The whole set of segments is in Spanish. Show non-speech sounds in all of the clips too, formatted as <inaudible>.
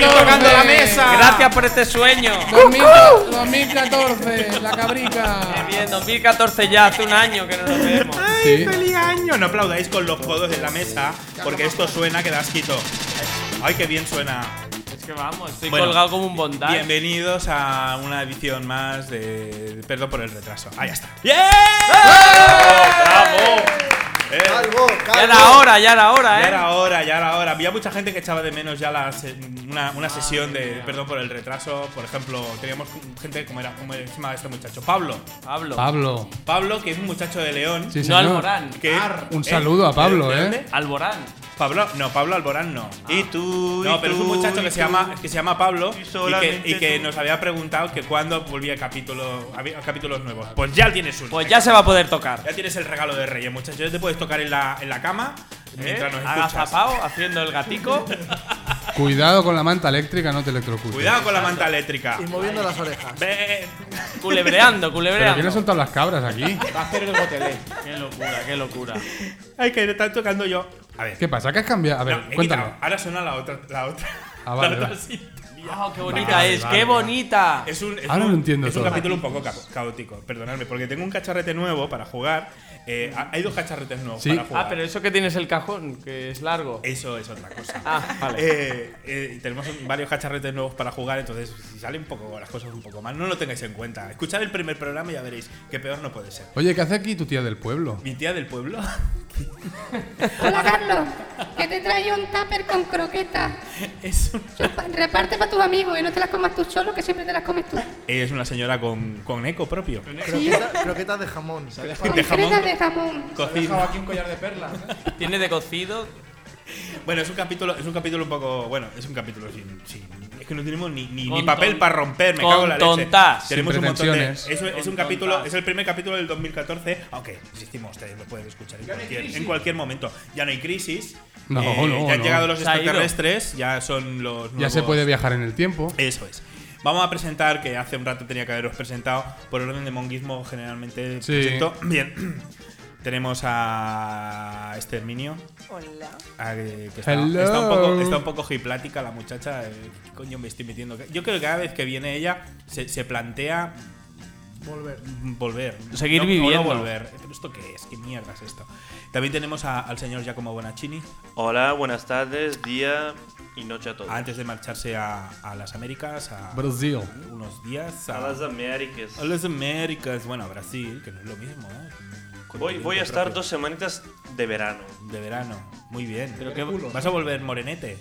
levantando la mesa. Gracias por este sueño. 2014, la cabrica. Bien, 2014 ya, hace un año que no nos vemos. ¡Ay, feliz año! No aplaudáis con los codos en la mesa, porque esto suena que da asquito. ¡Ay, qué bien suena! Es que vamos, estoy Bueno, colgado como un bondad. Bienvenidos a una edición más de. Perdón por el retraso. Ahí está. ¡Eh! ¡Bravo! Eh, Calvo, Ya calvo. era hora, ya era hora, ya eh. era hora, ya era hora. Había mucha gente que echaba de menos ya la se- una, una sesión de perdón por el retraso. Por ejemplo, teníamos gente como era como encima de este muchacho, Pablo. Pablo. Pablo. Pablo, que es un muchacho de León. Sí, No señor. Ah, Alborán. que- Un eh, saludo a Pablo, ¿de ¿eh? dónde? Alborán. Pablo, no, Pablo Alborán no. Y tú, y Ah. No, pero es un tú, muchacho que y se tú. llama, que se llama Pablo Y y, que, solamente y que tú. nos había preguntado que cuándo volvía capítulo, había- capítulos nuevos. Pues ya tienes uno. Pues ya se va a poder tocar. Ya tienes el regalo de Reyes, muchachos. Ya te puedes tocar en la, en la cama mientras nos escuchas. Agazapao, ¿Eh? haciendo el gatico. Cuidado con la manta eléctrica, no te electrocutes. <laughs> Cuidado con la manta eléctrica. Y moviendo las orejas. Ve- eh, culebreando, ¿Pero quién ha culebreando. soltado las cabras aquí? Qué locura, qué locura. Ay, que están tocando yo. A ver. ¿Qué pasa? ¿Qué has cambiado? A ver, No, he cuéntame. quitado. Ahora suena la otra. La otra. Ah, vale, la otra vale. sintonía. Ah, qué bonita Vale, es, vale, qué vale. bonita. Es un, es Ahora un- lo entiendo Es un todo. capítulo un poco ca- caótico, perdonadme, porque tengo un cacharrete nuevo para jugar. Eh, ha- hay dos cacharretes nuevos Sí. para jugar. Ah, pero eso que tienes el cajón, que es largo. Eso es otra cosa. <laughs> Ah, vale. Eh, eh, tenemos un- varios cacharretes nuevos para jugar, entonces si salen un poco las cosas un poco mal, no lo tengáis en cuenta. Escuchad el primer programa y ya veréis que peor no puede ser. Oye, ¿qué hace aquí tu tía del pueblo? Mi tía del pueblo. <laughs> Hola Carlos, que te trae un tupper con croquetas. Es, un- Chupa- Reparte para tus amigos y no te las comas tú solo, que siempre te las comes tú. es una señora con, con eco propio. Croqueta- Croquetas de jamón. ¿sabes? Con De jamón. croquetas de jamón. Cocido. ¿eh? Tiene de cocido. Bueno, es un capítulo, es un capítulo un poco. Bueno, es un capítulo sin. sin- es que no tenemos ni, ni, Con ni papel ton- para romper, me cago en la con leche. tontas. Tenemos Sin un montón de. Es, pretensiones. es un Con capítulo, tontas. es el primer capítulo del 2014. Aunque existimos, ustedes lo pueden escuchar en cualquier, en cualquier momento. Ya no hay crisis. Eh, No, no, Ya han no. llegado los Se ha ido. extraterrestres, ya son los. Ya nuevos- se puede viajar en el tiempo. Eso es. Vamos a presentar, que hace un rato tenía que haberos presentado, por orden de monguismo generalmente. Sí. presento. Bien. <clears throat> Tenemos a Exterminio. Ah, que- que está, Hello. está un poco, está un poco hiplática la muchacha. eh, ¿qué coño me estoy metiendo? Yo creo que cada vez que viene ella se, se plantea Volver. volver. Seguir No- o no viviendo. volver. ¿Pero esto qué es? ¿Qué mierda es esto? También tenemos a- al señor Giacomo Bonaccini, Hola, buenas tardes, día y noche a todos. antes de marcharse a, a las Américas, a Brasil. unos días. A las Américas. a las Américas, bueno, a Brasil, que no es lo mismo. ¿eh? Con Voy, tu voy a propio. estar dos semanitas de verano. De verano, muy bien. Pero qué- ¿Vas a volver morenete?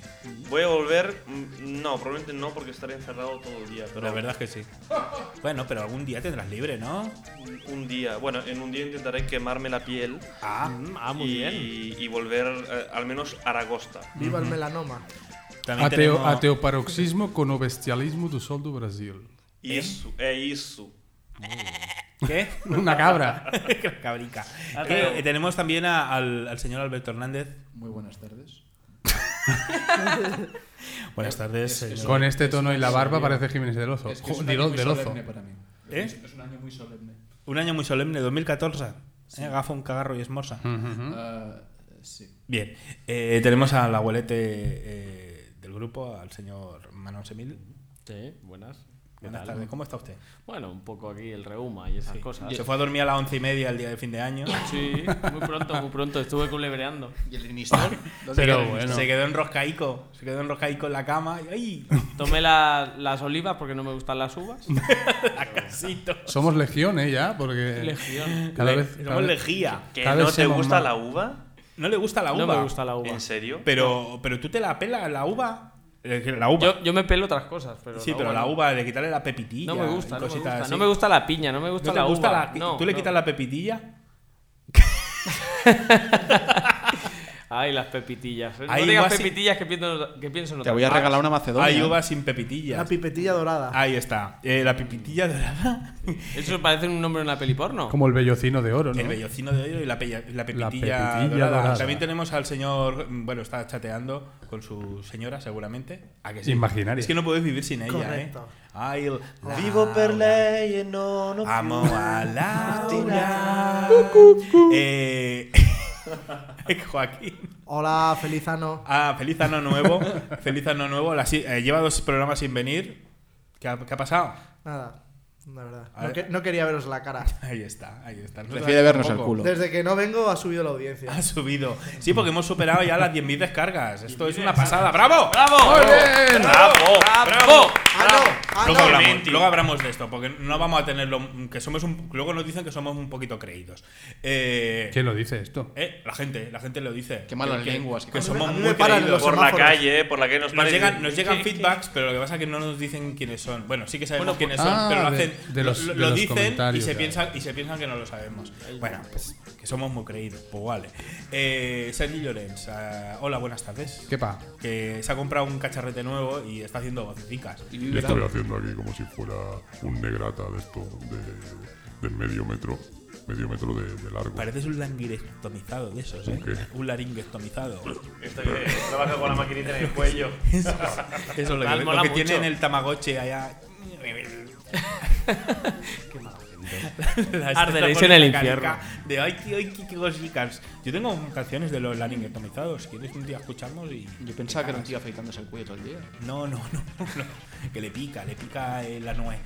Voy a volver. mm, No, probablemente no porque estaré encerrado todo el día. Pero La verdad es que sí. Bueno, pero algún día tendrás libre, ¿no? Un día. Bueno, en un día intentaré quemarme la piel. Ah, Mm, Ah, muy y, bien. y volver eh, al menos a Aragosta. Viva el melanoma. también Ateo, tenemos- ateoparoxismo con o bestialismo do sol do Brasil. Isu, e Isu. Mm. ¿Qué? <laughs> Una <laughs> cabra. Cabrica. Ateo. Eh, tenemos también a- al, al señor Alberto Hernández. Muy buenas tardes. Buenas tardes, señor. Con este tono y la barba parece Jiménez del Ozo. Es que es Jo- un del año O- muy del Ozo. solemne para mí. ¿Eh? Es, es un año muy solemne. Un año muy solemne, 2014. Eh, Gafa un cagarro y esmorsa. Ah, sí. ¿Mm? Bien. Eh, tenemos al abuelete eh, del grupo, al señor Manon Semil. Sí, buenas. ¿Qué Buenas tal? tardes, ¿cómo está usted? Bueno, un poco aquí el reuma y esas cosas. Se fue a dormir a las once y media el día de fin de año. Sí, muy pronto, muy pronto. Estuve culebreando. ¿Y el Linistor? ¿Dónde Se Pero quedó- bueno. Ah, Se quedó enroscaico. Se quedó enroscaico en la cama. y- ¡Ay! Tomé la- las olivas porque no me gustan las <laughs> uvas. Casito. Somos legión, ¿eh? Ya, porque Legión. cada Le- vez... cada Somos vez- lejía. ¿Que Cada no vez te somos gusta más. la uva? No le gusta la uva. No me gusta la uva. ¿En serio? Pero, pero tú te la pelas la uva. Eh, que La uva. Yo, yo me pelo otras cosas, pero. sí, pero la no. uva, de quitarle la pepitilla. No me gusta, y no me cositas gusta. así. No me gusta la piña, no me ¿No gusta te la gusta uva. la- No, ¿Tú le no. quitas la pepitilla? Ay, las pepitillas. No Hay digas uvas sin- pepitillas que pienso, que pienso en Te otra voy a cosa. regalar una macedonia. Hay uva sin pepitilla. La pipetilla dorada. Ahí está. Eh, la pepitilla dorada. Eso parece un nombre de una peli porno. Como el bellocino de oro, ¿no? El vellocino de hoyo y la, pella- la pepitilla, pepitilla dorada. dorada. También tenemos al señor. mm, Bueno, está chateando con su señora, seguramente. ¿A que sí? Imaginaria. Es que no podéis vivir sin ella, Correcto. ¿eh? Ay, el- Vivo Laura. per lei e non ho Amo a Laura. Martina. Eh, <laughs> Joaquín. Hola, feliz ano. Ah, feliz año nuevo. feliz año nuevo. La si- eh, lleva dos programas sin venir. ¿Qué ha, qué ha pasado? Nada, la verdad. A No, ver. que- no quería veros la cara. Ahí está, ahí está. Nosotros Prefiere vernos al tampoco. culo. Desde que no vengo ha subido la audiencia. Ha subido. Sí, porque hemos superado ya las 10.000 descargas. Esto es una pasada. ¡Bravo! ¡Bravo! ¡Bravo! ¡Bravo! ¡Ah, no! ¡Ah, Luego no! hablamos, Clemente. luego hablamos de esto, porque no vamos a tenerlo. Que somos un, luego nos dicen que somos un poquito creídos. Eh, ¿Quién lo dice esto? Eh, la gente, la gente lo dice. Qué malas Que- que- lenguas, qué Que cosas. somos A mí me muy paran creídos. los Por la semáforos. calle, eh, por la que nos Nos paran y- llegan, nos llegan feedbacks, pero lo que pasa es que no nos dicen quiénes son. Bueno, sí que sabemos Bueno, quiénes pues- son, Ah, pero lo de- hacen. de los- lo, de lo los dicen y comentarios, se, ya. piensan, y se piensan que no lo sabemos. Bueno, pues que somos muy creídos. Pues vale. Eh, Sergi Llorens, ah, hola, buenas tardes. ¿Qué pa? Que se ha comprado un cacharrete nuevo y está haciendo vocecicas. Yo estoy haciendo aquí como si fuera un negrata de esto, de, de medio metro, medio metro de, de largo. Pareces un laringectomizado de esos, ¿eh? ¿Un qué? Un laringectomizado. Esto que trabaja con la maquinita en el cuello. <laughs> Eso, eso es lo que, Ah, lo mola que mucho. tiene en el Tamagotchi allá. Las Arderéis estas en el ponen <laughs> la infierno. canica De ay, tío, ay, qué- qué cositas. Yo tengo canciones de los laringectomizados. ¿Quieres un día escucharnos? Y... Yo pensaba que era un tío afeitándose el cuello todo el día. No, no, no, no. Que le pica, le pica eh, la <laughs> nuez.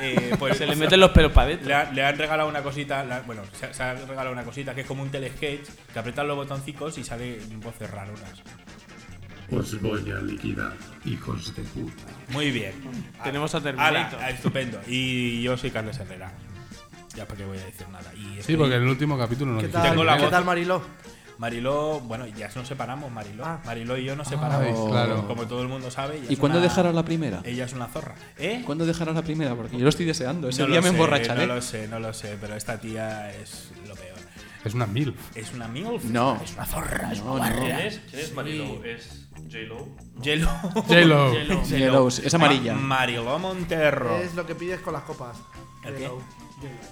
Eh, pues Se le meten los pelos para le, adentro. ha- le han regalado una cosita, la- bueno, se, ha- se ha regalado una cosita que es como un telesketch que apretan los botoncicos y sale voces raronas. Os voy a liquidar, hijos de puta. Muy bien. Tenemos a Ala, Terminator. estupendo. Y yo soy Carlos Herrera. Ya para qué voy a decir nada. Y Sí, estoy- porque en el último capítulo no ¿Qué dijiste. tal, Tengo la ¿qué voz. tal Mariló? Mariló, bueno, ya nos separamos, Mariló. Ah. Mariló y yo nos separamos. claro. Como todo el mundo sabe. ella ¿Y es cuándo una- dejará la primera? Ella es una zorra. ¿Eh? ¿Cuándo dejará la primera? Porque yo lo estoy deseando. Ese No lo día me sé, emborracharé. No lo sé, no lo sé, pero esta tía es lo peor. Es una mil. Es una milf. No. Es una zorra. es No, una no. ¿Quién es? ¿Quién es Marilo? ¿Es J-Lo? <laughs> Yellow. J-Lo. Yellow, es amarilla. Mariló Monterro. Es lo que pides con las copas. ¿El De qué? Lou.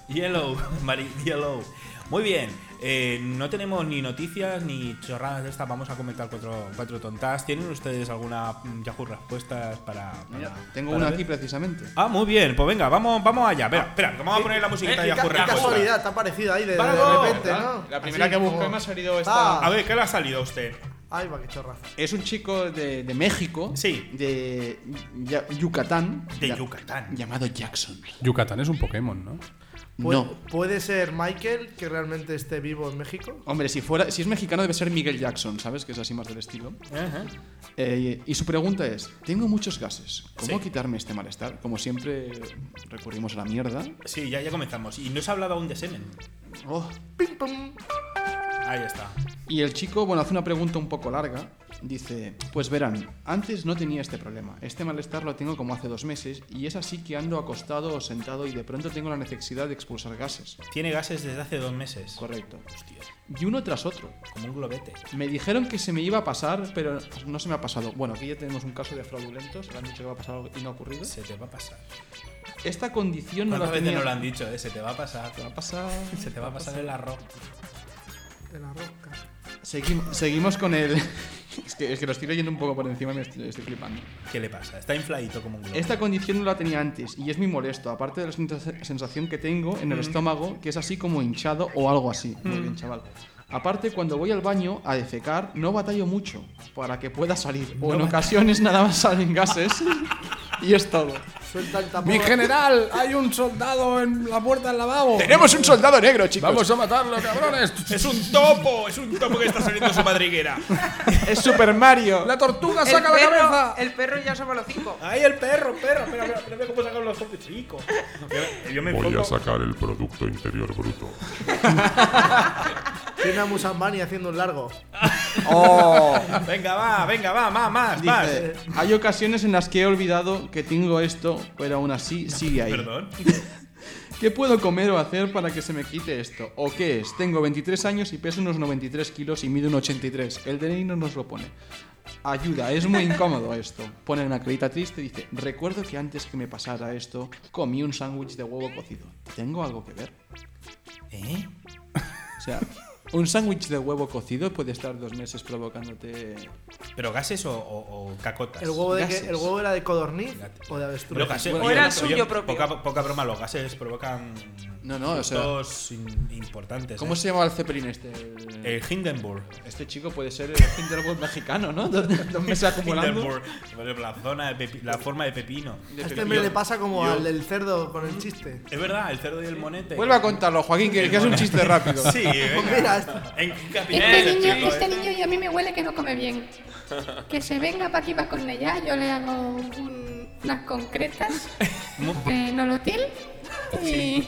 Yellow, <laughs> Mari, Yellow. Muy bien, eh, no tenemos ni noticias ni chorradas de estas. Vamos a comentar cuatro, cuatro tontas. ¿Tienen ustedes alguna mm, Yahoo respuestas para.? para- Mira, Tengo para una ver? aquí precisamente. Ah, muy bien, pues venga, vamos, vamos allá. Espera, espera, que vamos a poner la musiquita de Eh, Qué, ca- Yahoo qué respuestas. casualidad, te ha parecido ahí de, de ¡Bravo! repente, ¿no? La primera Así que busqué como- me ha salido esta. A ver, ¿qué le ha salido a usted? Ay, va, qué chorra. Es un chico de, de México, Sí. de Ya- Yucatán, De ya- Yucatán. llamado Jackson. Yucatán es un Pokémon, ¿no? Pu- Pues- No, ¿Puede ser Michael que realmente esté vivo en México? hombre, si fuera, si es mexicano debe ser Miguel Jackson, ¿sabes? Que es así más del estilo. Ajá. Eh, y su pregunta es: tengo muchos gases. ¿Cómo Sí. quitarme este malestar? Como siempre recurrimos a la mierda. Sí, ya, ya comenzamos. Y no se ha hablado aún de semen. Oh. ¡Pim, pum! Ahí está. Y el chico, bueno, hace una pregunta un poco larga. Dice, pues verán, antes no tenía este problema. Este malestar lo tengo como hace dos meses y es así que ando acostado o sentado y de pronto tengo la necesidad de expulsar gases. Tiene gases desde hace dos meses. Correcto. Hostia, Y uno tras otro. como un globete. Me dijeron que se me iba a pasar, pero no se me ha pasado. Bueno, aquí ya tenemos un caso de fraudulentos. Le han dicho que va a pasar algo y no ha ocurrido. Se te va a pasar. Esta condición no la ¿Cuántas veces tenía... nos lo han dicho, eh? Se te va a pasar. Va a pasar... Se te va a pasar el arroz. De la roca. Seguim- seguimos con el... <laughs> es, que, es que lo estoy leyendo un poco por encima y me estoy- estoy flipando. ¿Qué le pasa? Está infladito como un globo. Esta condición no la tenía antes y es muy molesto, aparte de la sens- sensación que tengo Mm. en el estómago, que es así como hinchado o algo así. Muy bien, chaval. Aparte, cuando voy al baño a defecar, no batallo mucho para que pueda salir. O en ocasiones nada más <laughs> salen gases y es todo. Suelta el tapón. ¡Mi general! ¡Hay un soldado en la puerta del lavabo! ¡Tenemos un soldado negro, chicos! ¡Vamos a matarlo, cabrones! ¡Es un topo! ¡Es un topo que está saliendo su madriguera! ¡Es Super Mario! ¡La tortuga saca la cabeza! el perro ya asoma los cinco. ¡Ay, el perro, perro! Espera, espera, espera, cómo sacan los ojos <laughs> chicos. Yo, yo me Voy a enfoco. sacar el Producto Interior Bruto. Tiene a Musambani haciendo un <laughs> largo. ¡Oh! Venga, va, venga, va, más, más, Ah, más. Dice, hay ocasiones en las que he olvidado que tengo esto, pero aún así sigue ahí. Perdón. <laughs> ¿Qué puedo comer o hacer para que se me quite esto? ¿O qué es? Tengo 23 años y peso unos 93 kilos y mido un 83. El DNI no nos lo pone. Ayuda, es muy incómodo esto. Pone una carita triste y dice, recuerdo que antes que me pasara esto, comí un sándwich de huevo cocido. ¿Tengo algo que ver? ¿Eh? O sea, Un sándwich de huevo cocido puede estar dos meses provocándote. ¿Pero gases o, o- o cacotas? El huevo, de que- Gases. el huevo era de codorniz o de avestruz. Los gases- O oye, era el oye, suyo propio. Poca, poca broma, los gases provocan. No, no, o sea- efectos in- importantes. ¿Cómo eh. se llamaba el cepelín este? El- El Hindenburg. Este chico puede ser el Hindenburg mexicano, ¿no? <laughs> Dos, dos meses acumulando. Hindenburg. La, zona de pepi- la forma de pepino. De A este pepino. me le pasa como yo- al del cerdo con el chiste. Es verdad, el cerdo y el monete. Vuelve a contarlo, Joaquín, que, que es un chiste rápido. Sí, venga. Mira, este- ¿En qué capital Este es el niño, chico, este eh? niño y a mí me huele que no come bien. Que se venga para aquí para con ella, yo le hago un- unas concretas, Mu- eh, nolotil, y,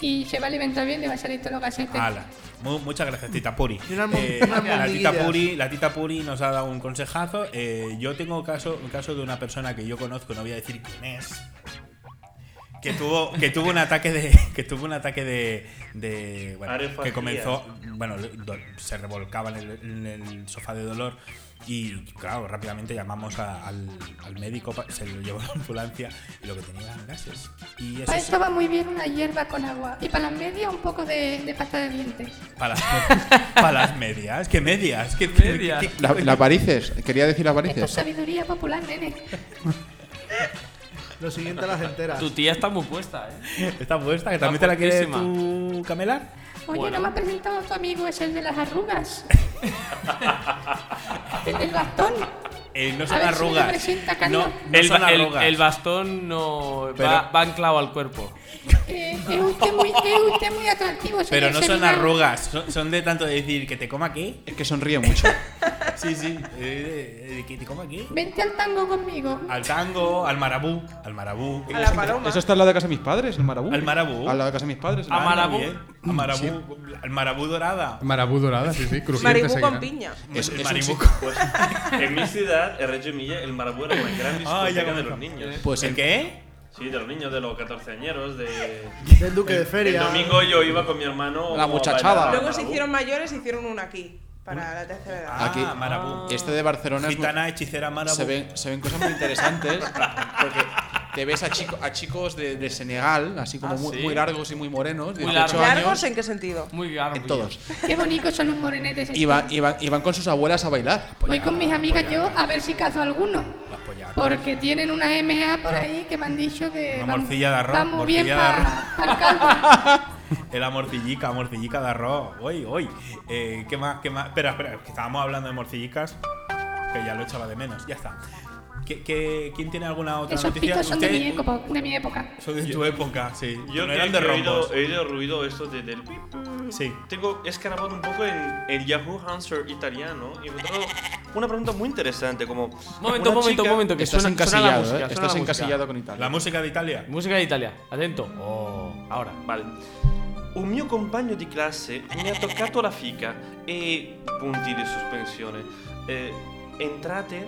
y se va a alimentar bien, le va a salir todo lo gasete. Ala. Mu- muchas gracias, Tita Puri. Y unas mon- Eh, unas la, tita mondiguillas. Puri la tita Puri nos ha dado un consejazo. Eh, yo tengo un caso, un caso de una persona que yo conozco, no voy a decir quién es. Que tuvo, que tuvo un ataque de. <laughs> Que tuvo un ataque de. de, bueno, Arefagias. que comenzó. Bueno, le- do- se revolcaba en el, en el sofá de dolor. Y claro, rápidamente llamamos a- al, al médico, pa- se lo llevó a la ambulancia y lo que tenía eran gases. Y eso Para es esto va Ah, muy bien una hierba con agua. Y para las medias un poco de, de pasta de dientes. para las, para las medias. ¿Qué medias? ¿Qué, qué- Medias. qué- La, la varices, quería decir la Esto es varices. sabiduría popular, nene. Lo siguiente a las enteras. Tu tía está muy puesta, ¿eh? Está puesta, que Está también te la quieres puestísima. tú camelar. Oye, Bueno. no me has presentado a tu amigo, es el de las <laughs> arrugas. el del bastón. Eh, no A son ver si me arrugas. presenta, no, Carlos. no El, son ba- el- arrugas. el bastón no Pero- va, va anclado al cuerpo. Eh, es, usted muy, es usted muy atractivo. Pero señor no son Sevillano. arrugas, son, son de tanto de decir que te coma qué. Es que sonríe mucho. <laughs> Sí, sí, eh, eh, que te coma qué. Vente al tango conmigo. Al tango, al marabú, al marabú. A la paloma. Eso está al lado de casa de mis padres, el marabú. Al marabú. Al lado de casa de mis padres. A Ah, marabú. muy bien. Al marabú, al marabú dorada. Marabú dorada, sí, sí, crujiente Maribú seguirá. con piña. es Es, el un marabú. Pues en mi ciudad, el Reggio Emilia, el Marabú era una gran Ah, ya discoteca de comenzamos. los niños. Pues ¿El qué? Sí, de los niños, de los 14 añeros, de... Del duque de El feria. domingo yo iba con mi hermano... La a muchachada. bailar al Luego se Marabú. hicieron mayores y hicieron una aquí. Para la tercera edad. Ah, Aquí. marabú. Este de Barcelona es muy- Gitana, hechicera, marabú. se, ven, se ven cosas muy interesantes porque te ves a, chico- a chicos de, de Senegal, así como Ah, muy, sí. muy largos y muy morenos, de Muy 18 ¿Largos años, en qué sentido? Muy largo. en todos. Qué bonitos son los morenetes. estos. Y van, y van- y van con sus abuelas a bailar. Voy con mis amigas yo a ver si cazo alguno. Las pollacas. Porque tienen una MA por ahí que me han dicho que. Una van- morcilla de arroz, van muy morcilla bien de para arroz. el caldo. Era morcillica, morcillica de arroz. Uy, uy. Eh, ¿Qué más? ¿Qué más? Espera, espera, que estábamos hablando de morcillicas, que ya lo echaba de menos. Ya está. ¿Qué, qué- quién tiene alguna <laughs> otra Esos noticia? picos son de mi, Usted- época, de mi época. Son de tu época, sí. Yo no creo eran de que he rombos. oído, he oído ruido esto de, del... pip. Sí. Tengo escarabado un poco en el Yahoo Answer italiano y he encontrado una pregunta muy interesante como... Momento, una momento, chica- momento, que Estás suena, suena la encasillado, música. ¿eh? suena Estás la música. encasillado con Italia. La música de Italia. Música de Italia, atento. Oh, ahora. Vale. Un mio compagno di classe mi ha toccato la fica e punti di sospensione. Eh, entrate,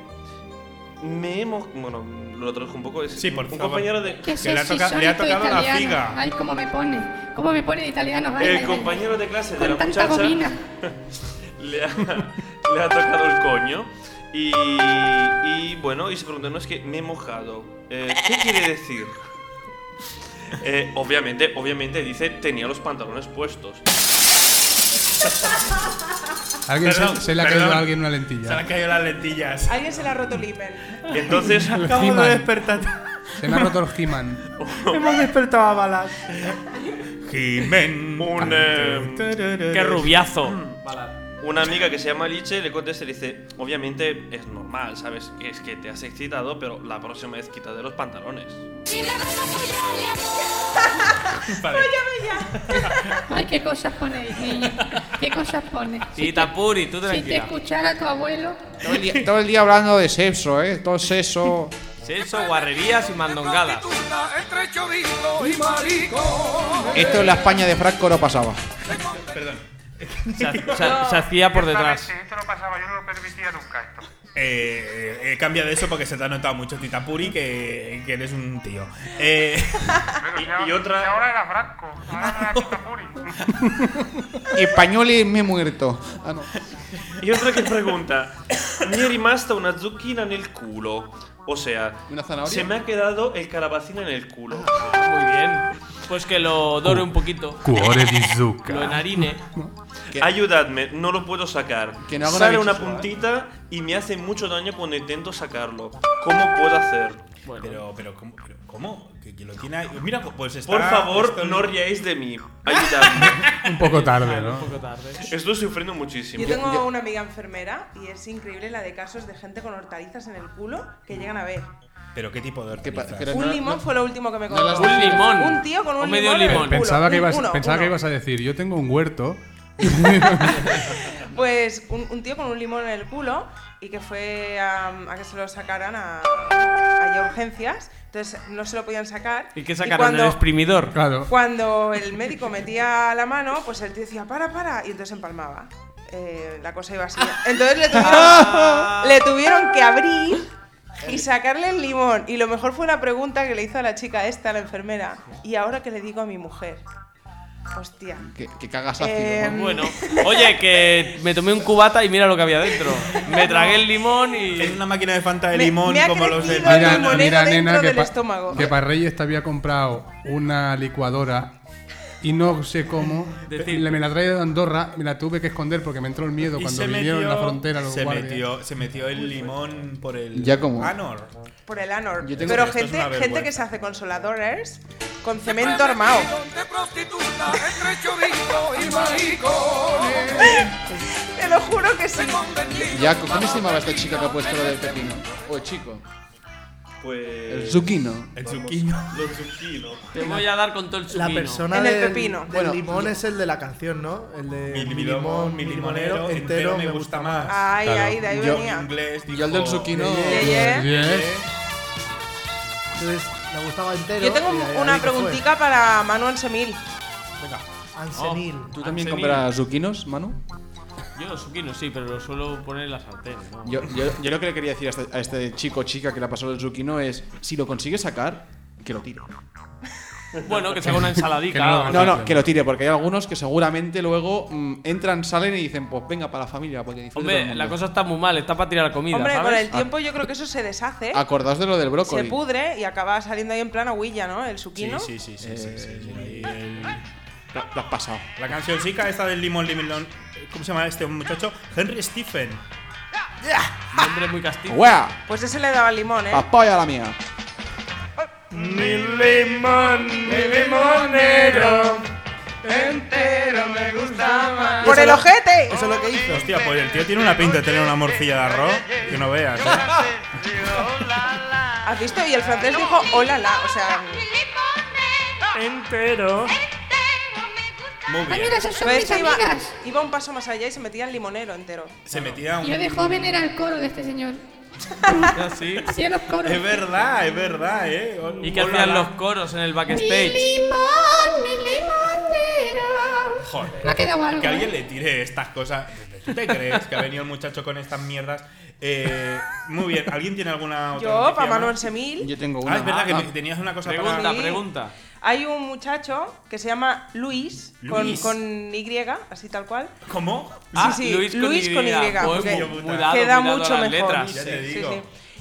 me hemos. Bueno, lo traduzco un poco. Es Sí, por un favor. compañero de. Que le ha toca- le ha tocado la figa. Eh, Ay, cómo me pone. Cómo me pone de italiano. Ay, ay, El ay. compañero de clase de Con la tanta muchacha bobina. <laughs> le ha, le ha tocado el coño y, y bueno, y se pregunta, no es que me he mojado. Eh, ¿Qué quiere decir? Eh, obviamente, obviamente dice tenía los pantalones puestos. Alguien Perdón, se, se le ha caído perdón. a alguien una Se le lentilla. han caído las lentillas. <laughs> Alguien se la ha roto el hiper. <laughs> <laughs> Entonces, Acabo He-Man. de despertar. Se me ha roto el He-Man. <laughs> Hemos despertado <laughs> a balas. <laughs> Jimen. Un, eh, em, ¡Qué rubiazo! Una amiga que se llama Liche le contesta y le dice, obviamente es normal, ¿sabes? Es que te has excitado, pero la próxima vez quítate los pantalones. <laughs> Vale. Ay, qué cosas ponéis, niña. Qué cosas ponéis. Y Tapuri, tú Si te tranquila. escuchara tu abuelo, Todo, el día, todo el día hablando de sexo, ¿eh? Todo sexo. Sexo, guarrerías y mandongadas. Esto en la España de Franco no pasaba. Se, ha- se ha- se hacía por detrás. Esto no pasaba, yo no lo permitía nunca esto. Eh, eh, cambia de eso porque se te ha notado mucho, Tita Puri, que, que eres un tío. Eh, Pero Y- si ahora- y otra- si ahora era Franco, ahora era Pitapuri. Español y me muerto. Ah, no. Y otra que pregunta, mi è rimasta una zucchina nel culo. O sea, ¿Una zanahoria? se me ha quedado el calabacín en el culo. Muy bien. Pues que lo dore un poquito. Cuore di Lo zucca. enharine. Que- Ayudadme, no lo puedo sacar. Que no haga una Sale una bisexual. puntita y me hace mucho daño cuando intento sacarlo. ¿Cómo puedo hacer? Pero, pero, ¿cómo? Pero, ¿cómo? Que, que lo tiene ahí. Mira, pues está. Por favor, esto- no riáis de mí. Ayudadme. <laughs> Un poco <laughs> tarde, Un ¿no? poco tarde. Estoy sufriendo Yo muchísimo. tengo yo- una amiga enfermera y es increíble la de casos de gente con hortalizas en el culo que llegan a ver. Pero qué tipo de Que pa- hortalizas? pero un no- limón no- fue lo último que me no contó. las- Un limón. Un tío con un O medio limón. en el limón. culo. Pensaba, que Un- ibas, uno, pensaba que uno. ibas a decir, yo tengo un huerto. Pues un, un tío con un limón en el culo y que fue a, a que se lo sacaran a, allí a urgencias. Entonces no se lo podían sacar. ¿Y qué sacaron? cuando- ¿El exprimidor? Claro. Cuando el médico metía la mano, pues él decía, para, para, y entonces empalmaba. Eh, la cosa iba así. Entonces le tuvieron, le tuvieron que abrir y sacarle el limón. Y lo mejor fue la pregunta que le hizo a la chica esta, la enfermera. ¿Y ahora qué le digo a mi mujer? Hostia. Que, que cagas ácido. Em, ¿no? Bueno, oye, que me tomé un cubata y mira lo que había dentro. Me tragué el limón y. Es una máquina de fanta de Me- limón me ha como los de. crecido el limonero dentro del pa- estómago. que para Reyes te había comprado una licuadora y no sé cómo. Decir- le- me la traía de Andorra, me la tuve que esconder porque me entró el miedo Y cuando se vinieron metió, en la frontera los se guardias. metió, se metió el limón por el. Ya como- Anor. Por el anor. Yo tengo- Pero Esto es gente, una gente vergüenza. que se hace consoladores con cemento armado. <laughs> Te lo juro que sí. Ya, ¿cómo se llamaba esta chica que ha puesto lo del pepino? O el chico. El Pues. zucchino. El zucchino. Los zucchino. Te voy a dar con todo el La chupino. persona En el del- pepino. del Bueno, limón es el de la canción, ¿no? El de Mi limón, mi limonero entero me gusta más. Ay, Claro. ay, de ahí Yo venía. en inglés Yo el del dijo, zucchino. Yeah, yeah. Yes. Entonces, me gustaba entero. Yo tengo y ahí- una ahí que fue. preguntita para Manu Ansemil. Venga. Ansenil. ¿Tú también Anselmi. compras zucchinos, Manu? Yo los zucchinos sí, pero los suelo poner en la sartén. ¿no? Yo, yo, yo lo que le quería decir a este, a este chico o chica que le ha pasado el zucchino es: si lo consigue sacar, que lo tire. Bueno, que se haga una ensaladica. Que no lo haga. No, no, <laughs> que lo tire, porque hay algunos que seguramente luego mm, entran, salen y dicen: Pues venga, para la familia, porque disfrute todo el Hombre, mundo". la cosa está muy mal, está para tirar comida, Hombre, ¿sabes? con el tiempo yo creo que eso se deshace, Acordaos de lo del se brócoli. pudre y acaba saliendo ahí en plan huilla, ¿no? El suquino. Sí, sí, sí, sí, sí, sí, sí. Ahí el- Lo lo has pasado. La cancioncica esta del limón, limón. ¿Cómo se llama este muchacho? Henry Stephen. Un hombre muy castigo. ¡Wea! Pues ese le daba el limón, Ah. ¿eh? ¡Apoya la mía! Mi limón, mi limonero. ¡Por el ojete! Eso es lo que hizo. Hostia, pues el tío tiene una pinta de tener una morcilla de arroz. Que no veas, ¿eh? ¿Has visto? Y el francés dijo hola la, o sea, Entero. Muy Ah, bien. mira, esas son ¿sabes mis que iba, amigas. iba un paso más allá y se metía el limonero entero. Se metía un. Yo de joven era el coro de este señor. <laughs> Sí. Hacía los coros. Es verdad, es verdad, ¿eh? Y que Hola, hacían la- los coros en el Mi backstage. limón, mi limonero. Joder. Me ha quedado algo. Que alguien ¿eh? le tire estas cosas. ¿Tú te crees que ha venido el muchacho con estas mierdas? Eh, muy bien, ¿alguien tiene alguna otra <laughs> Yo, noticia para más? Manuel Semil, Yo tengo una. Ah, es verdad que Ah, me- tenías una cosa Pregunta, para... Sí. pregunta. hay un muchacho que se llama Luis, Luis. Con, con Y, así tal cual. ¿Cómo? Ah, sí, Luis con Luis Y. con Y, Pues, porque muy- muy queda dado, Queda muy dado a mucho las mejor. letras. Ya Sí, te sí, digo.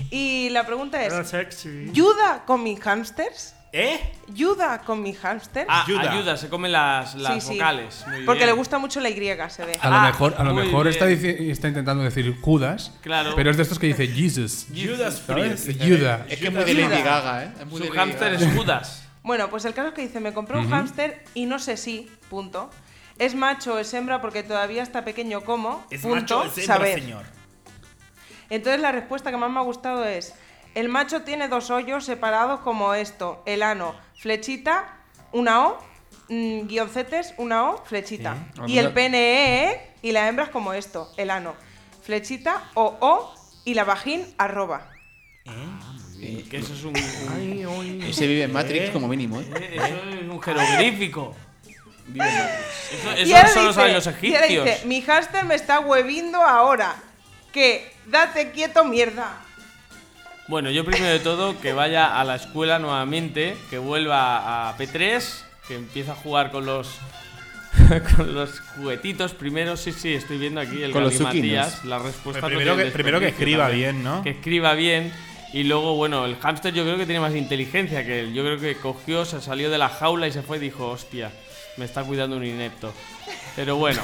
sí. Y la pregunta es, sexy. ¿yuda con mis hámsters? ¿Eh? ¿Yuda con mis hámsters? Ah, Ayuda. ayuda. se comen las, las Sí, sí. vocales. Muy Porque bien. le gusta mucho la Y, se ve. A lo Ah, mejor, a lo muy mejor está, bien. dici- está intentando decir Judas, Claro. pero es de estos que dice Jesus. Judas ¿Sabes? Priest. Judas. Eh, Es que es muy de Lady Gaga, ¿eh? Es muy de Su Lady hámster Gaga. es Judas. Bueno, pues el caso es que dice, me compré un hámster y no sé si, punto. Es macho o es hembra porque todavía está pequeño como, Es punto, macho, es hembra, saber. señor. Entonces la respuesta que más me ha gustado es, el macho tiene dos hoyos separados como esto, el ano, flechita, una O, mm, guioncetes, una O, flechita. Ah, Y mira. el pene eh, y la hembra es como esto, el ano, flechita, o O y la vagín, arroba. Que eso es un, un- Y se vive en Matrix como mínimo, ¿eh? eso es un jeroglífico. Vive en Matrix. Eso, Y eso ahora son los dice- años y ahora egipcios. dice, mi hámster me está huevindo ahora. Que date quieto, mierda. Bueno, yo primero de todo que vaya a la escuela nuevamente, que vuelva a P3, que empiece a jugar con los <laughs> con los juguetitos primero. Sí, sí, estoy viendo aquí el Con los Matías, zucchinos. la respuesta Pues primero total que, de primero que desperdicio escriba también. bien, ¿no? Que escriba bien. Y luego, bueno, el hámster yo creo que tiene más inteligencia que él. Yo creo que cogió, se <laughs> salió de la jaula y se fue y dijo, hostia, me está cuidando un inepto. Pero bueno.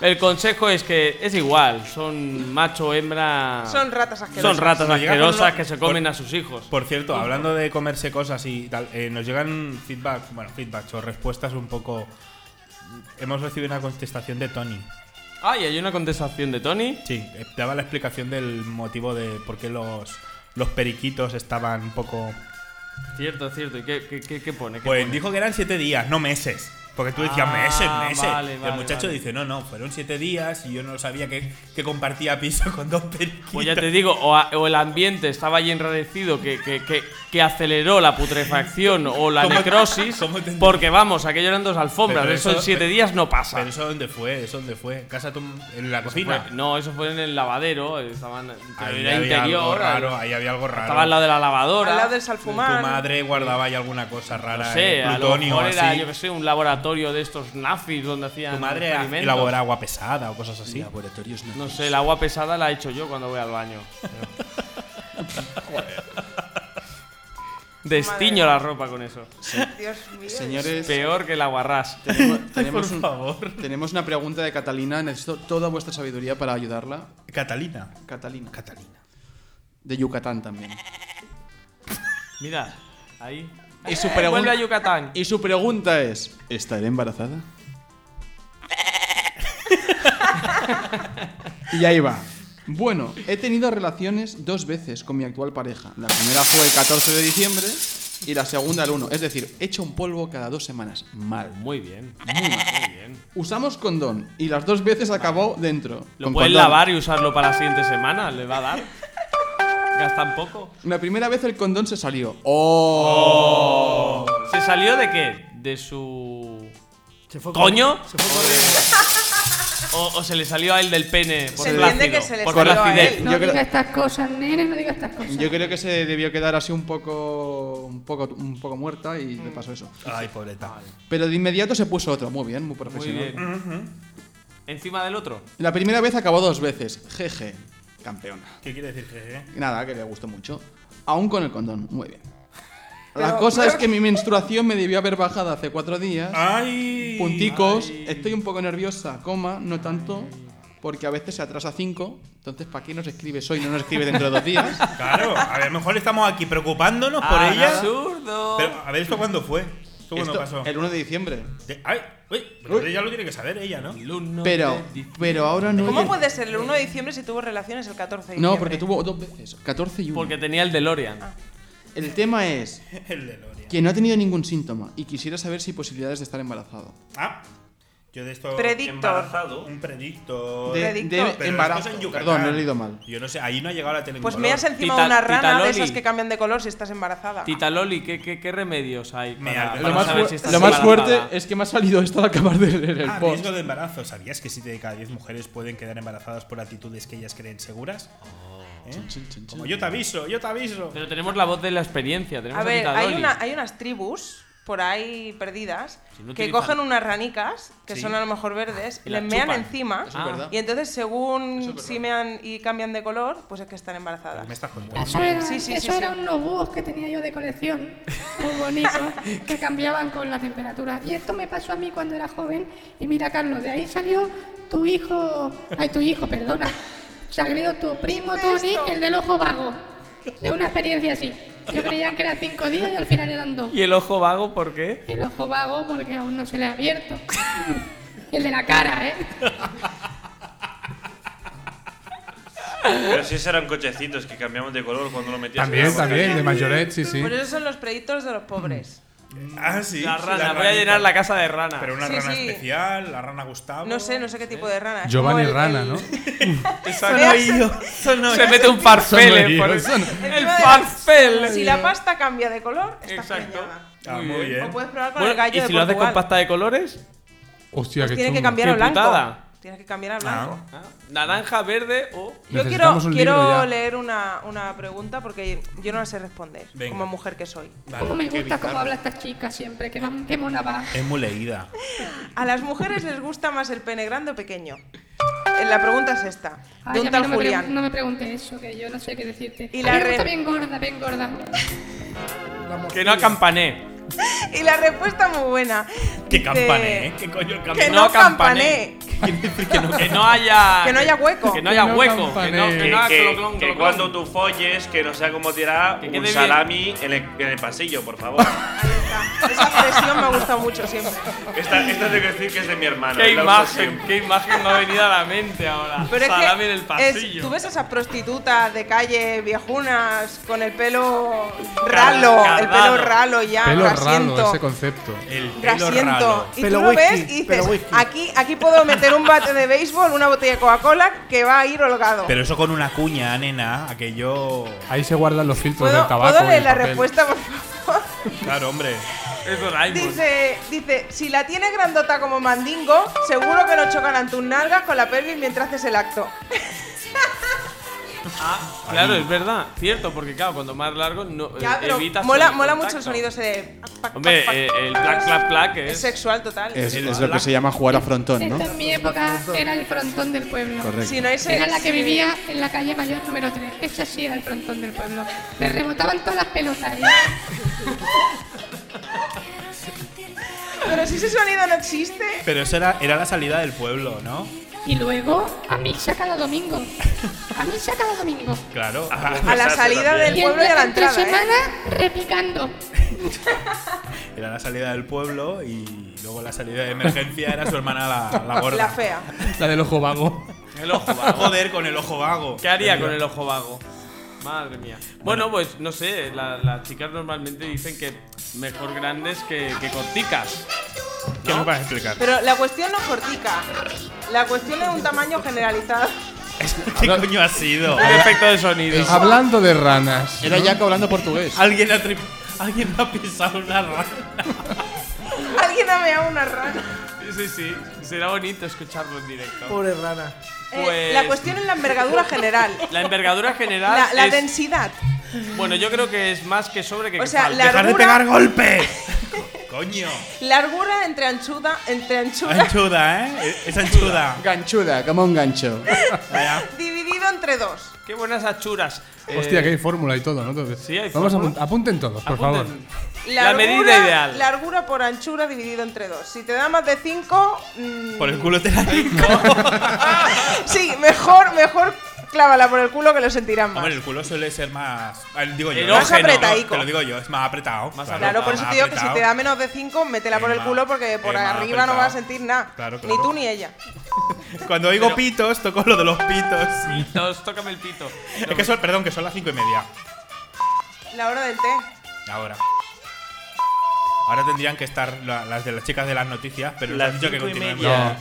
El consejo es que es igual, son macho, hembra. Son ratas Son asquerosas. ratas Nos llega con asquerosas lo- que se comen por- a sus hijos. Por cierto, hablando de comerse cosas y tal, eh, nos llegan feedback, bueno, feedbacks o respuestas un poco. Hemos recibido una contestación de Tony. Ay, hay una contestación de Tony. Sí, eh, daba la explicación del motivo de por qué los, los periquitos estaban un poco. Cierto, cierto. ¿Y qué, qué- qué- qué pone? ¿Qué Pues pone? dijo que eran siete días, no meses. Porque tú decías Ah, meses, meses. vale, el vale, muchacho vale. dice, no, no, fueron siete días y yo no sabía que, que compartía piso con dos periquitos. Pues ya te digo, o, a- o el ambiente estaba ahí enrarecido que, que- que- que aceleró la putrefacción o la ¿Cómo- necrosis. cómo te- porque vamos, aquello eran dos alfombras, Pero eso, en eso- siete pero- días no pasa. Pero eso dónde fue, eso dónde fue. Casa tu- en la cocina. Fue- pues, no, eso fue en el lavadero, estaban pero Ahí era había algo interior, raro, ahí había algo raro. estaba al lado de la lavadora. Al lado del Tu salfumán. madre guardaba ahí alguna cosa rara, no sé, eh, a lo plutonio o mejor era, así. yo que sé, un laboratorio de estos nazis donde hacían Tu madre experimentos. elaboraba agua pesada o cosas así. Laboratorios no. No sé, el agua pesada la he hecho yo cuando voy al baño. Destiño la ropa con eso. Dios mío. Señores, Peor que el aguarrás. tenemos, tenemos un- favor. tenemos una pregunta de Catalina. Necesito toda vuestra sabiduría para ayudarla. Catalina. Catalina. Catalina. De Yucatán también. Mira, ahí. Y su, Eh, Vuelve a pregun- Yucatán. y su pregunta es: ¿Estaré embarazada? <laughs> y ahí va. Bueno, he tenido relaciones dos veces con mi actual pareja. La primera fue el 14 de diciembre y la segunda el 1. Es decir, he hecho un polvo cada dos semanas. Mal. Muy bien. Muy bien. Usamos condón y las dos veces acabó dentro. Lo Con puedes condón. lavar y usarlo para la siguiente semana. Le va a dar. Gastan poco. La primera vez el condón se salió. ¡Oh! ¿Se salió de qué? ¿De su. Se fue ¿Coño? corri- Se fue corriendo. O, o se le salió a él del pene? Por Se entiende plácido, que se le por salió a placidez. él, No Yo creo- digas estas cosas, nene, no digas estas cosas. Yo creo que se debió quedar así un poco, un poco, un poco muerta y le pasó eso. Ay, pobreta. Pero de inmediato se puso otro. Muy bien, muy Pues Muy profesional. bien. Encima del otro. La primera vez acabó dos veces. Jeje, campeona. ¿Qué quiere decir eh? que Y nada, que le gustó mucho. Aún con el condón. Muy bien. La Pero- cosa es que mi menstruación me debió haber bajado hace cuatro días. Ay. Punticos, estoy un poco nerviosa, coma, no tanto, porque a veces se atrasa 5, entonces ¿para qué nos escribes hoy? No nos escribe dentro de dos días. <laughs> Claro, a lo mejor estamos aquí preocupándonos por Ah, ella. ¡Absurdo! Pero, a ver, ¿esto cuándo fue? ¿Esto cuándo Esto, pasó? El 1 de diciembre. De- Ay, uy, pero ella lo tiene que saber, ella, ¿no? El uno Pero, de diciembre. pero ahora no... ¿Cómo puede ser el 1 de diciembre si tuvo relaciones el 14 de diciembre? No, porque tuvo dos veces, 14 y 1. Porque tenía el DeLorean. El tema es El de Loria. que no ha tenido ningún síntoma y quisiera saber si hay posibilidades de estar embarazado. Ah, yo de esto. Predictor. Embarazado. Un predictor. De, Predicto. de Pero esto embarazo. es en Yucatán. Perdón, lo he leído mal. Yo no sé, ahí no ha llegado la televisión. Pues me has encima Tita- una rana Titaloli. de esas que cambian de color si estás embarazada. Tita Loli, ¿qué, qué, qué remedios hay Me para, arde. para Lo más, saber fu- si estás lo más fuerte embarazada? es que me ha salido esto al acabar de leer el Ah, post. riesgo de embarazo. ¿Sabías que 7 de cada 10 mujeres pueden quedar embarazadas por actitudes que ellas creen seguras? Oh, ¿Eh? Como yo te aviso, yo te aviso. Pero tenemos la voz de la experiencia, tenemos A a, ver, Tita hay, Loli. una, hay unas tribus por ahí perdidas Si no que utilizan- cogen unas ranicas, que Sí. son a lo mejor verdes, Y les las mean chupan. encima Eso es verdad. y entonces Eso es según verdad. si mean y cambian de color, pues es que están embarazadas. Me estás contando. Eso era, Sí, sí, sí, eso sí. eran unos búhos que tenía yo de colección, muy <laughs> bonitos, que cambiaban con la temperatura. Y esto me pasó a mí cuando era joven. Y mira, Carlos, de ahí salió tu hijo, ay, tu hijo, perdona, salió tu primo Tony, el del ojo vago, de una experiencia así. Yo creía que eran cinco días y al final eran dos. ¿Y el ojo vago por qué? El ojo vago porque aún no se le ha <laughs> abierto. El de la cara, ¿eh? Pero si esos eran cochecitos que cambiamos de color cuando lo metías. en la También, boca. también, de Mayoret, sí, sí. Por eso son los predictos de los pobres. Ah, sí. La sí, rana, voy a ranita. llenar la casa de rana. Pero una Sí, rana sí. especial, la rana Gustavo. No sé, no sé qué tipo de rana. es Giovanni como el- Rana, el- ¿no? Se <laughs> mete un farfel, Son eh, por oídos, eso. son- El el tema de- farfel. Si la pasta cambia de color, está Exacto. preñada. Ah, muy bien. O puedes probar con Bueno, el gallo ¿Y de si lo haces con Portugal. pasta de colores? Hostia, qué Tienes que chungo. cambiar a Qué blanco. putada. Tienes que cambiar a blanco. Ah, Ah, Naranja, verde o. Yo quiero, Necesitamos un libro quiero ya. leer una, una pregunta porque yo no la sé responder, Venga. como mujer que soy. Cómo vale. me gusta cómo habla esta chica siempre, que, qué mona va. Es muy leída. ¿A las mujeres les gusta más el pene grande o pequeño? Eh, La pregunta es esta, Ay, de a un mí no tal me pregun- Julián. no me pregunte eso, que yo no sé qué decirte. Y Y la la re- está bien gorda, bien gorda. Que no acampané. <laughs> Y la respuesta muy buena. Que Dice, campane, ¿eh? ¿Qué coño Que campane? no no campané. Quiere decir que no. Que no haya. Que no haya hueco. Que no haya Que no hueco. Que no, campanee. que Que, no haga que- clon, clon, que clon, cuando clon. tú folles, que no sea como tirar Que quede un bien. salami en el, en el pasillo, por favor. Ahí está. Esa expresión me ha gustado mucho siempre. esta, esta tengo que decir que es de mi hermano. Qué él la usa imagen, siempre. qué imagen me ha venido a la mente ahora. Pero es Salame que en el es- pasillo. tú ves a esas prostitutas de calle, viejunas, con el pelo ralo, el pelo Cardado. ralo ya, Pelo grasiento. raro ese concepto. El pelo raro. Grasiento. Y tú Pelo lo whisky, ves y dices, pelo whisky. aquí, aquí puedo meter un bate de béisbol, una botella de Coca-Cola que va a ir holgado. Pero eso con una cuña, nena, aquello. Ahí se guardan los filtros ¿Puedo, del tabaco. ¿puedo y leer el la papel. respuesta, por favor? Claro, hombre. Es Doraemon. Dice, dice, si la tiene grandota como mandingo, seguro que no chocarán tus nalgas con la pelvis mientras haces el acto. Ah, Claro, es verdad, cierto, porque claro, cuando más largo no, Ya, eh, pero evitas. mola, el mola contacto. mucho el sonido ese de... pac, pac, Hombre, pac, eh, pac. el plac, plac, plac Es es. sexual total. Es, es lo que se llama jugar a frontón, ¿no? Esto en mi época era el frontón del pueblo. Correcto. Si no es Era la que vivía en la calle mayor número 3. Esa sí era el frontón del pueblo. Le rebotaban todas las pelotas. ¿eh? Pero si ese sonido no existe. Pero eso era, era la salida del pueblo, ¿no? Y luego a misa cada domingo. A misa cada domingo. Claro. <laughs> A la salida del Y en, pueblo y a la en tres entrada, ¿eh? semanas repicando. Era la salida del pueblo y luego la salida de emergencia era su hermana la, la gorda. La fea. La del ojo vago. El ojo Ah, vago. <laughs> Joder, con el ojo vago. ¿Qué haría con el ojo vago? Madre mía. Bueno, pues no sé, la- las chicas normalmente dicen que mejor grandes que, que corticas. ¿Qué me vas a explicar? Pero la cuestión no es cortica. La cuestión es un tamaño generalizado. <laughs> <laughs> ¿Qué coño ha sido? El efecto de sonido. Hablando de ranas. Era Jaco hablando portugués. Alguien ha, tri- alguien ha pisado una rana. Alguien ha meado una rana. Sí, sí, será bonito escucharlo en directo. Pobre rana. Eh, Pues- la cuestión es la <laughs> envergadura general. La envergadura general La, la es- densidad. Bueno, yo creo que es más que sobre que O sea, que falta. ¡Dejar de Largura. <laughs> pegar golpes! ¡Coño! Largura entre anchuda, entre anchura, Anchuda, ¿eh? Es anchuda. Ganchuda, como un gancho. Vaya. <laughs> dividido entre dos. Qué buenas achuras. Eh, Hostia, que hay fórmula y todo, ¿no? Entonces, Sí, hay Vamos a fórmula. apun- apunten todos, por apunten. favor. La medida ideal. Largura por anchura dividido entre dos. Si te da más de cinco, mm, Por el culo te la digo. sí, mejor, mejor clávala por el culo que lo sentirán más. Hombre, el culo suele ser más. ah, Digo yo. Más ¿no? apretaico. Te lo digo yo, es más apretado. Más Claro, por eso te digo que si te da menos de 5, métela Es por el más- culo porque por es más arriba no apretado. vas a sentir nada. Claro, Ni claro. tú ni ella. Cuando oigo pitos, toco lo de los pitos. Pitos, tócame el pito. Es que son, perdón, que son las cinco y media. La hora del té. Ahora. Ahora tendrían que estar la- las de las chicas de las noticias, pero les Las han dicho que cinco y continúen. media.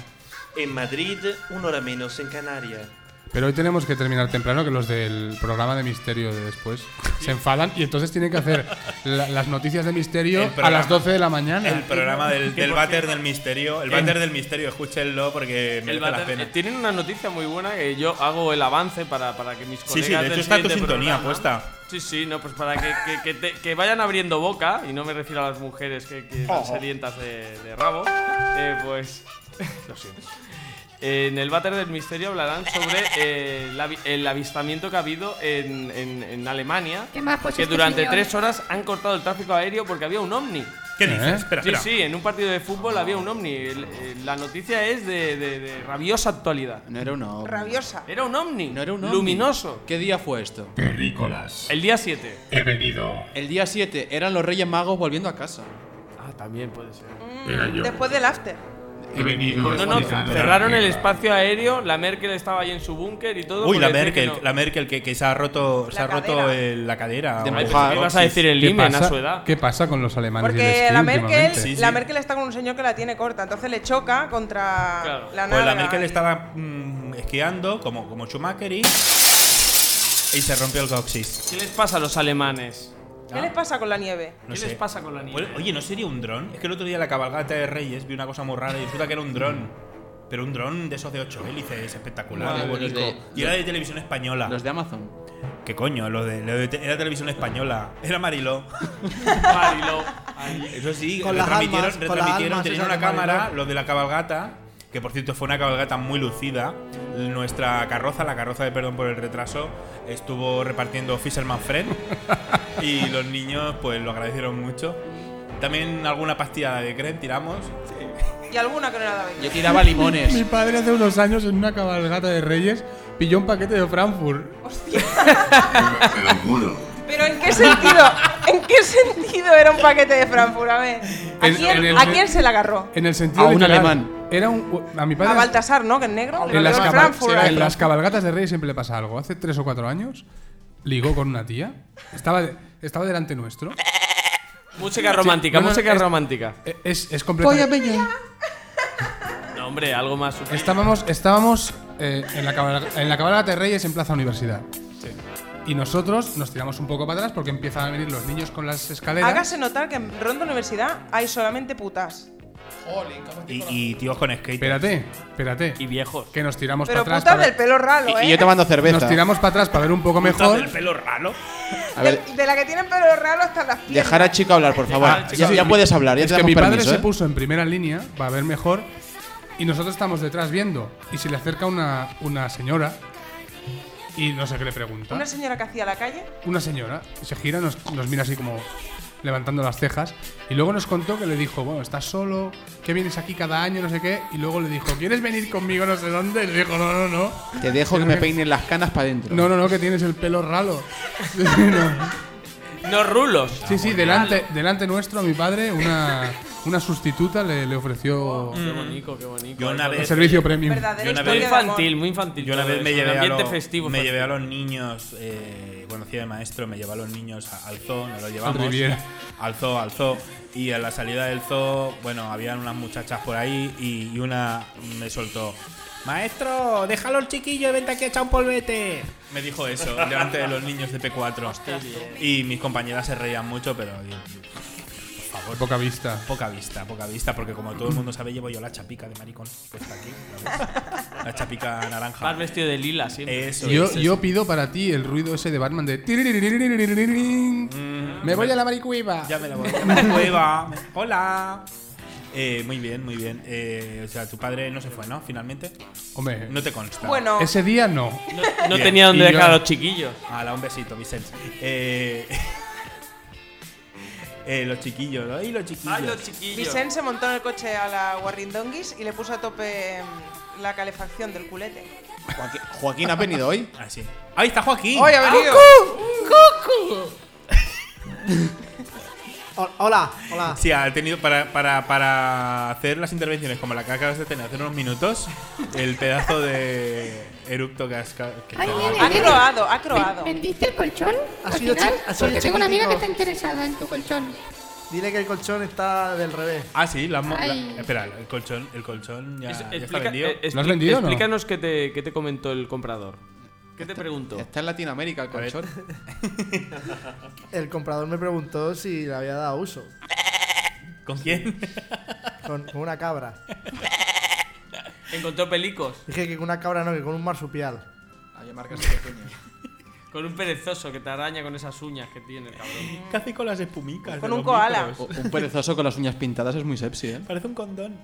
En Madrid, una hora menos en Canarias. Pero hoy tenemos que terminar temprano, que los del programa de misterio de después se enfadan y entonces tienen que hacer la- las noticias de El misterio a programa. las 12 de la mañana. El programa del, del váter del misterio. El váter del misterio, escúchenlo porque El merece la Battle- pena. eh, Tienen una noticia muy buena que yo hago el avance para, para que mis Sí, colegas. sí, de del hecho está tu siguiente sintonía programa- puesta. Sí, sí, no, pues para que, que- que te- que vayan abriendo boca, y no me refiero a las mujeres que, que están sedientas de, de rabo, eh, pues. <laughs> Lo siento. En el váter del misterio hablarán sobre eh, el avi- el avistamiento que ha habido en, en- en Alemania. ¿Qué más, pues, que este durante señor? tres horas han cortado el tráfico aéreo porque había un ovni. ¿Qué dices? ¿Eh? Espera, Sí, espera. sí, en un partido de fútbol había un ovni. El- el- la noticia es de, de- de rabiosa actualidad. No era un ovni. Rabiosa. Era un ovni. No era un ovni. Luminoso. ¿Qué día fue esto? Terrícolas, El día 7. he venido. El día 7 eran los Reyes Magos volviendo a casa. Ah, también puede ser. Era yo. Después del after. He venido. No, no, cerraron el espacio aéreo, la Merkel estaba ahí en su búnker y todo. Uy, la porque decía Merkel, que no. la Merkel que, que se ha roto, se ha roto cadera. el- la cadera. De o- Ay, pensé Mojar. que ibas a decir el ¿Qué Limen a pasa? su edad. ¿Qué pasa con los alemanes y el Porque esquí la Merkel, últimamente? Sí, sí. la Merkel está con un señor que la tiene corta, entonces le choca contra Claro. la nave. Pues la Merkel estaba mm, esquiando como, como Schumacher y, y se rompió el coxis. ¿Ah? ¿Qué les pasa a los alemanes? ¿Qué les pasa con la nieve? No ¿Qué sé. les pasa con la nieve? Bueno, Oye, ¿no sería un dron? Es que el otro día en la cabalgata de Reyes vi una cosa muy rara y resulta que era un dron. Pero un dron de esos de 8 hélices, espectacular, Vale, bonito. los de- y era de televisión española. Los de Amazon. ¿Qué coño? Lo de, lo de te- era televisión española. Era Mariló. <laughs> Mariló, ahí. Eso sí, Con las almas, retransmitieron, con las retransmitieron, almas tenían esas una de Mariló. cámara, los de la cabalgata, que por cierto fue una cabalgata muy lucida. Nuestra carroza, la carroza de perdón por el retraso, estuvo repartiendo <laughs> Fisherman Friend y los niños pues lo agradecieron mucho. También alguna pastilla de creme tiramos. Y Y alguna que no era de Yo vainilla. tiraba limones. Mi padre hace unos años en una cabalgata de Reyes pilló un paquete de Frankfurt. Pero ¿en qué sentido? ¿En qué sentido era un paquete de Frankfurt? A ver. ¿A En- en quién, el- ¿a quién se la agarró? En el sentido A de un literal. alemán. Era un a mi A padre Baltasar, ¿no? Que es negro. Le en las, dio caba- Frankfurt. ¿eh? en las cabalgatas de Reyes siempre le pasa algo. Hace tres o cuatro años ligó con una tía. Estaba estaba delante nuestro. Música romántica, No, no, música es- romántica. Es, es Voy a completamente. bella. No, hombre, algo más. sutil. Estábamos, estábamos eh, en, la cabalga- en la cabalgata de Reyes en Plaza Universidad. Y nosotros nos tiramos un poco para atrás porque empiezan a venir los niños con las escaleras. Hágase notar que en Ronda Universidad hay solamente putas. Y, y tíos con skate. Espérate, espérate. Y viejos. Que nos tiramos Pero para putas atrás. para- del pelo raro, ¿eh? Y, y yo tomando cerveza. Nos tiramos para atrás para ver un poco mejor. el <laughs> pelo raro. A ver, de, de la que tienen pelo raro hasta las ¿Ah? piernas. dejar a chico hablar, por favor. Dejar al chico Ah, Ya, ya hablar. puedes hablar, ya es te que damos mi padre permiso, se ¿eh? puso en primera línea para ver mejor y nosotros estamos detrás viendo. Y se le acerca una, una señora y no sé qué le pregunta. Una señora que hacía la calle. Una señora y se gira, nos, nos mira así como levantando las cejas y luego nos contó que le dijo, bueno, estás solo, que vienes aquí cada año, no sé qué, y luego le dijo, ¿quieres venir conmigo no sé dónde? Y le dijo, no, no, no, Te dejo que me peinen las canas para adentro. no, no, no, que tienes el pelo ralo. <laughs> No. No rulos. Sí, sí, delante, delante nuestro, a mi padre, una, una sustituta le, le ofreció Qué bonito, qué bonito. Yo una el vez. servicio premium. Verdadera Yo una historia Muy vez- de infantil, amor. muy infantil. Yo una todo vez me eso. llevé, a, ambiente lo- festivo. me llevé a festivo. los niños, eh, bueno, hacía de maestro, me llevé a los niños a- al zoo, nos los llevamos Riviera. al zoo, al zoo. Y a la salida del zoo, bueno, habían unas muchachas por ahí y, y una me soltó. Maestro, déjalo al chiquillo y vente aquí a echar un polvete. Me dijo eso, delante de los niños de P4. Y mis compañeras se reían mucho, pero yo- Por poca vista. Poca vista, poca vista, porque como todo el mundo sabe, llevo yo la chapica de maricón puesta aquí. La, la chapica naranja. Vas vestido de lila siempre. Eso Yo, es, eso yo es. pido para ti el ruido ese de Batman de... tiriririririririririn. Me voy a la maricueva. Ya me la voy a la cueva. Hola. Eh, muy bien, muy bien. Eh, o sea, tu padre no se fue, ¿no? Finalmente. Hombre, No te consta. Bueno, ese día no. No Bien. tenía dónde Y yo- dejar a los chiquillos. Hala, un besito, Vicente. Eh, <laughs> eh, los chiquillos, ¿no? Y los chiquillos. Ay, los chiquillos. Vicente se montó en el coche a la Warringdonguis y le puso a tope mm, la calefacción del culete. Joaquín, Joaquín, ¿has venido hoy? Ah, sí. ¡Ah! ¡Uh! ¡Ahí está Joaquín! ¡Hoy ha venido! <laughs> Ho- Hola, hola. Ah. Sí, ha tenido para, para, para hacer las intervenciones como la que acabas de tener hace unos minutos, el pedazo de erupto que has. ca- que- Ay, nene, Ha nene. croado, ha croado. ¿Vendiste el colchón? Ha al sido final? chi- ha sido Porque tengo una amiga que chiquitico. está interesada en tu colchón. Dile que el colchón está del <laughs> revés. Ah, sí, la, mo- la- Ay. Espera, el colchón, el colchón ya, Eso, ya está explica- vendido. eh, expli- ¿Lo has vendido o no? Explícanos qué te, qué te comentó el comprador. ¿Qué te preguntó? Está en Latinoamérica el A ver. colchón. El comprador me preguntó si le había dado uso. ¿Con quién? Con, con una cabra. <laughs> Encontró pelicos Dije que con una cabra no, que con un marsupial. Hay marcas pequeñas. <laughs> con un perezoso que te araña con esas uñas que tiene, cabrón. <laughs> Casi con las espumicas. Con de un los koala. micros. Un perezoso con las uñas pintadas es muy sexy, ¿eh? Parece un condón.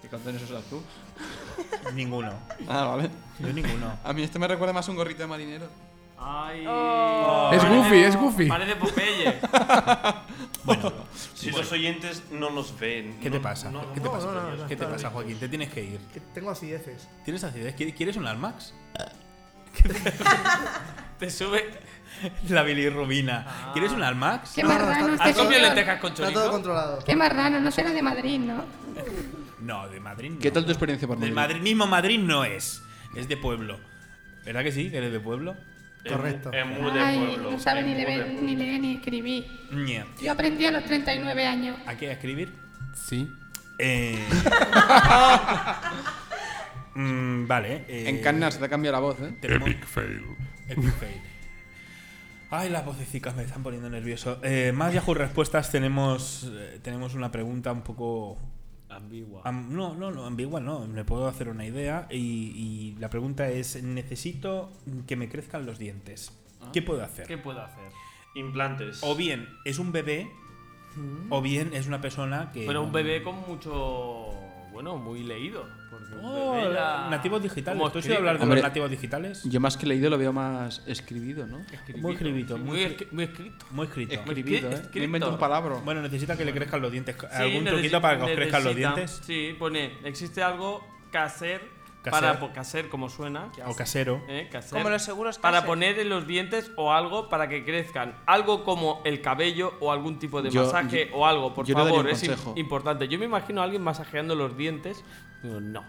¿Qué canciones usas tú? Ninguno. Ah, vale. Yo ninguno. A mí este me recuerda más a un gorrito de marinero. Ay. Oh. Es Parece- Goofy, es Goofy. Parece <laughs> Popeye. Si los oyentes no nos ven. ¿Qué no- te pasa? no- ¿Qué te no, pasa, no, no, Joaquín? no, ¿Qué te no, pasa, Joaquín? Te tienes que ir. Que tengo acideces. ¿Tienes acidez? ¿Qui- ¿Quieres un Almax? Ah. <laughs> Te sube. La Ah. bilirrubina. ¿Quieres un Almax? Qué No, no, marrano está- este ¿Has comido señor. lentejas con Está todo chorizo? controlado. Qué marrano, no será de Madrid, ¿no? No, de Madrid no. ¿Qué tal tu experiencia por Del Madrid? Madrid, mismo Madrid no es. Es de pueblo. ¿Verdad que sí? ¿Que eres de pueblo? Es mu- Correcto. Es muy de Ay, pueblo. no sabe es ni muy de leer, pueblo. ni leer ni escribir. Ñe. Yo aprendí a los 39 años. ¿A qué a escribir? Sí. <laughs> Eh... <laughs> Mm, vale. eh, En Cannas se te cambia la voz, ¿eh? tenemos- Epic fail. Epic fail. Ay, las vocecicas me están poniendo nervioso. Eh, más Yahoo Respuestas tenemos, eh, tenemos una pregunta un poco Ambigua. Am- no, no, no, ambigua no. Me puedo hacer una idea y, y la pregunta es: necesito que me crezcan los dientes. Ah. ¿Qué puedo hacer? ¿Qué puedo hacer? Implantes. O bien es un bebé, o bien es una persona Ah, que. Pero no- un bebé con mucho. bueno, muy leído. porque Oh, de- de ella- nativos digitales. como ¿Tú has oído escribe. hablar de Hombre, los nativos digitales? Yo más que leído lo veo más escribido, ¿no? Muy escribito. Muy escri- muy escrito. Muy escrito. Escribido, ¿eh? Me invento un palabra. Bueno, necesita que le crezcan los dientes. Sí, ¿Algún necesi- truquito para que os crezcan los necesita- dientes? Sí, pone, existe algo caser, Caser. para po- caser como suena. O casero. Eh, caser. Como los seguros Para caser. poner en los dientes o algo para que crezcan. Algo como el cabello o algún tipo de Yo- masaje yo- o algo, por yo le daría favor, un es im- consejo. importante. Yo me imagino a alguien masajeando los dientes. Digo, no.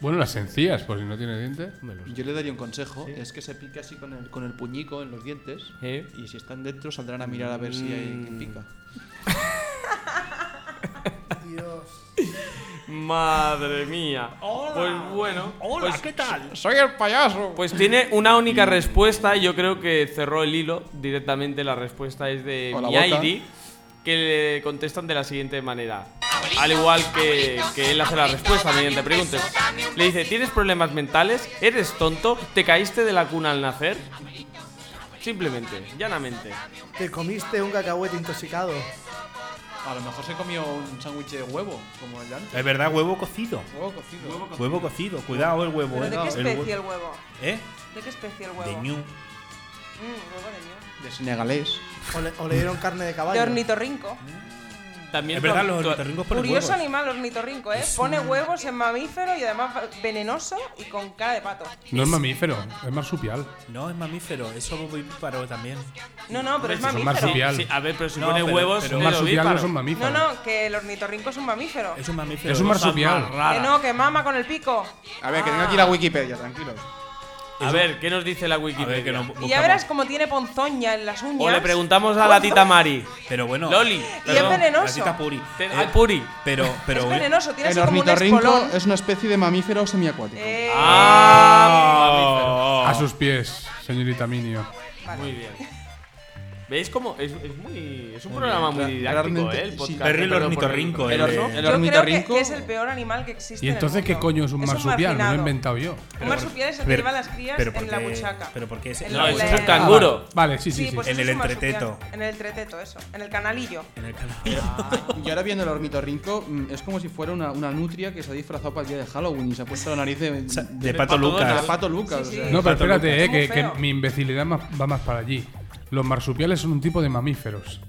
Bueno, las encías, por si no tiene dientes. Yo le daría un consejo, es que se pique así con el, con el puñico en los dientes ¿Eh? y si están dentro saldrán a mirar a ver si hay Mm. quien pica. Madre mía. Pues bueno. Hola, pues- <laughs> ¿qué tal? ¡Soy el payaso! Pues tiene una única respuesta, y yo creo que cerró el hilo directamente. La respuesta es de O la Miairi, que le contestan de la siguiente manera. Al igual que, que él hace la respuesta mediante preguntas. Le dice, ¿tienes problemas mentales? ¿Eres tonto? ¿Te caíste de la cuna al nacer? Simplemente, llanamente. Te comiste un cacahuete intoxicado. A lo mejor se comió un sándwich de huevo, como el de antes. Es verdad, huevo cocido. Huevo cocido. Huevo cocido. Cuidado el huevo, ¿Pero ¿eh? de qué El especie el huevo. huevo? ¿Eh? ¿De qué especie el huevo? De ñu. Mm, huevo de ñu. De senegalés. O le, o le dieron carne de caballo. De ornitorrinco. Mm, También Es verdad, tu- los tu- ornitorrincos ponen Curioso huevos. animal ornitorrinco, ¿eh? Pone huevos en mamífero y además venenoso y con cara de pato. No es mamífero, es marsupial. No, es mamífero. Es ovovivíparo también. No, no, pero Hombre, si es son mamífero. marsupial. Sí, a ver, pero si No, pone pero- huevos, eh, pero de un Marsupial no ovíparo. son No, mamíferos. no, que el ornitorrinco es un mamífero. Es un mamífero. Es un Cosa marsupial. más Que rara. no, que mama con el pico. A ver, que tengo aquí la Wikipedia, tranquilos. A ver, ¿qué nos dice la A ver, que Wikipedia? no Y ya buscamos. verás cómo tiene ponzoña en las uñas. O le preguntamos a la tita Mari. Pero bueno. Loli. Y es perdón. venenoso. La tita puri. Te- Eh, ah, Puri. Pero, pero. eh, Es venenoso, tiene El así como un ornitorrinco espolón. es una especie de mamífero semiacuático. Eh, Ah, A sus pies, señorita Minio. muy bien. ¿Veis cómo? Es, es muy, es un programa muy didáctico, Claramente, ¿eh? El sí. podcast. Perry el Perdón por ornitorrinco, el- el- el orno. El yo creo que, ornitorrinco- que es el peor animal que existe. ¿Y entonces en el qué mundo. coño es un Es un marsupial? No lo he marginado. inventado yo. Un marsupial es el que Pero- lleva las crías pero ¿por en la qué- buchaca. pero por qué es- En No, la- es en un la- Ah, canguro. vale. Vale, sí, sí, sí. pues En eso el es un marsupial. entreteto. En el entreteto, eso. En el canalillo. En el <laughs> Ah, Y ahora viendo el ornitorrinco, mm, es como si fuera una, una nutria que se ha disfrazado para el día de Halloween y se ha puesto la nariz de, Sa- de, de Pato Lucas. Pato Lucas. o Sí, sea. sí. No, pero Pato espérate, eh, Lucas. que, Es muy que feo. mi imbecilidad más- va más para allí. Los marsupiales son un tipo de mamíferos.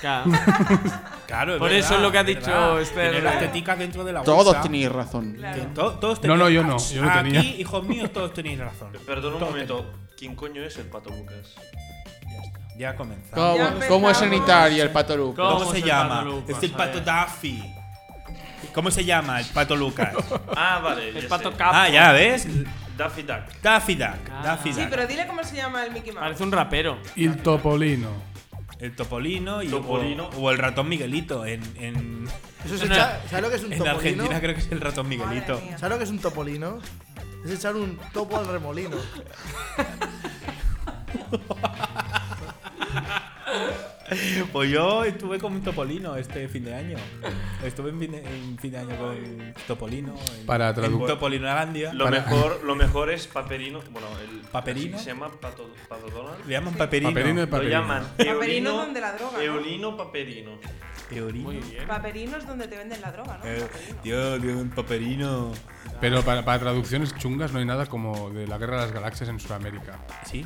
Claro. <laughs> Claro, es Por verdad, eso es lo que ha es dicho verdad. Esther. Tiene las teticas dentro de la bolsa. Todos tenéis razón. Que to- todos No, no, yo no, tenéis- yo no tenía. Aquí, hijos míos, todos tenéis razón. Eh, Perdón un Todos momento. ¿Quién coño es el pato Lucas? tenéis- Ya comenzamos. ¿Cómo, empezamos. cómo es en Italia el Pato Lucas? ¿Cómo, ¿Cómo se es el llama? pato Lucas? es el A pato ver. Daffy. ¿Cómo se llama el pato Lucas? Ah, vale. El ya pato sé. capo. ah, ya ves. Daffy Duck. Daffy Duck. Daffy Duck. Sí, pero dile cómo se llama el Mickey Mouse. Parece un rapero. <laughs> Y el topolino. El topolino y Topolino. O, o el ratón Miguelito. En, en, Eso es Eso no echar- ¿Sabes lo que es un en topolino? Argentina creo que es el ratón Miguelito. mía. ¿Sabes lo que es un topolino? Es echar un topo al remolino. <laughs> Pues yo estuve con un topolino este fin de año. Estuve en fin de, en fin de año con topolino. En, Para En traducir. Topolinolandia. Lo mejor, lo mejor es Paperino. Bueno, el ¿Paperino? Se llama Pato, Pato Donald. Le llaman paperino. Paperino de Lo papel. llaman Paperino Eolino, donde la droga, ¿no? Eolino Paperino. Teorino. Ah, Paperino es donde te venden la droga, ¿no? Eh, Paperino. Dios, Dios, un paperino. Pero para, para traducciones chungas no hay nada como de la Guerra de las Galaxias en Sudamérica. Sí.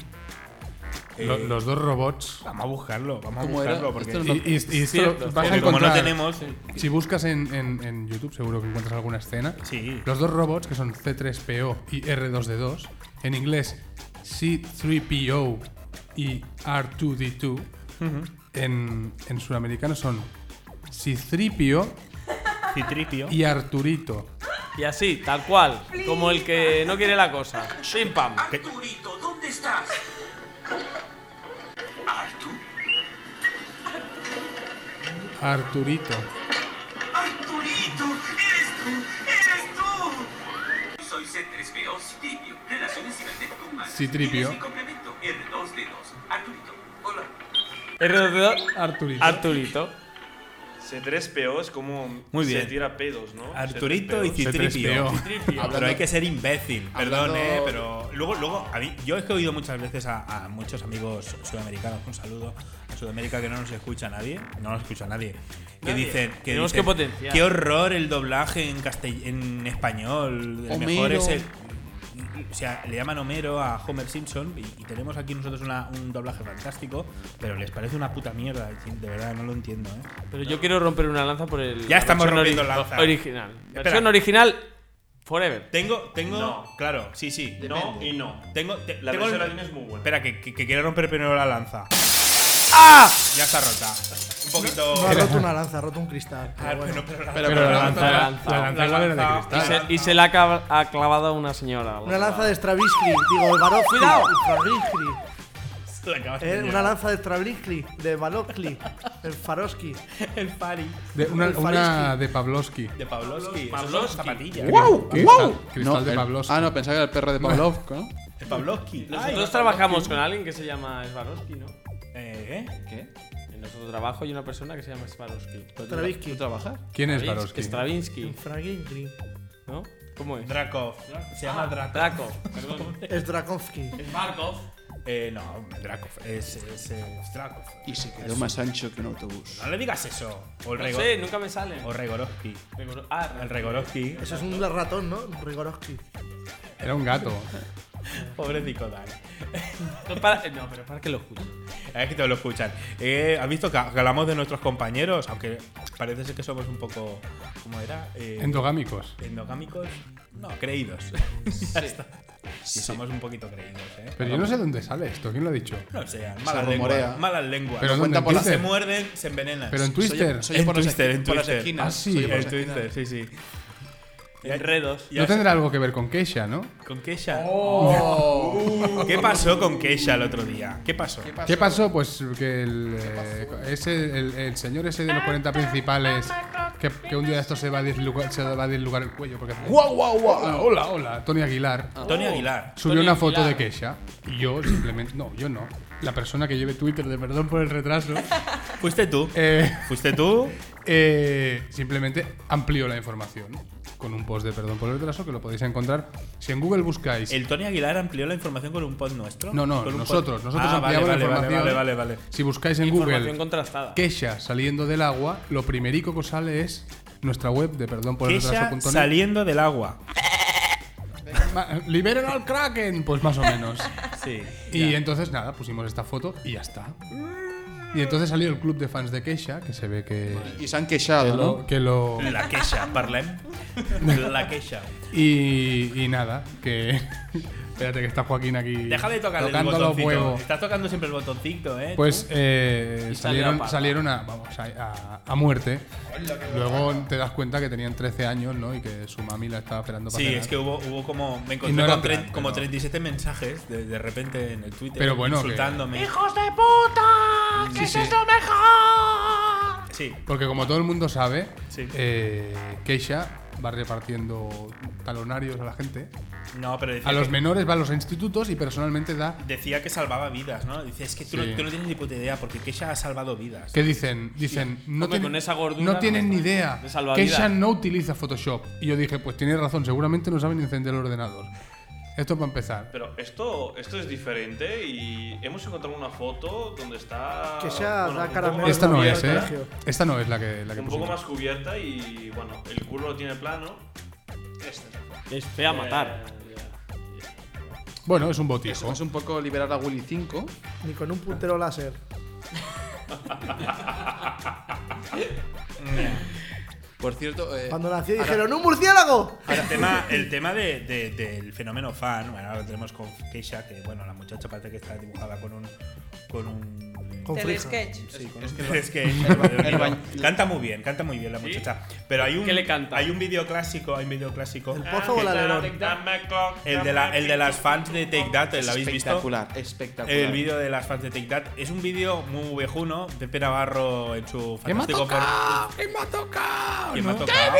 Lo- Eh, los dos robots. <laughs> Vamos a buscarlo, vamos a ¿Cómo buscarlo. era? Porque, Esto Y, y- y esto Cierto, lo vas a porque como no encontrar- tenemos. Si buscas en, en- en YouTube, seguro que encuentras alguna escena. Sí. Los dos robots, que son C3PO y R2D2, en inglés C3PO y R2D2, en, en sudamericano son C3PO Citripio. y Arturito. Y así, tal cual. Como el que no quiere la cosa. Pim pam. Arturito, ¿dónde estás? ¿Artu? Arturito. ¡Arturito! ¡Eres tú! ¡Eres tú! Soy C3PO Citripio, Relaciones Cibernéticas Humanas. Citripio. Eres mi complemento, R2D2. Arturito, hola. R2D2, Arturito. Arturito. C3PO es como Muy bien. se tira pedos, ¿no? Arturito y C3PO. Citripio. Pero hay Hablando- que ser imbécil, perdón, Hablando- eh, pero luego, luego, a mí, yo es que he oído muchas veces a, a muchos amigos sudamericanos, un saludo a Sudamérica que no nos escucha nadie, no nos escucha nadie, que Nadie. dicen, que Tenemos que dicen, potenciar. qué horror el doblaje en, castell- en español, el Homero. mejor es el... O sea, le llaman Homero a Homer Simpson y, y tenemos aquí nosotros una- un doblaje fantástico, pero les parece una puta mierda, de verdad, no lo entiendo, ¿eh? Pero yo quiero romper una lanza por el. Ya la estamos versión rompiendo ori- lanza. Original. Espera. Versión original, forever. Tengo, tengo, No. claro, sí, sí. No y no. Tengo, te- La tengo versión el- latina es muy buena. Espera, que, que, que quiero romper primero la lanza. ¡Ah! Ya está rota. Un poquito. No ha roto una lanza, ha roto un cristal. Ah, Pero bueno. bueno, pero la Pero- pero la lanza- la lanza igual era de Y cristal. se, y se la ha cava- ha clavado una señora. Una lanza de Stravinsky, digo, Barofsky. Cuidado. Stravinsky. Eh, de una liar. lanza de Stravinsky, de Balokli, el Faroski. el Fari. De una, El una de Pavlovsky. De Pavlovsky. Pavlovsky. Zapatillas. ¡Guau! ¿Qué? ¡Guau! No, Cristal de el- Pavlovsky. Ah, no, pensaba que era el perro de Pavlov, ¿no? El Pavlovsky. Nosotros trabajamos con alguien que se llama Swarovski, ¿no? Eh, ¿eh? ¿Qué? En nuestro trabajo hay una persona que se llama Swarovski. ¿Tú, Stravinsky. ¿Tú trabajas? ¿Quién es Stravins- Swarovski? Stravinsky, Fraginkli. ¿no? ¿Cómo es? Drakov. Se llama Drakov. Draco, perdón. Es Drakovsky. Markov. Eh, no, Drakov. Es, es, eh, Drakov. Y se quedó más ancho que un autobús. No le digas eso. O el No Rego- sé, nunca me sale. O Regorovsky. Rigor- Ah, El Regorovsky. Eso es un ratón, ¿no? Un Rigorovsky. Era un <laughs> gato. Pobre Dicodan. no, eh, para- eh, no, pero para que lo escuche. Es que te lo escuchan. Eh, ¿Has visto que que hablamos de nuestros compañeros? Aunque parece ser que somos un poco. ¿Cómo era? Eh, Endogámicos. endogámicos. No, creídos. <laughs> Ya está. Sí, somos un poquito creídos, ¿eh? Pero yo no sé dónde sale esto. ¿Quién lo ha dicho? No sean malas rumorea. lenguas. Malas lenguas. Pero Se ¿dónde? ¿En muerden, se Twitter? muerden, se envenenan. Pero en Twitter. soy- yo en por las Twister, en esquinas, por las Twitter. esquinas. Ah, sí. Soy yo por En las Twitter, sí, sí. Enredos. Ya No tendrá algo que ver con Keisha, ¿no? ¿Con Keisha? <laughs> ¿Qué pasó con Keisha el otro día? Oh. ¿Qué pasó? ¿Qué pasó? Pues que el, eh, ese, el, el señor ese de los 40 principales, que, que un día de estos se va a dislugar, se va a dislugar el cuello. Porque hace, ¡Guau, guau, guau! Hola, hola, hola, Tony Aguilar. Ah. Tony Aguilar. Subió Tony una foto Aguilar. de Keisha y yo simplemente. No, yo no. La persona que lleve Twitter, de perdón por el retraso, <laughs> ¿Fuiste tú? eh, ¿Fuiste tú? eh, simplemente amplió la información con un post de perdón por el retraso que lo podéis encontrar. Si en Google buscáis. ¿El Tony Aguilar amplió la información con un pod nuestro? No, no, Con un nosotros, pod- nosotros Ah, vale, ampliamos la vale, vale, información. vale, vale, vale. Si buscáis en Información Google contrastada. Kesha saliendo del agua, lo primerico que os sale es nuestra web de perdón por el Keisha retraso.net. saliendo del agua. Ma- ¡Liberen al Kraken! Pues más o menos. <laughs> Sí. y entonces nada, pusimos esta foto y ya está. Y entonces salió el club de fans de Kesha, que se ve que, Y se han que quejado, lo, ¿no? que lo- La Keisha, parlem. <laughs> La Keisha. y, y nada, que <laughs> espérate que está Joaquín aquí Deja de tocar el tocando los botoncito. huevos. Estás tocando siempre el botoncito, ¿eh? Pues tú. eh, Y salió salieron, pata. salieron a, vamos, a, a- a muerte. Luego te das cuenta que tenían 13 años, ¿no? Y que su mami la estaba esperando para Sí, cenar. es que hubo, hubo como. Me Y no encontré era con tre- plan, como pero- 37 mensajes de, de repente en el Twitter. Pero bueno, que- Insultándome. ¡Hijos de puta! Sí, ¡Que sí. eso es lo mejor! Sí. Porque como todo el mundo sabe, Sí. eh, Keisha va repartiendo talonarios a la gente. No, pero decía A los que- menores va a los institutos y personalmente da... Decía que salvaba vidas, ¿no? Dice, es que tú, Sí. no, tú no tienes ni puta idea porque Keisha ha salvado vidas. ¿Qué dicen? Dicen, no, Hombre, tienen- con esa gordura no no tienen ni basta. idea. De salvavidas. Keisha <laughs> no utiliza Photoshop. Y yo dije, pues tienes razón, seguramente no saben encender el ordenador. Esto para empezar. Pero esto, esto es diferente y hemos encontrado una foto donde está. Que sea bueno, la un poco caramelo. más Esta no es, cubierta, ¿eh? Esta no es la que, la que Un poco pusimos. más cubierta y bueno, el culo lo tiene plano. Este. Es fea matar. Eh, Bueno, es un botijo. Es un poco liberar a Willy 5. Ni con un puntero láser. Por cierto, eh, Cuando nació dijeron, ¡un murciélago! El tema, el tema de- de- del fenómeno fan, bueno, ahora lo tenemos con Keisha, que bueno, la muchacha parece que está dibujada con un. con un. Con frija. Telesketch. sí, con un- <laughs> es que es baño- que- canta muy bien, canta muy bien la muchacha. Pero hay un ¿Qué le canta? hay un vídeo clásico, hay un vídeo clásico. Ah, El pozo o el alerón. El de, la- el de las fans de Take That, ¿lo habéis visto? espectacular, espectacular. El vídeo de las fans de Take That es un vídeo muy viejuno. Pepe Navarro en su ¿Qué me ha fantástico. tocado? ¿Qué me ha tocado? ¿Quién me ¿No? ha tocado?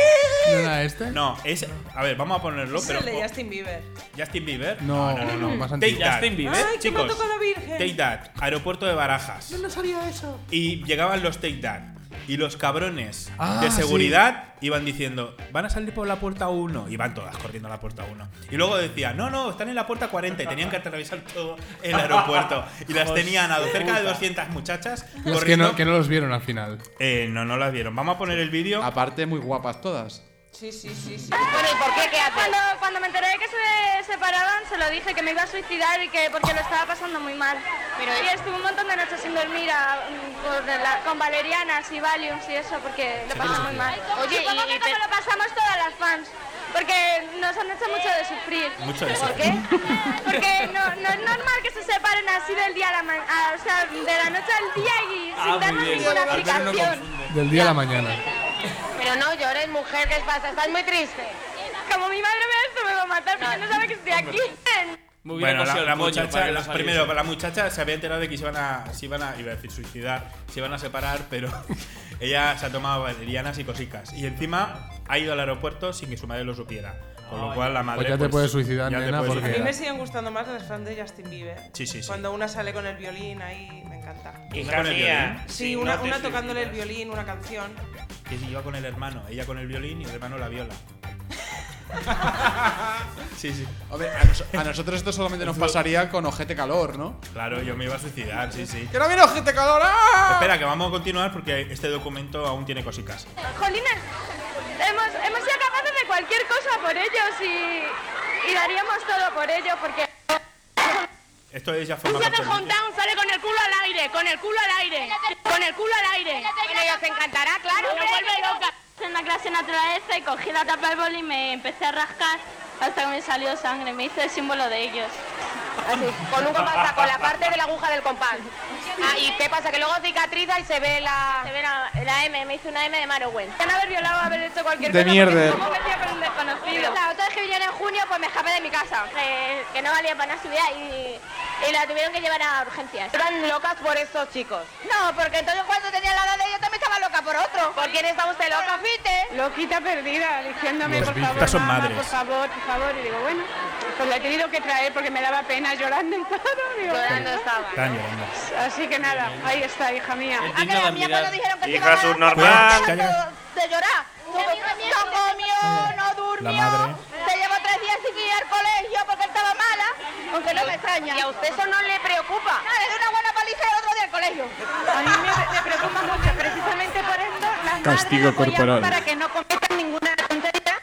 ¿No era este? No, es. A ver, vamos a ponerlo, Es pero. el de Justin Bieber. Justin Bieber. No, no, más Take antiguo. that. Justin Bieber. Ay, que me ha Chicos, tocado la Virgen. Take That, aeropuerto de Barajas. Yo no sabía eso. Y llegaban los Take That. Y los cabrones Ah, de sí. seguridad iban diciendo, van a salir por la puerta 1. Y van todas corriendo a la puerta 1. Y luego decían, no, no, están en la puerta 40. Y tenían que atravesar todo el aeropuerto. Y las Hostia tenían a cerca de puta. 200 muchachas Los que corriendo. no, que no los vieron al final. Eh, no, no las vieron. Vamos a poner el vídeo. Aparte, muy guapas todas. Sí, sí, sí, sí. Bueno, ¿y por qué? ¿Qué Ah, Cuando, cuando me enteré de que se separaban, se lo dije que me iba a suicidar y que porque lo estaba pasando muy mal. y estuve un montón de noches sin dormir a- mm, por la- con valerianas y valiums y eso porque lo pasé muy mal. Oye, y, que como lo pasamos todas las fans. Porque nos han hecho mucho de sufrir. Mucho de ¿Por qué? sufrir. Porque no, no es normal que se separen así del día a la mañana, o sea, de la noche al día y sin Ah, muy darnos bien. ninguna Al menos no explicación. Del día a la mañana. Pero no llores, mujer, ¿qué pasa? Estás muy triste. Como mi madre vea esto, me va a matar porque no sabe que estoy aquí. Muy bien, Bueno, la, cosido el coño para la muchacha, que no la- saliese. primero, la muchacha se había enterado de que se iban a, se iban a, iba a decir suicidar, se iban a separar, pero <laughs> ella se ha tomado valerianas y cosicas. Y encima ha ido al aeropuerto sin que su madre lo supiera. Con lo cual la madre. Pues ya te puedes suicidar, ya te nena, puedes porque- A mí suicidar. me siguen gustando más las fans de Justin Bieber. Sí, sí, sí. Cuando una sale con el violín ahí, me encanta. ¿Una con el violín? Sí, si una, no te una tocándole el violín, una canción. Que si iba con el hermano, ella con el violín y el hermano la viola. <laughs> sí, sí. A ver, a, nos- a nosotros esto solamente nos pasaría con ojete calor, ¿no? Claro, yo me iba a suicidar, sí, sí. ¡Que no viene ojete calor! ¡Ah! Espera, que vamos a continuar porque este documento aún tiene cosicas. Jolina, hemos, hemos sido capaces de cualquier cosa por ellos y, y daríamos todo por ellos porque... Esto es ya forma parte del vídeo. Hometown sale con el culo al aire, con el culo al aire, con el culo al aire. Bueno, ellos te encantará, claro, no vuelve loca. En la clase de naturaleza y cogí la tapa del boli y me empecé a rascar hasta que me salió sangre, me hice el símbolo de ellos. Así, con un compás, con la parte de la aguja del compás. Ah, ¿y qué pasa? Que luego cicatriza y se ve la... Se ve la, la M, me hizo una M de Marowell. Pueden haber violado, haber hecho cualquier De cosa. mierder. porque me metía con un desconocido. La otra vez que vinieron en junio, pues me escapé de mi casa. Que, que no valía para nada su vida y, y la tuvieron que llevar a urgencias. Están locas por estos chicos. No, porque entonces cuando tenía la edad de yo también estaba loca por otro. ¿Por quién está usted loca, Fite? Loquita perdida, diciéndome, Los por Beatles favor, son mamá, madres. por favor, por favor. Y digo, bueno, pues la he tenido que traer porque me daba pena llorando y todo. <laughs> digo, Llorando bueno. estaba. Están llorando. Así que nada, ahí está, hija mía. Ah, Es digno de admirar. Hija Cuidado, que ha llegado Se llora. No comió, no La durmió. madre. Se llevó tres días sin ir al colegio porque estaba mala, aunque no me extraña. ¿Y a usted eso no le preocupa? No, le dio una buena paliza el otro día al colegio. A mí me, me preocupa mucho, precisamente por esto, las madres Castigo apoyamos corporal. para que no cometan ninguna tontería,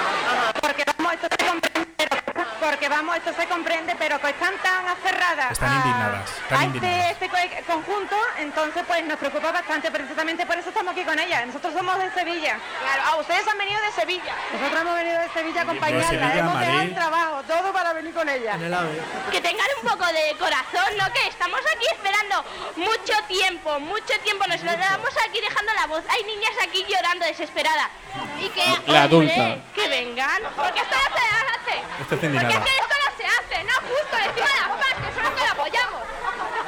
porque vamos, esto se comprende, pero- porque vamos, esto se comprende, pero que están tan aferradas Están Ah. a- indignadas, están a indignadas. este, este co- conjunto, entonces pues nos preocupa bastante, precisamente por eso estamos aquí con ella. Nosotros somos de Sevilla. Claro, ah, ustedes han venido de Sevilla. Nosotros hemos venido de Sevilla a acompañarla, Sevilla a hemos dejado Madrid. el trabajo, todo para venir con ella. Que tengan un poco de corazón, ¿no? Que estamos aquí esperando mucho tiempo, mucho tiempo. Nos lo damos aquí dejando la voz. Hay niñas aquí llorando desesperadas. Y que, La hombre, adulta. que vengan. Porque esto no se Esto hace. es porque indignada. es que esto no se hace. No es justo encima de las fans, que son los que lo apoyamos.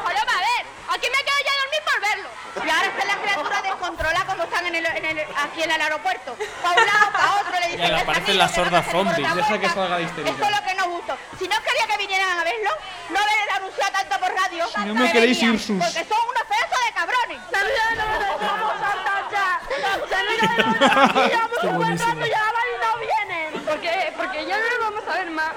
Joder, va a ver. Aquí me quedo yo a dormir por verlo. Y ahora está la criatura descontrolada cuando están en el, en el- aquí en el aeropuerto. Pa' un lado, pa' otro, le Y dicen, ahora "Esta aparecen niña las que no sordas se zombies. comporta Deja que salga la Esto es lo que nos gusta. Si no quería que vinieran a verlo, no haber anunciado tanto por radio. Si no me queréis ir sus- Porque son unos pedazos de cabrones. Qué buenísimo. no vienen. Porque, porque ya no lo vamos a ver más.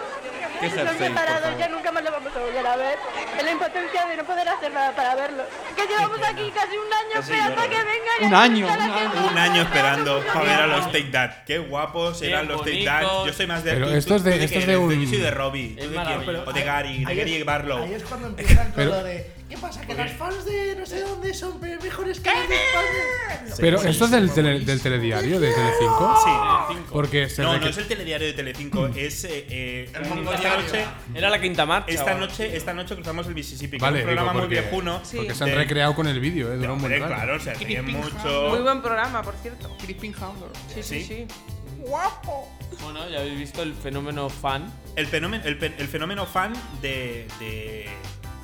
Qué Los jersey, por separados favor. ya nunca más lo vamos a volver a ver. Es la impotencia de no poder hacer nada para verlo. Que llevamos aquí casi un año Casi esperando a lloro. que venga. y Un aquí año, está la gente. Un año esperando para ver a los Take That. Qué guapos eran los Take That. Yo soy más de. Pero tú- esto es de- tú esto qué es de eres? un- Yo soy de Robbie. ¿Tú de quién? O de Gary, de ahí Gary es- Barlow. Ahí es cuando empiezan con Pero- lo de. ¿Qué pasa? Que las fans de no sé dónde son pe- mejores que las de España. Pero esto es del, tele- del telediario de Telecinco. Sí, Telecinco. Porque se Mm. no, reque- no es el telediario de Telecinco, es eh, eh, esta Mondadiario. noche. Era la quinta marcha, Esta o- noche, esta noche cruzamos el Mississippi, que Vale, es un digo, programa porque, muy viejuno. porque se han de- recreado con el vídeo, eh, duró un buen hombre, rato. claro, <laughs> se ríen mucho. Muy buen programa, por cierto. Crispin Hunger. Sí, sí, Sí. sí. Guapo. Bueno, ya habéis visto el fenómeno fan. El fenómeno, el, pe- el fenómeno fan de. de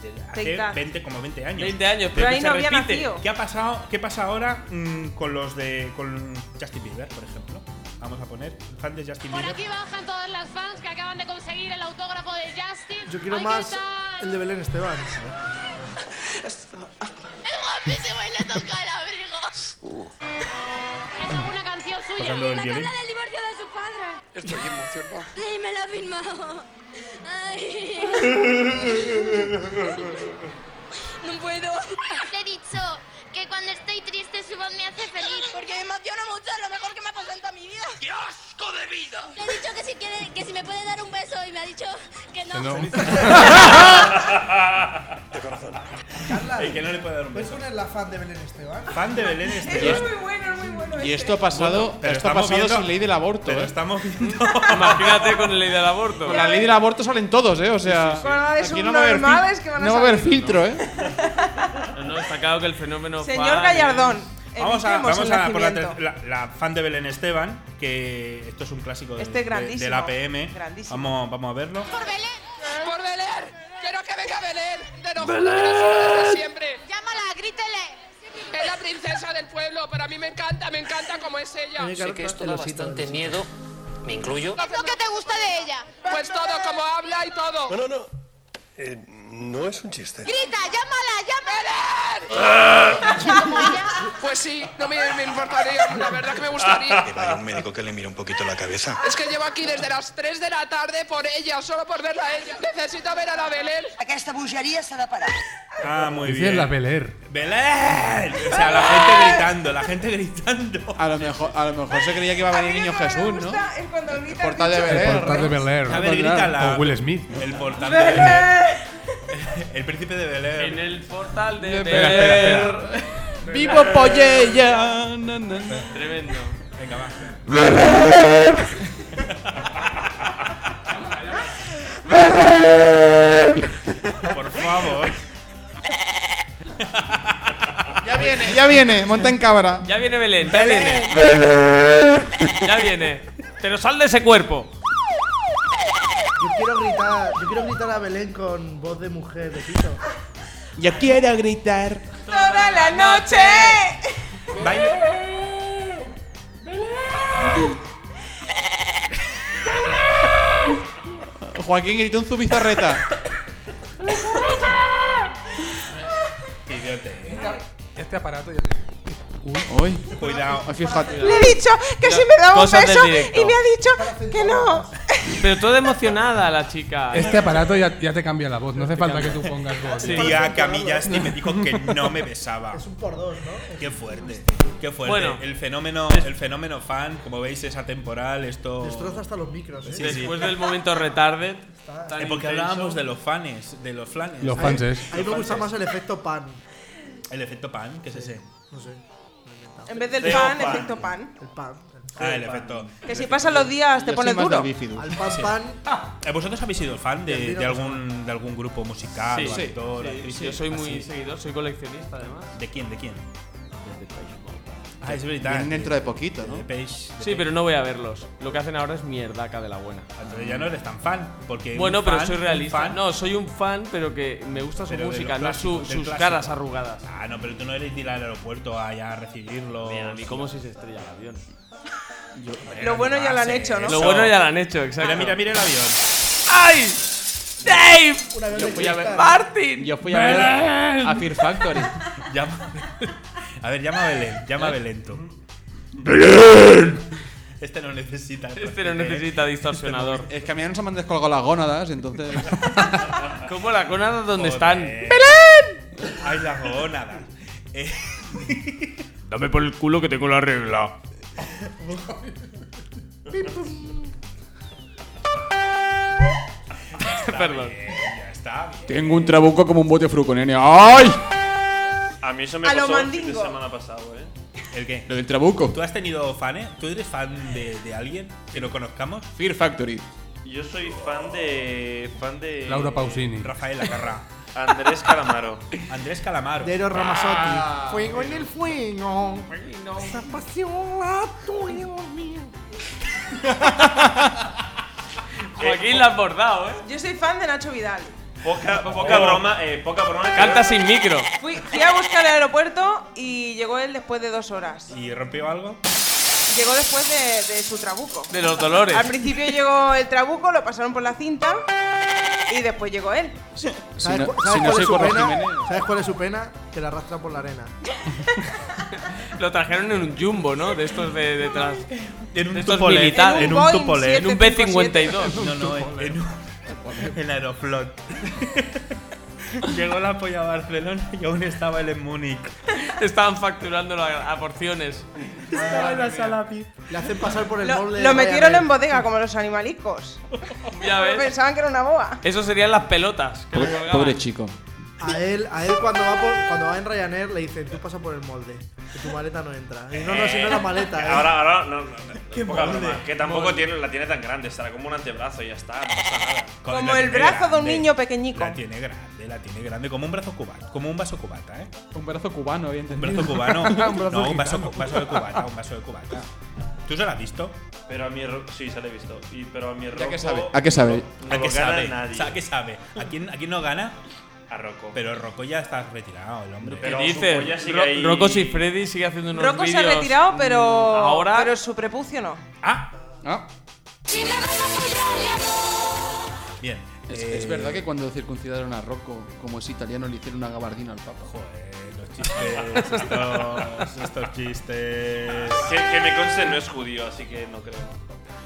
de Take hace That. 20, como 20 años. 20 años, De pero que ahí se no había repite. nacido. ¿Qué ha pasado? ¿Qué pasa ahora mm, con los de. con Justin Bieber, por ejemplo? Vamos a poner. Fan de Justin Por Bieber. aquí bajan todas las fans que acaban de conseguir el autógrafo de Justin. Yo quiero Ay, más ¿qué tal? el de Belén Esteban. Es guapísimo y le toca el abrigo. tocando el violín. del divorcio de su padre. Estoy emocionado. <laughs> Sí, me lo ha firmado. Ay. No puedo. Te he dicho que cuando estoy triste su voz me hace feliz. Porque me emociona mucho, es lo mejor que me ha pasado en toda mi vida. ¡Qué asco de vida! Le he dicho que si quiere, que si me puede dar un beso y me ha dicho que no. <laughs> De corazón. El que no le puede dar un ¿Puedes beso. poner la fan de Belén Esteban? Fan de Belén Esteban. Es muy bueno, es muy bueno. este. Y esto ha pasado, Bueno, pero esto ha estamos pasado viendo- sin ley del aborto. pero ¿eh? estamos Imagínate con la ley del aborto. Con la ley del aborto salen todos, ¿eh? O sea, Con la de aquí no va a haber, fil- subnormales que van a no va a haber salir. filtro, ¿eh? No, no, está claro que el fenómeno. Señor fan Gallardón, Vamos a, evitemos vamos el a por la, nacimiento. ter- la- la fan de Belén Esteban, que esto es un clásico del, Este es de- grandísimo, del APM. grandísimo. Vamos, vamos a verlo. ¡Por Belén! ¡Quiero que venga Belén! ¡De no ¡Belén! <laughs> siempre! ¡Llámala, grítele! Es la princesa del pueblo, pero a mí me encanta, me encanta como es ella. Sé que esto da bastante miedo, me incluyo. es lo que te gusta de ella? Pues todo, como habla y todo. No, no, no. Eh, no es un chiste. ¡Grita, llámala, llámala! Pues sí, no me, me importaría, la verdad que <laughs> me Que gustaría. vaya un médico que le mire un poquito la cabeza. Es que llevo aquí desde las 3 de la tarde por ella, solo por verla a ella. Necesito ver a la Belén. Aquesta bogeria s'ha de parar. Ah, muy Dice bien. la Beler. ¡Belén! O sea, la gente gritando, la gente gritando. A lo mejor, a lo mejor se creía que iba a venir Niño Jesús, ¿no? Es cuando grita el portal de bicho. Belén. El portal de Beler. A ver, grítala. O Will Smith. El portal de Belén. Belén. El príncipe de Belén. En el portal de. Espera, espera, Belén. espera. ¡Vivo Pollella! Na, na, na. Tremendo. Venga, va. Por favor. Ya viene, ya viene, monta en cabra. <laughs> Ya viene Belén, ya viene. <laughs> Ya viene. Pero sal de ese cuerpo. Yo quiero gritar, yo quiero gritar a Belén con voz de mujer de pito. Yo quiero gritar. Toda la noche. Joaquín gritó un zubizarreta. Este aparato ya te- Uy. Cuidado. Fíjate. Le he dicho que si me daba un Cosas del beso directo. y me ha dicho que no. Pero toda emocionada la chica. Este aparato ya, ya te cambia la voz, no hace falta que tú <laughs> pongas voz. Tía Camillasti este me dijo <laughs> que no me besaba. Es un por dos, ¿no? Qué fuerte, qué fuerte. Bueno. el fenómeno, el fenómeno fan, como veis, es atemporal. Esto Destroza hasta los micros, ¿eh? Sí, sí. Después del momento retarded. tan Eh, porque intenso. hablábamos de los fans, de los flanes. Los fans fanses. A mí me gusta más el efecto pan. El efecto pan, ¿qué es ese? No sé. me he inventado. En vez del Feo pan, pan. efecto pan. El pan. Ah, el efecto. Que si pasan los días te Yo pones soy más duro. del bífido. Al pan Sí. pan. Eh, ¿Vosotros habéis sido fan Del de, vino de no algún de algún grupo musical, Sí, o sí, actor, sí, actriz, Yo soy muy así? seguidor, soy coleccionista además. ¿De quién? ¿De quién? Ah, es verdad. Eh, Vienen dentro de poquito, ¿no? De Page, de Sí, Page. pero no voy a verlos. Lo que hacen ahora es mierdaca de la buena. Entonces ya no eres tan fan. Porque un Bueno, pero fan- soy un realista. fan- No, soy un fan, pero que me gusta su pero de música, no lo clásico, su- del sus clásico. caras arrugadas. Ah, no, pero tú no eres de ir al aeropuerto allá a recibirlo. Mira, ¿y cómo si se estrella el avión? Lo bueno ya lo han hace hecho, ¿no? eso. Lo bueno ya lo han hecho, exacto. Mira, mira, mira el avión. ¡Ay! ¡Dave! Yo fui a ver- ¡Martin! Yo fui a ver Belén. a Fear Factory. Llama- a ver, llama a Belén, llama a Belén tú. Este no necesita. Este no necesita distorsionador. Es que a mí no se me han descolgado las gónadas, entonces. ¿Cómo la conada dónde están? ¡Belén! ¡Ay, las <laughs> gónadas! Eh, Dame por el culo que tengo la regla. <laughs> Perdón. bien, ya está bien. Tengo un trabuco como un bote fruconene. ¡Ay! A mí eso me A lo pasó el fin de mandingo. semana pasado, ¿eh? ¿El qué? Lo del trabuco. ¿Tú has tenido fanes? ¿Tú eres fan de, de alguien que no conozcamos? Fear Factory. Yo soy fan de. fan de. Laura Pausini. Rafael Acarra. Andrés Calamaro. Andrés Calamaro. Ah, Dero Ramazzotti. Fuego en el fuego. Esa pasión la tuya, <laughs> mía. Joaquín la has bordado, ¿eh? Yo soy fan de Nacho Vidal. Poca, poca Oh. broma, eh, poca broma. Canta sin micro. Fui, fui a buscar el aeropuerto y llegó él después de dos horas. ¿Y rompió algo? Llegó después de, de su trabuco. De los dolores. Al principio llegó el trabuco, lo pasaron por la cinta y después llegó él. ¿Sabes, cu- sabes cuál es su pena? ¿Sabes cuál es su pena? Que la arrastra por la arena. Lo trajeron en un jumbo, ¿no? De estos de detrás. En un de estos Tupolev, militares. en un Boeing Tupolev. En un B-52. No, no, en, en un- en Aeroflot. <laughs> Llegó la polla a Barcelona y aún estaba él en Múnich. Estaban facturando a, a porciones. Estaba en la sala VIP. Le hacen pasar por el Lo, molde. lo de metieron Ryanair. en bodega como los animalicos. Ya ves. <laughs> Pensaban que era una boa. Eso serían las pelotas. Que le colgaban. Pobre chico. A él, a él cuando, va por- cuando va en Ryanair le dicen, tú pasa por el molde, que tu maleta no entra. Y no, no, si no la maleta. ¿eh? Ahora, ahora, no, no, no, Qué poca molde. broma, Que tampoco tiene, la tiene tan grande, estará como un antebrazo y ya está. no pasa nada. Como el brazo de un niño pequeñico. La tiene grande, la tiene grande, como un brazo cubano, como un vaso cubata, ¿eh? Un brazo cubano, bien Un entendido. <laughs> <laughs> brazo cubano. no, un gitano. vaso, un vaso de cubata, un vaso de cubata. ¿Tú se la has visto? Pero a mi ro- sí, se lo he visto. Y, pero a mi rojo. qué sabe? ¿A qué sabe? No, ¿A lo qué gana sabe? nadie. O sea, ¿a qué sabe? ¿A quién, ¿A quién no gana? A Rocco. Pero Rocco ya está retirado, el hombre. Pero ¿Qué dices? Ro- Rocco y Freddy sigue haciendo unos Rocco se ha vídeos. retirado, pero, Ahora- pero su prepucio no. Ah, Bien. Es, eh, es verdad que cuando circuncidaron a Rocco, como es italiano, le hicieron una gabardina al Papa. Joder, los chistes, estos, estos chistes. Que, que me conste no es judío, así que no creo.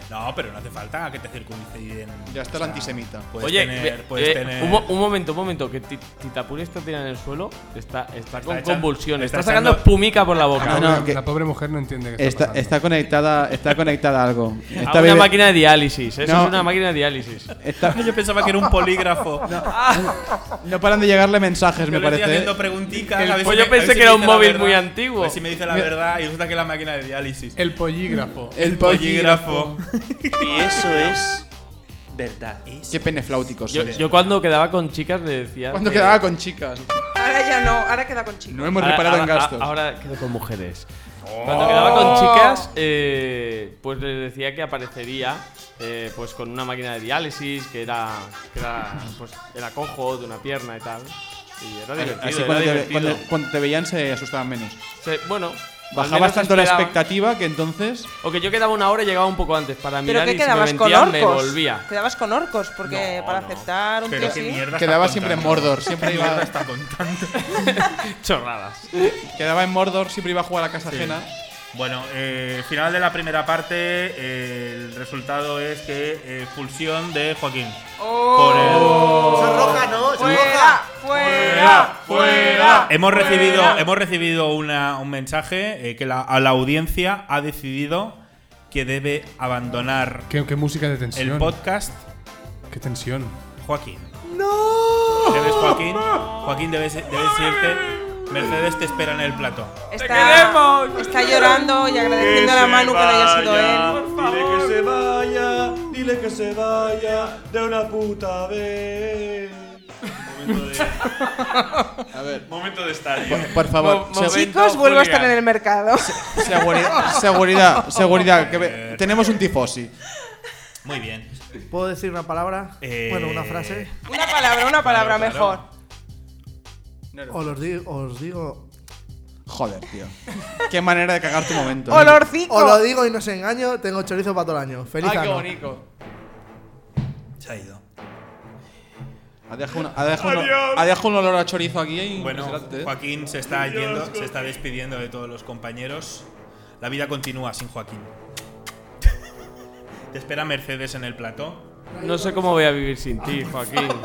No, pero no hace falta que te circunciden. Ya está el antisemita. Puedes Oye, tener, ve- puedes eh, tener. un, mo- un momento, un momento, que Ti- Titapuri está tirada en el suelo, está, está, con echando- convulsiones, está está, sacando echando- pumica por la boca. No, Ah, no, que- La pobre mujer no entiende que Está, está conectada, está conectada a <laughs> algo. Está A una bebe- máquina de diálisis, eso No. es una máquina de diálisis. <laughs> está- Yo pensaba que era un <laughs> polígrafo. no paran de llegarle mensajes, Yo me le estoy parece. ¿eh? haciendo preguntitas. El a ver si pollo me- a ver pensé si que me era un dice la móvil verdad, muy antiguo. A ver si me dice la verdad y resulta que es la máquina de diálisis. El pollígrafo. El pollígrafo. <laughs> Y eso es verdad. Qué penefláuticos Yo, sois. yo cuando quedaba con chicas le decía... Cuando que- quedaba con chicas. Ahora ya no, ahora queda con chicos. No hemos Ahora- reparado ahora- en gastos. Ahora quedo con mujeres. Cuando quedaba con Oh. chicas, eh, pues les decía que aparecería eh, pues con una máquina de diálisis, que era, que era, pues, era cojo de una pierna y tal. Y era divertido. Así era cuando te, divertido. cuando- cuando te veían se asustaban menos. Se- bueno, al Bajabas menos este tanto la esperaban. expectativa que entonces. O que yo quedaba una hora y llegaba un poco antes para ¿Pero mirar qué y si me quedabas con mentían me orcos? volvía. Quedabas con orcos, porque No, para no. aceptar un Pero tío qué así. mierda Quedaba está siempre en contando. Mordor, siempre ¿Qué iba- mierda está contando? Chorradas. Quedaba en Mordor, siempre iba a jugar a casa ajena. Bueno, eh, final de la primera parte. eh, el resultado es que eh, expulsión de Joaquín. Por Esa roja no, esa Oh. ¡Fuera! roja. ¡Fuera! ¡Fuera! el- Hemos recibido, fuera. hemos recibido una- un mensaje eh, que la, a la audiencia ha decidido que debe abandonar Qué, qué música de tensión. el podcast Qué tensión. Joaquín. ¡No! Debes, Joaquín. Joaquín, debes, debes irte. Mercedes te espera en el plato. Está, está llorando y agradeciendo a la Manu que no haya sido él. Dile que se vaya, dile que se vaya de una puta vez. Momento de, A ver. momento de estadio. Por, por favor, Mo- se- momento. Chicos, vuelvo a Julia. estar en el mercado. seguridad, <laughs> seguridad, seguridad, que ve- tenemos un tifosi. Muy bien. ¿Puedo decir una palabra? Eh, Bueno, una frase. Una palabra, una palabra Claro, mejor. claro. Os, los di- os digo. Joder, tío. Qué manera de cagar tu momento. Olorcico. Os lo digo y no os engaño, tengo chorizo para todo el año. Feliz Ay, qué ano. bonito. Se ha ido. Ha dejado, una- ha dejado un, ha dejado un olor a chorizo aquí Bueno, impresionante, ¿eh? Joaquín se está yendo, se está despidiendo de todos los compañeros. La vida continúa sin Joaquín. Te espera Mercedes en el plató. No sé cómo voy a vivir sin ti, Joaquín. <laughs>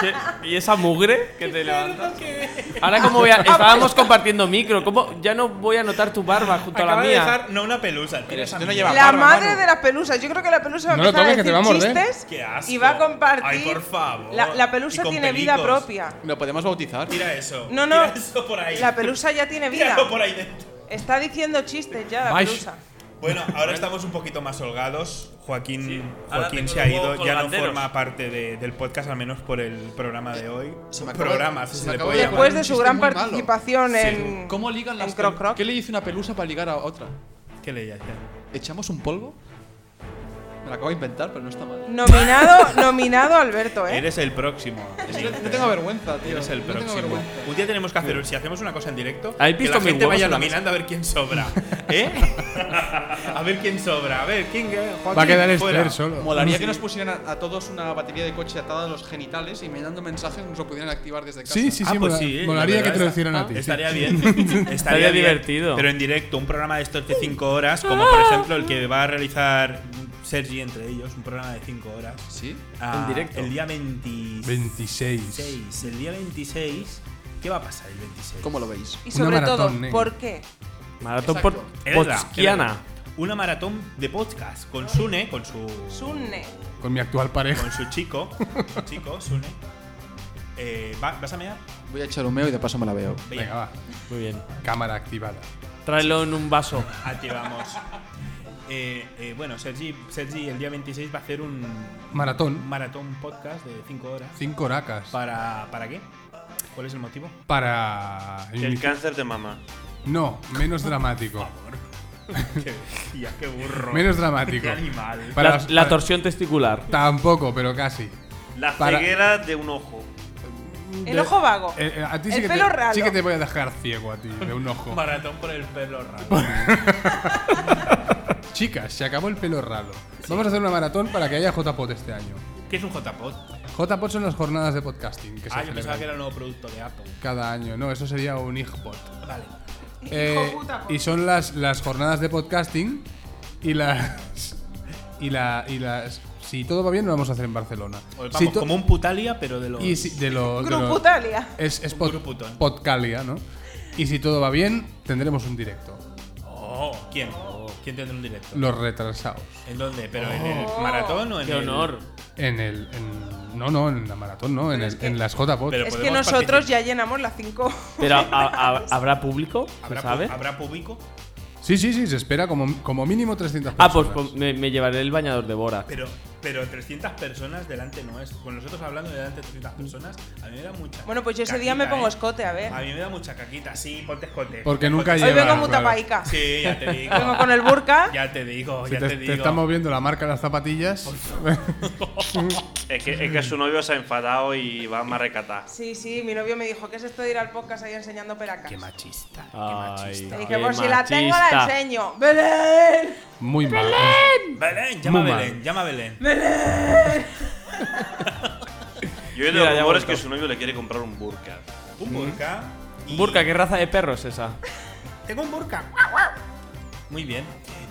¿Qué- ¿Y esa mugre que te levantas? Ahora como <laughs> voy a... Estábamos compartiendo micro. ¿Cómo? Ya no voy a notar tu barba junto a la Acaba de mía. dejar no una pelusa. tío. Esto no lleva La barba, madre Manu. de las pelusas. Yo creo que la pelusa va a No lo empezar a toques, que te va a decir morder. chistes Qué asco. y va a compartir. Ay, por favor. La, la Y pelusa con tiene vida pelicos. propia. ¿Lo podemos bautizar? Tira eso. No, no. Tira eso por ahí. La pelusa ya tiene vida. Tíralo por ahí dentro. Está diciendo chistes ya la Vais. pelusa. Bueno, ahora estamos un poquito más holgados. Joaquín, ahora Joaquín tengo se ha los ido, huevos ya no colganderos. forma parte de- del podcast, al menos por el programa de hoy. se me acaba- programa, se si me se le acaba puede de llamar. Después de un su chiste gran muy malo. participación en. ¿Cómo ligan en las Croc pel- Croc? ¿Qué le dice una pelusa para ligar a otra? ¿Qué leías ya? ¿Echamos un polvo? Me la acabo de inventar, pero no está mal. <laughs> Nominado, eh. nominado Alberto, ¿eh? Eres el próximo. Es que no tengo vergüenza, tío. Eres el No tengo próximo. vergüenza. Un día tenemos que hacer, si hacemos una cosa en directo, ¿Habéis que visto la mis gente huevos vaya en la mesa? nominando a ver <laughs> quién sobra. ¿Eh? a ver quién sobra. A ver, ¿quién Joaquín, Va a quedar fuera. Esther solo. eh, Molaría que nos pusieran a, a todos una batería de coche atada a los genitales y mandando mensajes nos lo pudieran activar desde casa. Sí, sí, Ah, sí. pues mola- sí, eh, molaría la verdad que te lo está- hicieran a ti, sí. Estaría Sí. bien. <laughs> Estaría bien. divertido. Pero en directo, un programa de estos de 5 horas, como por ejemplo el que va a realizar Sergi entre ellos, un programa de 5 horas. Sí. Ah, En directo. El día 26. 26. El día 26. ¿Qué va a pasar el 26? ¿Cómo lo veis? Y Una sobre todo, maratón, eh. ¿por qué? Maratón Exacto. por Es verdad, es Potskiana. verdad. Una maratón de podcast con Sune, con su. Sunne. Con mi actual pareja. Con su chico. su chico, Sune. Eh, ¿va- ¿Vas a mear? Voy a echar un meo y de paso me la veo. Bien. Venga, va. Muy bien. Cámara activada. Tráelo en un <laughs> vaso. Aquí vamos. Eh, eh, bueno, Sergi, Sergi el día 26 va a hacer un Maratón. maratón podcast de 5 horas. Cinco horacas. ¿Para, ¿Para qué? ¿Cuál es el motivo? Para. El cáncer de mama. No, menos dramático. qué bestia, qué burro. Menos dramático. Qué animal. Para- la, la para- torsión testicular. Tampoco, pero casi. La Para- ceguera de un ojo. El ojo vago. Eh, eh, a ti sí El que pelo te, ralo. Sí que te voy a dejar ciego a ti, de un ojo. <laughs> Maratón por el pelo raro. <laughs> Chicas, se acabó el pelo raro. Vamos a hacer una maratón para que haya JPOT este año. ¿Qué es un JPod? JPOT son las jornadas de podcasting que se Ah, yo pensaba celebran que era el nuevo producto de Apple. cada año. No, eso sería un IGPOT. Vale. Eh, puta, y son las, las jornadas de podcasting y las y la y las si todo va bien lo vamos a hacer en Barcelona. O- Vamos, Si to- como un putalia, pero de los. y si- de lo- de lo- Gruputalia. es es Un pod- gruputón. podcalia, ¿no? Y si todo va bien tendremos un directo. Oh, ¿quién? ¿Quién tendrá un directo? Los retrasados. ¿En dónde? ¿Pero en el Oh. maratón o en Qué el.? honor. En el en- no no en la maratón no en, el- es que- en las JPod. Pero Es que podemos nosotros participar. ya llenamos las cinco. <laughs> <laughs> Pero ¿ha- ha- ¿habrá público? ¿Se ¿Habrá, sabe? pu- ¿Habrá público? Sí sí sí se espera como, como mínimo 300 Ah, pues personas. pues, me, me llevaré el bañador de Bora. Pero, pero 300 personas delante no es. Con nosotros hablando delante de 300 personas, a mí me da mucha. Mm. Bueno, pues yo ese día me caquita, pongo ¿eh? escote, a ver. A mí me da mucha caquita, sí, ponte escote. Porque ponte nunca escote. Hoy vengo lleva, muy claro. tapaica. Sí, ya te digo. Vengo con el burka. Ya te digo, Se ya te, te, te digo. está moviendo la marca de las <laughs> zapatillas. Es que, es que su novio se ha enfadado y va a marrecatar. Sí, sí, mi novio me dijo, ¿qué es esto de ir al podcast ahí enseñando peracas? Qué machista, qué Ay, machista. Le qué dije, por si la tengo, la machista. enseño. ¡Belén! Muy mal. Belén, llama a Muy mal. Belén, llama a Belén. Yo he oído Mira, ya rumores vuelto. que su novio le quiere comprar un burka. Un burka. y- Burka, ¿qué raza de perro es esa? Tengo un burka. Muy bien.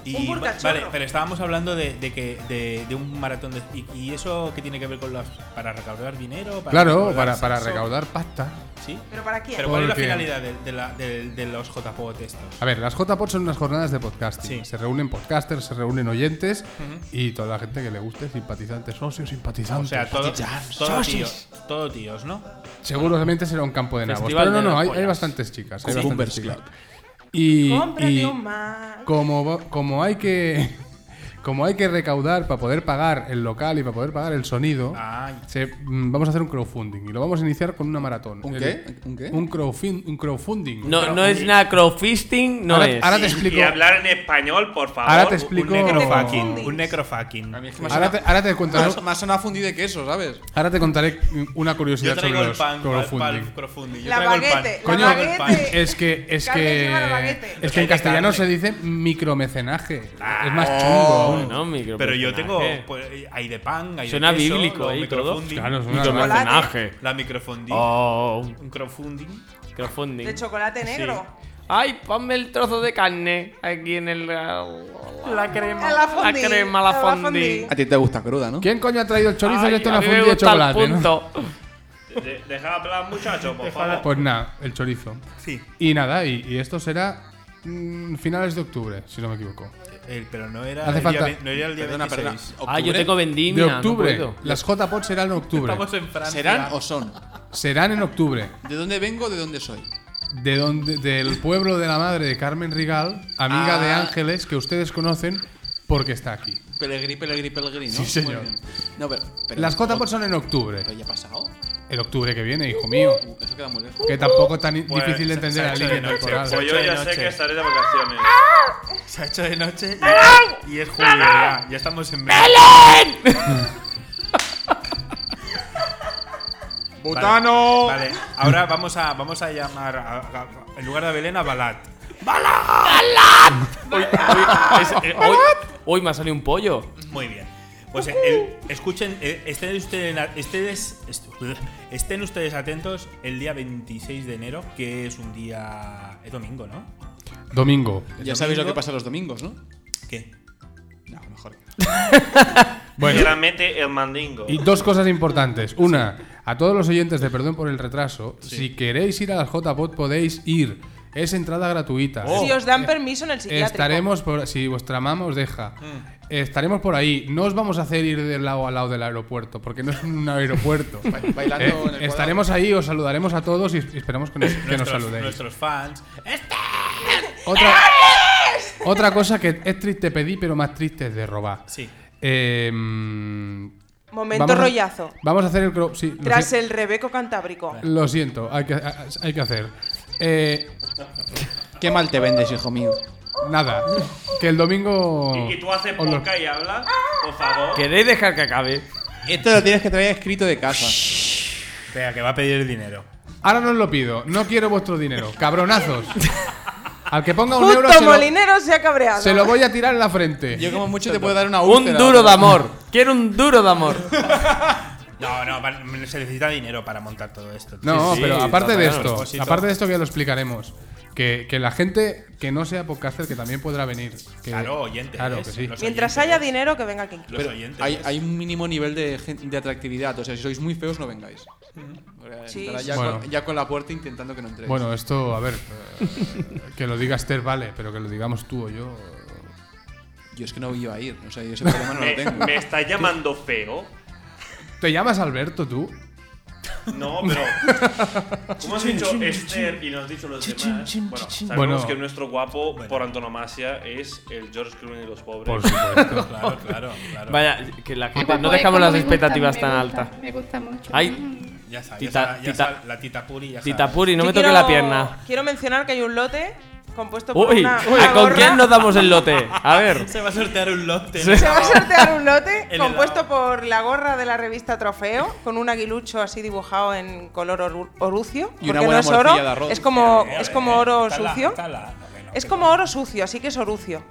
Y Un burka va- vale, chorro. pero estábamos hablando de, de que de, de un maratón de, y, y eso qué tiene que ver con los para recaudar dinero, para Claro, recaudar para, para sexo? recaudar pasta. Sí. ¿Pero para quién? Pero ¿cuál es la Porque- finalidad de, de la- de- de los JPOT estos? A ver, las JPod son unas jornadas de podcasting. Sí. Se reúnen podcasters, se reúnen oyentes y toda la gente que le guste, simpatizantes, socios, O simpatizantes. sea, todo, todo tíos, Sosis. todo tíos, ¿no? Seguramente será un campo de nabos. Festival Pero no, de no, las hay, pollas. hay bastantes chicas. Hay Cucumbers bastantes chicas. Y, Cómprate y un Mac. como, va- como hay que <laughs> como hay que recaudar para poder pagar el local y para poder pagar el sonido, Ay. se- mm, vamos a hacer un crowdfunding y lo vamos a iniciar con una maratón. ¿Un El- qué? ¿Un qué? Un, crowdfin- un crowdfunding. No, no es nada crowfisting, no ahora, es. ahora te Y explico. hablar en español, por favor. Ahora te Un- explico. Un necrofacking. confundís. Un necrofacking. A mí es que me Ahora te, ahora te contaré, Más, más suena a fundido de queso, ¿sabes? ahora te contaré una Yo curiosidad traigo sobre el los pan para crowdfunding. el crowdfunding. Yo La traigo el pan. baguette, la Coño, baguette. el pan. Es que es Carne lleva la que baguette. es que en Pero hay castellano carne. se dice micromecenaje. Es más Ah, chungo. aún. Oh, Bueno, micro Pero yo tengo. personaje. pues, hay de pan, hay Suena de queso, bíblico luego ahí microfunding, todo. Claro, suena- Micro personaje. La microfunding. Oh, Un crowdfunding. crowdfunding. De chocolate negro. Ay, ponme el trozo de carne aquí en el. La crema. En la fondue, crema, la en la fondue. fondue. A ti te gusta cruda, ¿no? ¿Quién coño ha traído el chorizo Ay, y esto a en la mí me fundilla de gusta chocolate? el no? punto. De- deja hablar, muchacho, por favor. Pues nada, el chorizo. Sí. Y nada, y, y esto será mm, finales de octubre, si no me equivoco. El- pero no era, Hace el día, falta. ve- no era el día Perdona, perdona. 26. Ah, yo ¿Octubre? tengo vendimia. de octubre. no puedo. las JPOD serán en octubre. Estamos en Francia. ¿Serán o son? Serán en octubre. ¿De dónde vengo, de dónde soy? De Ah. donde, del pueblo de la madre de Carmen Rigal, amiga de Ángeles, que ustedes conocen, porque está aquí. Pelegrí, Pelegrí, Pelegrí, ¿no? Sí, señor. Muy bien. No, pero, pero- Las J-Pod son en octubre. ¿Pero ya ha pasado? El octubre que viene, hijo mío. Uh, eso queda muy lejos. Que tampoco es tan i- Pues, difícil de se- entender se ha la hecho línea de noche. temporal. Pues yo ya sé que estaré de vacaciones. Se ha hecho de noche y, y es julio ya. Ya estamos en verano. <laughs> ¡Butano! Vale, vale. ahora vamos a, vamos a llamar a- a- en lugar de Belén a Balat. Es- eh, hoy, hoy me ha salido un pollo. Muy bien. Pues eh, el- escuchen, eh, estén ustedes, ustedes- est- <laughs> estén ustedes atentos el día 26 de enero, que es un día. es domingo, ¿no? Domingo. Ya sabéis lo que pasa los domingos, ¿no? ¿Qué? No, mejor que <laughs> no. Bueno. Y la mete el mandingo. Y dos cosas importantes. Una, a todos los oyentes de Perdón por el retraso, si queréis ir a las JPod podéis ir. Es entrada gratuita. Oh. Si os dan permiso en el psiquiátrico. Estaremos por si vuestra mamá os deja. Mm. Estaremos por ahí. No os vamos a hacer ir de lado a lado del aeropuerto, porque no es un <laughs> aeropuerto. Eh, bailando en el cuadrado. estaremos ahí, os saludaremos a todos y esperamos que nos, que nos Nuestros- saludéis. Nuestros fans. Este- Otra, otra cosa que es triste pedí, pero más triste es de robar. Em, Sí. Momento rollazo. vamos a hacer el cro- sí, lo Tras si- el Rebeco Cantábrico. Lo siento, hay que, hay que hacer. Eh, Qué mal te vendes, hijo mío. Nada, que el domingo. Y, y tú haces os lo- poca y hablas, por favor. ¿Queréis dejar que acabe? Esto lo tienes que traer escrito de casa. Vea, que va a pedir el dinero. Ahora no os lo pido, no quiero vuestro dinero, <laughs> cabronazos. Al que ponga un Justo euro se lo, Molinero se ha cabreado. se lo voy a tirar en la frente. Yo, como mucho, te puedo dar una Un úlcera. duro de amor. Quiero un duro de amor. No, no, va- se necesita dinero para montar todo esto. tío. No, Sí, sí, pero aparte de total, esto, propósito. aparte de esto que ya lo explicaremos. Que, que la gente que no sea podcaster que también podrá venir. que- Claro, oyentes, Claro que sí. los Mientras haya dinero, que venga quien quiera. Pero hay, hay un mínimo nivel de, gen- de atractividad. O sea, si sois muy feos, no vengáis. Porque Sí, entrará sí, ya, sí. Bueno. con, ya con la puerta intentando que no entréis. Bueno, esto, a ver, eh, que lo digas Ter, vale, pero que lo digamos tú o yo. Yo es que no iba a ir. O sea, yo ese problema no lo Me, tengo. me está llamando feo. ¿Te llamas Alberto tú? No, pero. Como has dicho Esther y nos has dicho los demás. Bueno, sabemos Bueno. que nuestro guapo por antonomasia es el George Clooney de los pobres. Por <laughs> supuesto. Claro, claro, claro. Vaya, que la gente. No Guapo, eh, dejamos cómo las me gusta, expectativas me gusta, tan altas. Me gusta mucho. Ay, Ya está, ya Tita- está, ya tita- está, La tita puri, ya está. Tita Puri, no Yo me toque quiero- la pierna. Quiero mencionar que hay un lote compuesto por Uy, una, ¿a una ¿con gorra. quién nos damos el lote? A ver. <laughs> Se va a sortear un lote. Se va a sortear un lote helado. compuesto por la gorra de la revista Trofeo, con un aguilucho así dibujado en color oru- orucio. Y porque una no buena es oro, morcilla de arroz. es como, es como oro Está la- sucio. está la- no, que no. Es como oro sucio, así que es orucio.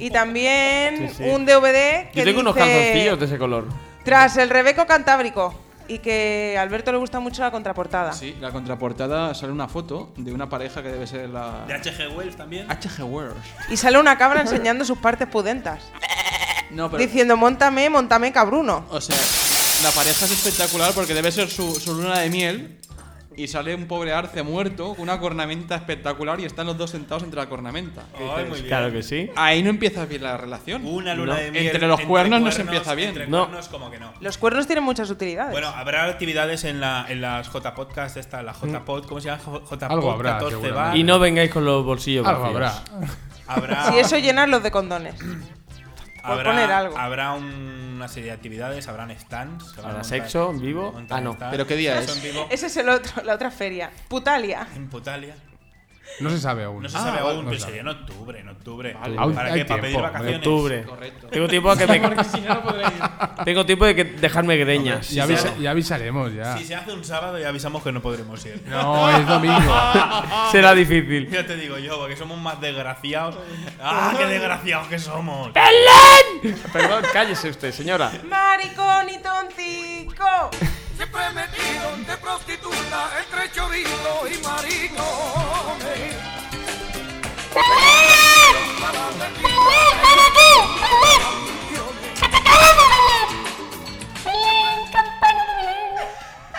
Y también un DVD que Yo tengo unos dice, calzoncillos de ese color. Tras el Rebeco Cantábrico. Y que a Alberto le gusta mucho la contraportada. Sí, la contraportada sale una foto de una pareja que debe ser la. De H.G. Wells también. H.G. Wells. Y sale una cabra enseñando sus partes pudentas. No, pero. Diciendo, montame, montame cabruno. O sea, la pareja es espectacular porque debe ser su, su luna de miel. Y sale un pobre arce muerto con una cornamenta espectacular y están los dos sentados entre la cornamenta. ¿Qué Ay, dices? muy bien. Claro que sí. Ahí no empieza bien la relación. Una luna No. de miel. Entre los cuernos no se empieza bien. Entre No. cuernos, como que no. Los cuernos tienen muchas utilidades. Bueno, habrá actividades en, la, en las J-Podcast, esta, Mm. la J-Pod, ¿cómo se llama? J-Pod Algo habrá, 14 seguramente. bar. Y no vengáis con los bolsillos Algo vacíos. habrá. Habrá, Si eso llenarlos de condones. por habrá- poner algo. habrá un- una serie de actividades, habrán stands. se van a Habrá montar- sexo en vivo. montar Ah, no. stands, ¿Pero qué día sexo es? en vivo, Ese es el otro, la otra feria. Putalia. en Putalia. <laughs> No se sabe aún. No se Ah, sabe vale, aún, no pero se sería en octubre, en octubre. Aún ¿Para hay qué? ¿Para tiempo, pedir en vacaciones? Octubre. Tengo tiempo que <laughs> me- Tengo tiempo de que dejarme greñas. Ya, avisa- ya avisaremos, ya. Si se hace un sábado ya avisamos que no podremos ir. No, es <laughs> domingo. Será difícil. Ya te digo yo, porque somos más <laughs> desgraciados. ¡Ah, qué desgraciados que somos! Perdón, cállese usted, señora. Maricón y tontico. Siempre metido de prostituta entre chorizo y maricones.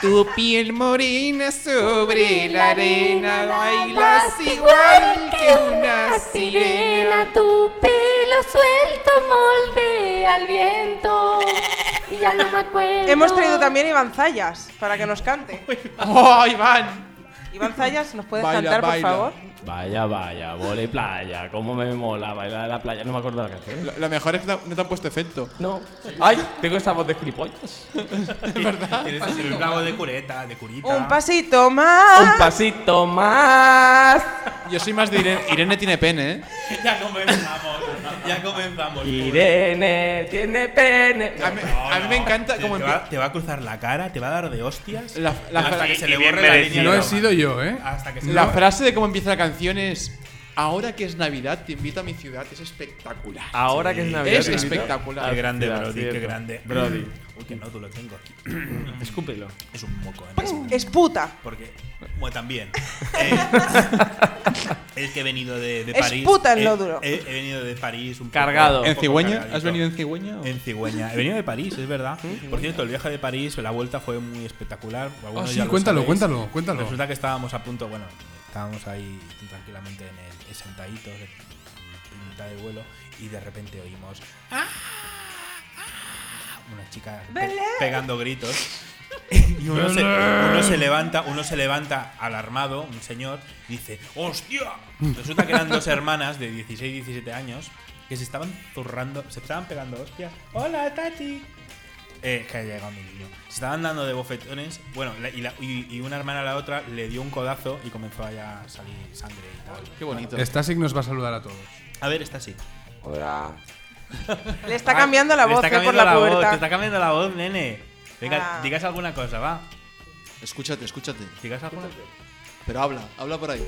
Tu piel morena sobre la arena bailas igual que una sirena, tu pelo suelto molde al viento. Y ya no me acuerdo. Hemos traído también Iván Zayas para que nos cante. ¡Oh, Iván! Iván Zayas, ¿nos puedes Baila, cantar, baila. por favor? Vaya, vaya, vole playa, cómo me mola bailar en la playa. No me acuerdo la canción. Lo, lo mejor es que no no te han puesto efecto. No. ¡Ay! Tengo esta voz de gilipollas. es verdad. Tienes que ser un lago de cureta, de curita. Un pasito más. Un pasito más. Yo soy más de Irene. Irene tiene pene, ¿eh? <laughs> Ya comenzamos, ya comenzamos. Irene tiene pene. A mí, a mí me encanta cómo te, empieza. va, te va a cruzar la cara, te va a dar de hostias. La- la- hasta que y- se y le bien borre la merecido. línea. No he roja. sido yo, ¿eh? Hasta que se La le- frase de cómo empieza la canción es. Ahora que es Navidad, te invito a mi ciudad. Es espectacular. Ahora que es Navidad. Es te invito. espectacular. Qué grande, Ciudad, Brody, qué cierto. grande. Brody. <laughs> Uy, qué nódulo tengo aquí. Escúpelo. Es un moco, además. Es puta. Porque. Bueno, <laughs> también. Eh, es que he venido de, de Es París. puta el He- nódulo. He, he venido de París un poco- Cargado. un ¿En poco cigüeña? cargadito. ¿Has venido en cigüeña? o- En cigüeña. He venido de París, es verdad. Por cierto, el viaje de París, la vuelta fue muy espectacular. Algunos sí, ya lo cuéntalo, sabéis. cuéntalo, cuéntalo. Resulta que estábamos a punto, bueno, estábamos ahí tranquilamente en el sentaditos, en mitad de vuelo, y de repente oímos "Ah, ah", una chica pe- Belén. pegando gritos. Y uno se, uno se levanta, uno se levanta alarmado, un señor, y dice, ¡hostia! Resulta que eran dos hermanas de 16 17 años que se estaban zurrando, se estaban pegando hostias. ¡Hola, Tati! Eh, que ha llegado mi niño. Se estaban dando de bofetones. Bueno, la- y, la- y- y una hermana a la otra le dio un codazo y comenzó allá a salir sangre y tal. Qué bonito. Stasik nos va a saludar a todos. A ver, está así. Hola. Le está cambiando la Ah, Le voz está eh, por cambiando la voz, puerta. Te está cambiando la voz, nene. Venga, Ah. digas alguna cosa, va. Escúchate, escúchate. Digas alguna Pero habla, habla por ahí.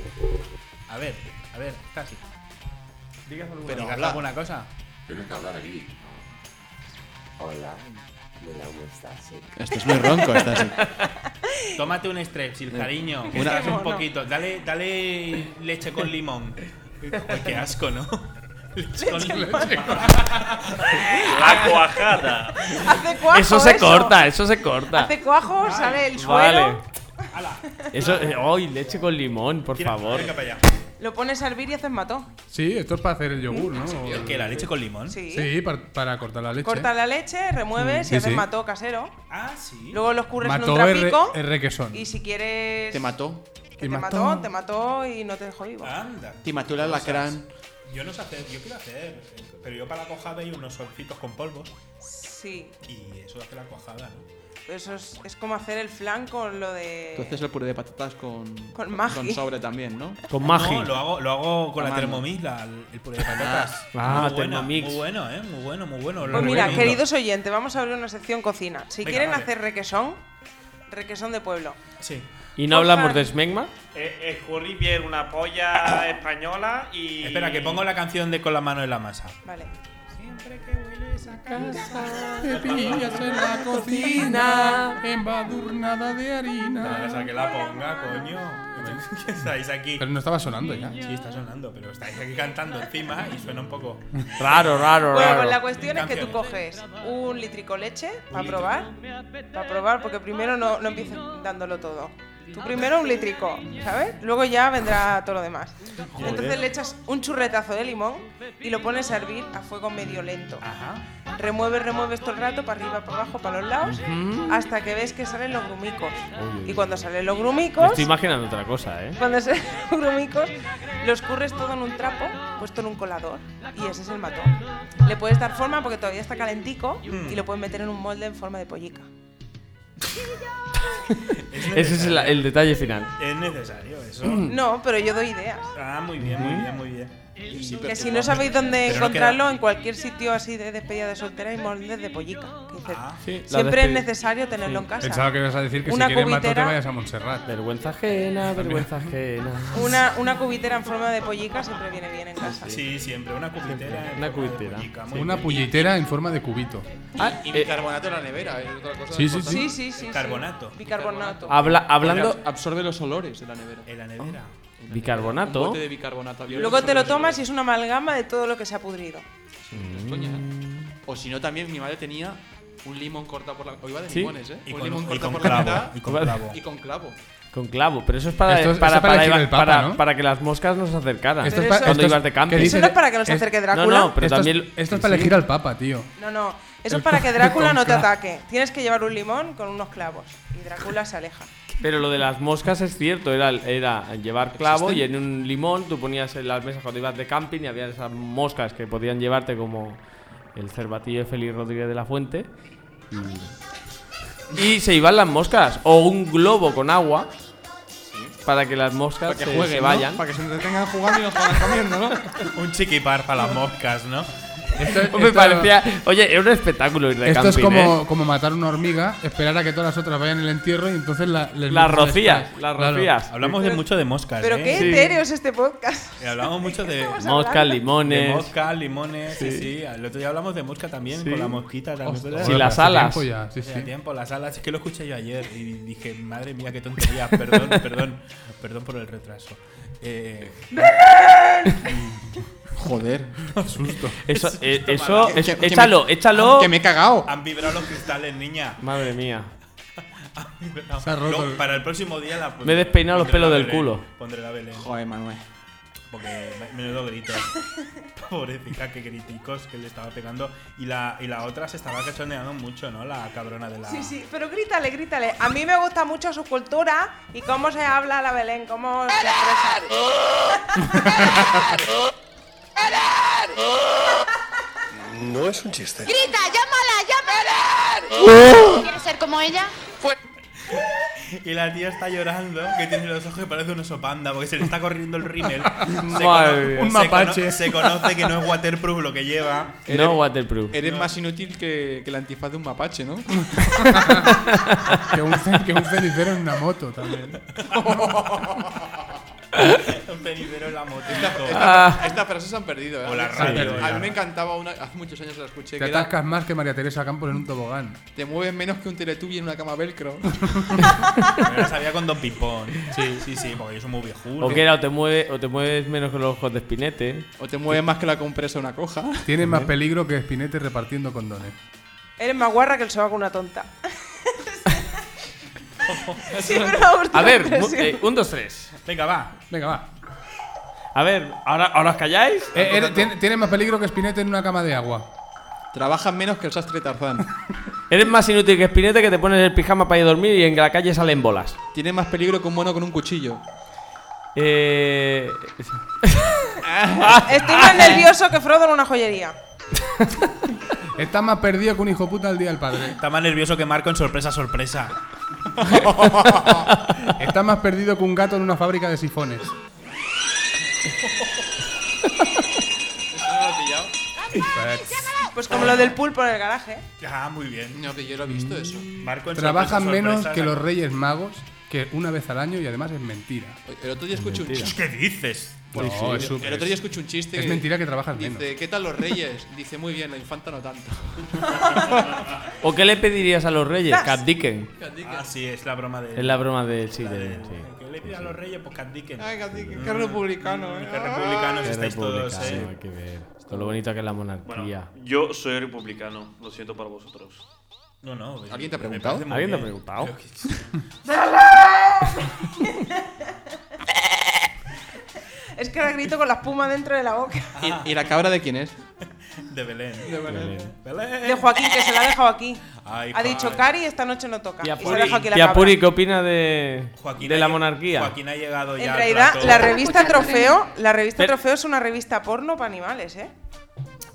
A ver, a ver, está así. Digas alguna, Pero digas habla. alguna cosa. Tienes que hablar aquí. Hola, me llamo Stasek. Estás muy ronco, Stasek. <laughs> Tómate un strepsil, cariño. Que Una- estás un poquito. Dale, dale leche con limón. Ay, qué asco, ¿no? <laughs> Leche con limón. <laughs> A cuajada. Hace cuajo Eso se corta, eso se corta. Hace cuajo, sale el suelo. Vale. Eso, eh, ¡ay! leche con limón, por favor. Lo pones a hervir y haces mató. Sí, esto es para hacer el yogur, ¿no? O- ¿Qué, la leche con limón? Sí. Sí, par- para cortar la leche. Mm, Cortas la leche, remueves Sí, y haces sí. mató casero. Ah, sí. Luego lo escurres en Mató un es re- trapico. es requesón. Y si quieres. Te mató. que te mató, te mató y no te dejó vivo. Anda. Te mató el alacrán. Yo no sé hacer, yo quiero hacer. Pero yo para la cojada hay unos solcitos con polvo. Sí. Y eso hace la cojada, ¿no? Eso es, es como hacer el flan con lo de. Tú haces el puré de patatas con. Con Maggi. Con sobre también, ¿no? No, lo hago, lo hago con la A mano. Thermomix, la- el puré de patatas. Ah, Muy buena, Thermomix. Muy bueno, eh. Muy bueno, muy bueno. Lo Pues mira, recomiendo. queridos oyentes, vamos a abrir una sección cocina. Si Venga, quieren vale. hacer requesón, requesón de pueblo. Sí. ¿Y no hablamos de Smegma? Eh, escurrí bien una polla española y. Espera, que pongo la canción de Con la mano en la masa. Vale. Siempre que hueles a casa, Te pillas en la cocina, embadurnada de harina. Esa que <laughs> la ponga, coño. <laughs> Que estáis aquí. Pero no estaba sonando ya. Sí, está sonando, pero estáis aquí cantando encima y suena un poco. Raro, raro, Bueno, raro. pues la cuestión es que tú Canciones. coges un litrico leche para probar. Para probar, porque primero no, no empieces dándolo todo. Tú primero un litrico, ¿sabes? Luego ya vendrá todo lo demás. Joder. Entonces le echas un churretazo de limón y lo pones a hervir a fuego medio lento. Remueves, remueves todo el rato, para arriba, para abajo, para los lados, hasta que ves que salen los grumicos. Uy, uy, Y cuando salen los grumicos, Me estoy imaginando otra cosa, ¿eh? cuando <laughs> se grumicos, los curres todo en un trapo, puesto en un colador. Y ese es el matón. Le puedes dar forma porque todavía está calentico Mm. y lo puedes meter en un molde en forma de pollica. Ese es el, el detalle final. Es necesario eso. <clears throat> No, pero yo doy ideas. Ah, muy bien, muy bien, muy bien. que si no sabéis dónde Pero no encontrarlo, queda- en cualquier sitio así de despedida de soltera hay moldes de pollica. que dices, Ah, Sí, la siempre es despedi- necesario tenerlo en casa. Pensaba que ibas a decir que Una si quieres mató te cubitera. vayas a Montserrat. Vergüenza ajena, vergüenza ajena. Una, una cubitera en forma de pollica siempre viene bien en casa. Sí, siempre, una cubitera. Una cubitera. Una pullitera en forma de cubito. Ah, eh. y bicarbonato en la nevera, es otra cosa. Pues Sí, sí, importante. Sí, sí, sí. sí. Carbonato. Bicarbonato. Habla- hablando. Porque absorbe los olores de la nevera. Ah. En la nevera. Un Bicarbonato. bote de bicarbonato abierto Luego te absorbe lo los tomas y es una amalgama de todo lo que se ha pudrido. olores. Coña. O si no, también mi madre tenía un limón cortado por la. O iba de Sí. limones, ¿eh? Y un con- limón y con cortado por clavo, la mitad. y con clavo. Y con clavo. Con clavo, pero eso es para, Esto es- para, eso para para, elegir el papa, para- ¿no? para que las moscas nos acercaran. Esto es pa- cuando esto es- ibas de ¿qué cambio. dices? Eso no es para que nos Es- acerque No, Drácula. no, pero esto también. Es, esto es para elegir al papa, tío. No, no. Eso El es para que con- Drácula con no te clavo. ataque. Tienes que llevar un limón con unos clavos. Y Drácula se aleja. Pero lo de las moscas es cierto, era, era llevar clavo y en un limón tú ponías en las mesas cuando ibas de camping y había esas moscas que podían llevarte como el cervatillo de Félix Rodríguez de la Fuente. Y, y se iban las moscas o un globo con agua para que las moscas Para que se, jueguen, se ¿no? vayan. Para que se entretengan jugando y no juegan comiendo, ¿no? <laughs> Un chiquipar para las moscas, ¿no? <laughs> Hombre, esto- parecía. Oye, era un espectáculo ir de Esto es camping, como, ¿eh? como matar una hormiga, esperar a que todas las otras vayan en el entierro y entonces la, les Las metes al rocías, splash. las rocías. Hablamos de mucho de moscas. Pero ¿eh? qué etéreo es este podcast. Y hablamos mucho de estamos Mosca, hablando? limones. De mosca, limones, sí. sí, Sí. El otro día hablamos de mosca también, Sí. con la mosquita. ¿te Ostras, acuerdas? Sí, las hace alas. tiempo ya, sí, Hace sí. tiempo, las alas. Es que lo escuché yo ayer y dije, madre mía, qué tontería. Perdón, perdón, perdón por el retraso. Eh, <laughs> Joder. <laughs> Susto. Eso, Susto, eh, madre. eso, Que- eso- que me- échalo, échalo. Han vibrado los cristales, niña. Madre mía. Han vibrado. Se ha roto Lo- el- para el próximo día la Me he despeinado los pondré pelos la del Belén, culo. Pondré la Belén. Joder, Manuel. Porque me- menudo grito. Pobrecita, que griticos que le estaba pegando. Y la, y la otra se estaba cachoneando mucho, ¿no? La cabrona de la. Sí, sí, pero grítale, grítale. A mí me gusta mucho su cultura y cómo se habla la Belén, cómo se expresa. ¡Ah! No es un Este. chiste. ¡Grita! ¡Llámala! ¡Oh! ¡Llámala! ¿Quieres ser como ella? Y la tía está llorando, que tiene los ojos que parece un oso panda, porque se le está corriendo el rímel. Se Madre mía. cono- Un se cono- mapache. Se conoce que no es waterproof lo que lleva. No waterproof. Eres más inútil que, que el antifaz de un mapache, ¿no? <laughs> Que un, ce- que un cenicero en una moto también. Un cenicero en la moto. Esta- Ah. Estas frases se han perdido, ¿eh? O la Sí. radio, A ya. mí me encantaba una. Hace muchos años la escuché. Te que era, atascas más que María Teresa Campos en un tobogán. Te mueves menos que un teletubby en una cama <laughs> velcro. Me la <laughs> sabía con Don Pipón. Sí, sí, sí, porque yo soy muy viejuno. O que era, o te, mueve, o te mueves menos que los ojos de espinete. O te mueves más que la compresa de una coja. Tiene más peligro que Espinete repartiendo condones. Eres más guarra que el sobaco <laughs> una tonta. Siempre me ha gustado A ver, la mu- expresión. eh, un, dos, tres. Venga, va. Venga, va. A ver, ¿ahora, ahora os calláis? Eh, eh, tiene, tiene más peligro que Espinete en una cama de agua. Trabajan menos que el sastre Tarzán. <laughs> Eres más inútil que espinete que te pones el pijama para ir a dormir y en la calle salen bolas. Tiene más peligro que un mono con un cuchillo. Eh. <laughs> <laughs> Estoy más nervioso que Frodo en una joyería. Está más perdido que un hijo puta al día del <laughs> padre. Está más nervioso que Marco en sorpresa, sorpresa. Está más perdido que un gato en una fábrica de sifones. <laughs> Pues como lo del pulpo en el garaje. Ah, muy bien. No, que yo lo he visto eso. Marco en Trabajan sorpresa, menos sorpresa, que los la- reyes magos, que una vez al año y además es mentira. El otro día escuché un chiste. ¿Qué dices? Bueno, Sí, es sí. súper- el otro día escuché un chiste. Es mentira que trabajas dice, menos. ¿qué tal los reyes? Dice, muy bien, la infanta no tanto. ¿O qué le pedirías a los reyes? Zas. Cat Dickens. Ah, sí, es la broma de. Es la broma de sí, de- de- sí. que le pide a los reyes? Pues Cat Dickens. Ay, Cat Dickens, qué republicano, eh. Mm, Qué republicanos Qué estáis todos, republicano, eh. hay que ver. Esto, lo bonito que es la monarquía. Yo soy republicano, lo siento para vosotros. No, no. ¿Alguien te ha me preguntado? parece muy ¿Alguien te ha bien. preguntado? Creo que- Es que ahora grito con la espuma dentro de la boca. Ah. ¿Y, y la cabra de quién es? De Belén. De Belén. Belén. De Joaquín, que se la ha dejado aquí. Ay, ha dicho joder. Cari, esta noche no toca. Y, Tía se la ha dejado aquí la Tía cabra. Puri, ¿qué opina de, Joaquín de ha la lle- monarquía? Joaquín ha llegado ya. En al realidad, plato. la revista Escucha, Trofeo, la revista Pero- Trofeo es una revista porno para animales, ¿eh?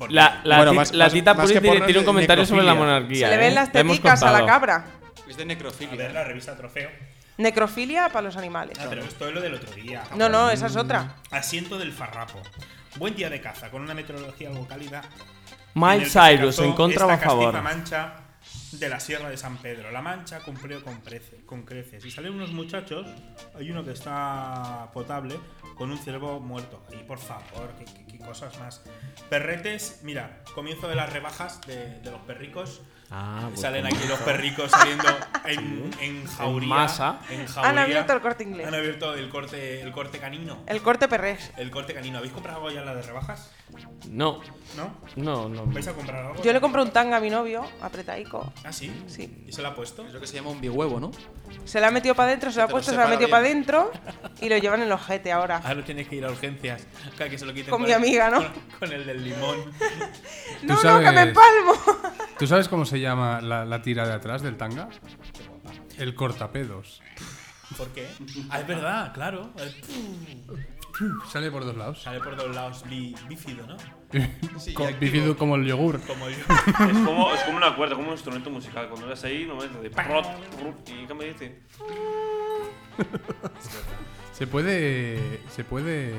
La, la, Bueno, ti- más- la más- tita más Puri que tiene, porno, tiene un es comentario sobre la necrofilia. monarquía. Se le ven ¿eh? las Te hemos teticas a la contado. cabra. Es de A ver, necrofilia. la revista Trofeo. Necrofilia para los animales. Ah, pero esto es lo del otro día. Mm. No, no, esa es otra. Asiento del farrapo. Buen día de caza, con una meteorología algo cálida. Miles en el que se Cyrus, cazó ¿en contra o a esta castiza favor? mancha de la Sierra de San Pedro. La mancha cumplió con, prece- con creces. Y salen unos muchachos, hay uno que está potable, con un ciervo muerto. Y por favor, qué, qué- qué cosas más. Perretes, mira, comienzo de las rebajas de, de los perricos. Ah, pues salen como aquí los está. perricos saliendo en, en jauría. masa. en Han jauría. abierto el corte inglés. Han abierto el corte, el corte canino. El corte perrés. El corte canino. ¿Habéis comprado algo ya en la de rebajas? No. ¿No? No, no. ¿Vais a comprar algo? Yo le compré un tanga a mi novio, apretaico. ¿Ah, sí? Sí. ¿Y se lo ha puesto? Creo que se llama un bihuevo, ¿no? Se la ha metido para adentro, se la ha te lo puesto, se la ha separa metido bien. para adentro y lo llevan en el ojete ahora. Ahora Ah, tienes que ir a urgencias. Claro, que se lo quiten Con mi el- amiga, ¿no? Con, con el del <laughs> limón. No, ¿Tú no, que me sabes- empalmo. <laughs> ¿Tú sabes cómo se llama la, la tira de atrás del tanga? El cortapedos. ¿Por qué? Ah, es verdad, claro. Eh, Sale por dos lados. Sale por dos lados, bi- bífido, ¿no? <laughs> Co- Vivido como el yogur. Como yo. Es como, es como una cuerda, como un instrumento musical. Cuando le das ahí, no ves de prot, prut, y ¿qué me dice? Se puede. Se puede.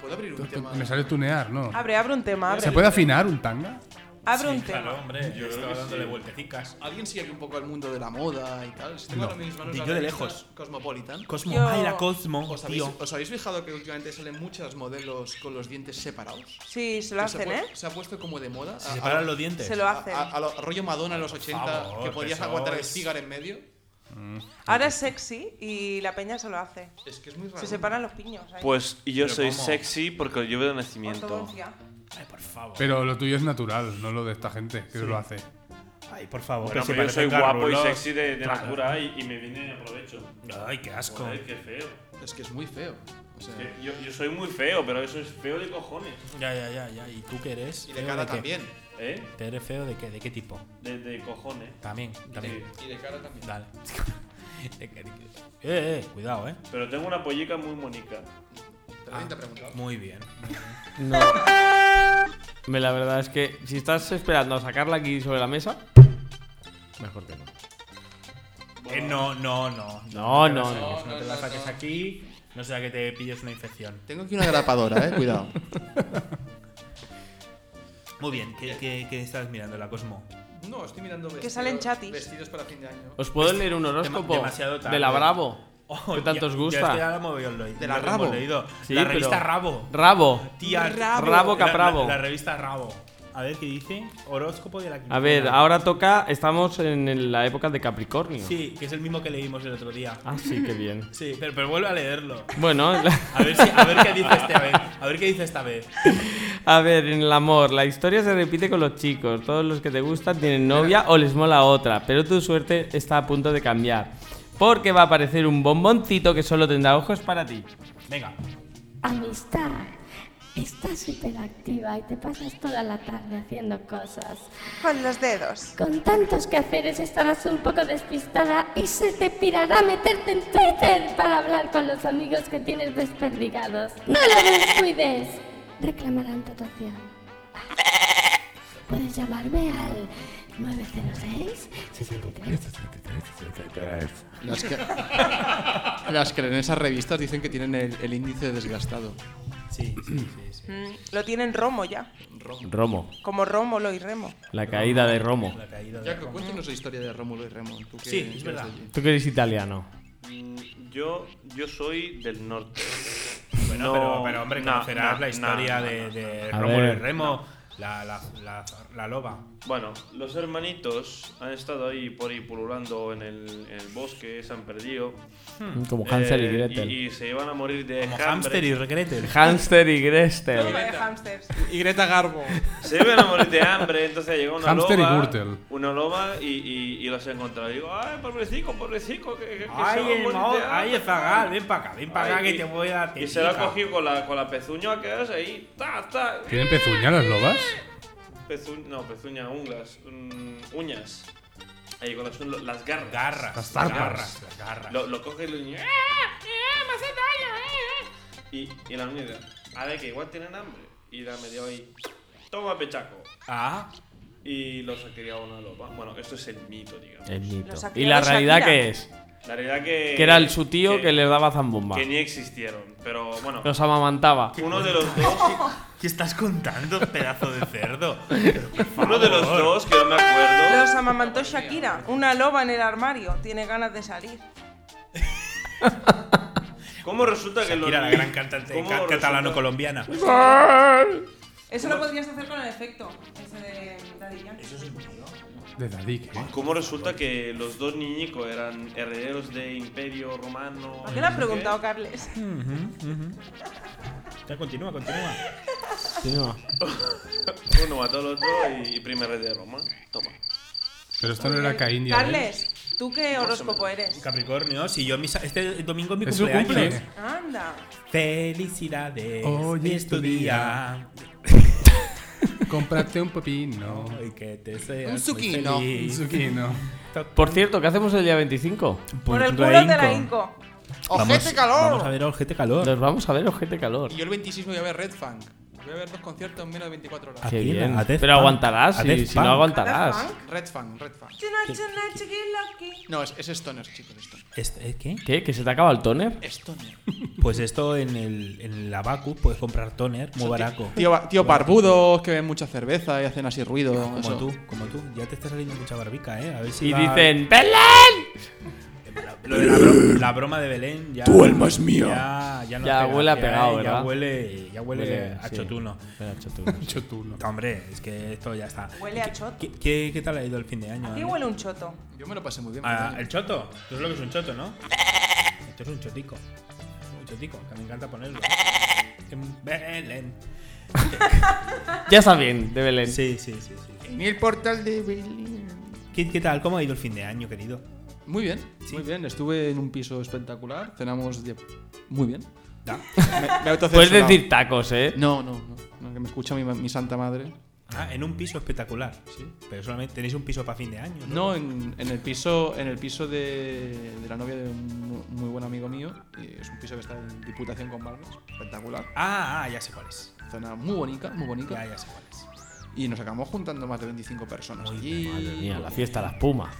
¿Puedo abrir tu- tu- Me sale tunear, ¿no? Abre, abre un tema, abre. ¿Se puede afinar un tanga? Abre un Sí, tema. Claro, hombre, yo estaba dándole vueltecicas. ¿Alguien sigue aquí un poco al mundo de la moda y tal? Si tengo No. ahora mis manos Y la yo de revista lejos. Cosmopolitan. Cosmo. Yo- Ay, la Cosmo, ¿Os habéis, tío. os habéis fijado que últimamente salen muchas modelos con los dientes separados? Sí, se lo Que hacen, ha ¿eh? pu- Se ha puesto como de moda. Se separan los dientes. Se lo hacen. A, a lo- rollo Madonna en los 80, favor, que podías que eso aguantar el es- cigar en medio. Mm. Ahora es sexy y la peña se lo hace. Es que es muy raro. Se separan los piños. ahí. Pues y yo Pero soy ¿cómo? sexy porque yo veo de nacimiento. Ortodoncia. Ay, por favor. Pero lo tuyo es natural, no lo de esta gente que lo hace. Ay, por favor. Bueno, que se pero yo soy parecen guapo y garrulos. sexy de, de Claro. natura y, y me viene a provecho. Ay, qué asco. Joder, qué feo. Es que es muy feo. O sea, Que Yo, yo soy muy feo, pero eso es feo de cojones. Ya, ya, ya, ya. ¿Y tú qué eres? Y de ¿Feo cara qué? también. ¿Eh? ¿Te eres feo de qué? ¿De qué tipo? De, de cojones. También, también. Y de cara también. Dale. <laughs> De que- de que- eh, eh, cuidado, eh. Ah. Pero tengo una pollica muy monica. También te ha preguntado. Muy bien. No. Me la verdad es que si estás esperando a sacarla aquí sobre la mesa, mejor que no. Eh, no, no, no. No, te la no, saques, no. No te la saques aquí. No sea que te pilles una infección. Tengo aquí una grapadora, eh. Cuidado. <laughs> Muy bien, ¿qué, qué, qué estás mirando? La Cosmo. No, estoy mirando vestidos. salen chatis. Vestidos para fin de año. ¿Os puedo leer un horóscopo Dema- demasiado tarde. de la Bravo? Oh, ¿Qué tanto ya- os Ya, es que gusta? ya la hemos leído. De la Ya la Rabo. hemos leído. Sí, la pero- revista Rabo. Rabo. Tía, Rabo. Rabo Capravo. La, la- la revista Rabo. A ver qué dice. Horóscopo de la quincena. A ver, ahora toca, estamos en la época de Capricornio. Sí, que es el mismo que leímos el otro día. Ah, sí, qué bien. Sí, pero, pero vuelve a leerlo. Bueno, <laughs> A ver, si- a ver qué dice esta vez. A ver qué dice esta vez. a ver, en el amor, la historia se repite con los chicos. Todos los que te gustan tienen novia o les mola otra, pero tu suerte está a punto de cambiar. Porque va a aparecer un bomboncito que solo tendrá ojos para ti. Venga. Amistad. Estás hiperactiva y te pasas toda la tarde haciendo cosas. Con los dedos. Con tantos quehaceres estarás un poco despistada y se te pirará meterte en Twitter para hablar con los amigos que tienes desperdigados. ¡No lo descuides! Reclamarán tu atención. Puedes llamarme al 906 63 Las ¡Eh, que, las que leen esas revistas dicen que tienen el, el índice desgastado. Sí, sí, sí. Mm, Lo tienen romo ya. Romo, Como Rómulo y Remo. la caída de Romo. La caída de Ya que cuéntanos la historia de Rómulo y Remo. ¿Tú que Sí, es eres verdad. de allí. Tú que eres italiano. Mm, Yo, yo soy del norte. <laughs> Bueno, No, pero, pero hombre, na- conocerás na- la historia na- de, na- de na- na. Rómulo A y ver. Remo, la, la, la, la loba. Bueno, los hermanitos han estado ahí por ahí pululando en el, en el bosque, se han perdido. Hmm. Eh, Como Hansel y Gretel. Y, y se iban a morir de Como hambre. hámster y Gretel. Hamster y Grestel. Turba de hamsters. Y Greta Garbo. Se iban a morir de hambre, entonces llegó una Hámster y loba. Gürtel. Una loba y, y, y los encontró. Y digo, ay, pobrecico, pobrecico, que, que, que se Ay, va a morir el de mo- ay, hambre". el zagal, ven para acá, ven para acá Ay, que y- te voy a dar Y se la ha tetita. cogido con la, con la pezuña, quedarse ahí. ¡Ta, ta! ¿Tienen pezuña las lobas? Pezu- no, pezuña, unglas, mm, uñas. Ahí con las, un- las garras. Garras, Las las zarpas. garras, las garras. Lo, lo coge y lo eh, niña. Y, y la unidad. A ver, que igual tienen hambre. Y la metió ahí. Toma pechaco. Ah, Y los ha criado una loba. Bueno, esto es el mito, digamos. El mito. Los ha ¿Y la criado realidad Shakira. qué es? La realidad que. Que era el su tío que le daba zambomba. Que ni existieron. Pero bueno, Los amamantaba. uno de los dos. ¿qué estás contando, <laughs> pedazo de cerdo? Uno de los dos, que no me acuerdo. Los amamantó Shakira. Una loba en el armario. Tiene ganas de salir. ¿Cómo resulta que los. Mira, la gran cantante ¿cómo ca- resulta- catalano-colombiana. Eso lo podrías hacer con el efecto. Ese de Daddy Yankee. De Dalí, ¿qué? ¿Cómo resulta que los dos niñicos eran herederos de Imperio Romano? ¿Por qué lo has preguntado, Carles? Ya, continúa, continúa. Continúa. Uno mató al otro y primer rey de Roma. Toma. Pero esto no era Caín y Abel. Carles, ¿tú qué horóscopo eres? Capricornio, si yo misa, este domingo es mi ¿Es su cumpleaños. cumple? Anda. Felicidades. Oh, Hoy es tu día. Cómprate un pepino. Ay, que te seas Un muy zucchino. feliz. <laughs> Un zucchino. Por cierto, ¿qué hacemos el día 25? Pues Por el culo de la Inco. Vamos- calor! Vamos a ver Ojete Calor. Nos vamos a ver Ojete Calor. Y yo el 26 voy a ver Red Funk. Voy a ver dos conciertos en menos de 24 horas. Qué Aquí, bien. a Death Pero Punk. aguantarás, A si- Death si no Punk. aguantarás. Red Funk, Red Funk. Chuna, chuna, chiquilaqui. No, es, es Stoners, chicos, esto. Este- ¿eh, ¿Qué? ¿Qué? ¿Que se te acaba el toner? Stoner. Pues esto en el en la Baku puedes comprar toner muy barato. Tío, ba- tío barbudos que beben mucha cerveza y hacen así ruido. Como eso. tú, como tú. Ya te está saliendo mucha barbica, ¿eh? A ver si Y va- dicen, ¡Belén! Lo de la, bro- la broma de Belén ya. Tu alma es mía. Ya, ya, no Ya hace huele a gracia, pegado, ¿eh? ¿verdad? Ya huele, ya huele, Huele, a sí. chotuno. Huele a <laughs> chotuno, sí. Hombre, es que esto ya está. Huele a ¿Qué- choto. ¿Qué, qué, qué tal ha ido el fin de año? Aquí Ana? huele un choto. Yo me lo pasé muy bien. Ah, el choto. Tú es lo que es un choto, ¿no? Esto es un chotico. Un chotico, que me encanta ponerlo. En Belén. Ya está bien, de Belén. Sí, sí, sí. En el portal de Berlín. ¿Qué, qué tal? ¿Cómo ha ido el fin de año, querido? Muy bien, muy bien. Estuve en un piso espectacular. Cenamos de- muy bien. Ya. Me- me he autocensurado. Puedes decir tacos, ¿eh? No, no, no. no, que me escucha mi, ma- mi santa madre. Ah, en un piso espectacular. Sí. Pero solamente tenéis un piso para fin de año. No, en, en el piso, en el piso de, de la novia de un mu- muy buen amigo mío. y es un piso que está en Diputación con Barbas. Espectacular. Ah, ah, ya sé cuál es. Zona muy bonita, muy bonita. Ya, ya sé cuál es. Y nos acabamos juntando más de 25 personas allí. Madre mía, la fiesta de las pumas.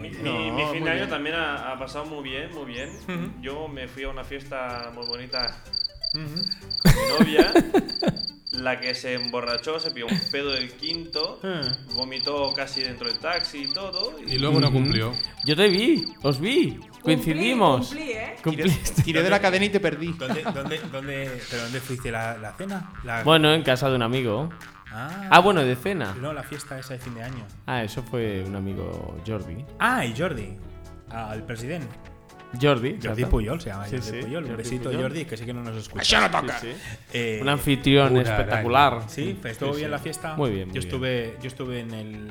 Mi, No, mi- mi muy fin de año bien. también ha, ha pasado muy bien, muy bien. Yo me fui a una fiesta muy bonita con mi novia. La que se emborrachó, se pilló un pedo del quinto, Hmm. vomitó casi dentro del taxi y todo. Y luego no Ujú. cumplió. Mm-hmm. Yo te vi, os vi, coincidimos. cumplí, ¿eh? Cumpliste. Tiré de la cadena y te perdí. ¿Dónde, dónde, dónde, pero dónde fuiste la, la cena? La- Bueno, en casa de un amigo. Ah. Ah, bueno, de cena. No, la fiesta esa de fin de año. Ah, eso fue un amigo Jordi. Ah, y Jordi. Al presidente. Jordi. Jordi exacto. Puyol se llama. Sí, Jordi sí, Puyol. Un Jordi besito, Puyol. Jordi, que sé que no nos escucha. Eso no toca. Sí, sí. Un anfitrión una espectacular. araña. Sí, pues, estuvo Sí, bien sí. la fiesta. Muy bien, muy yo bien. estuve, Yo estuve en, el,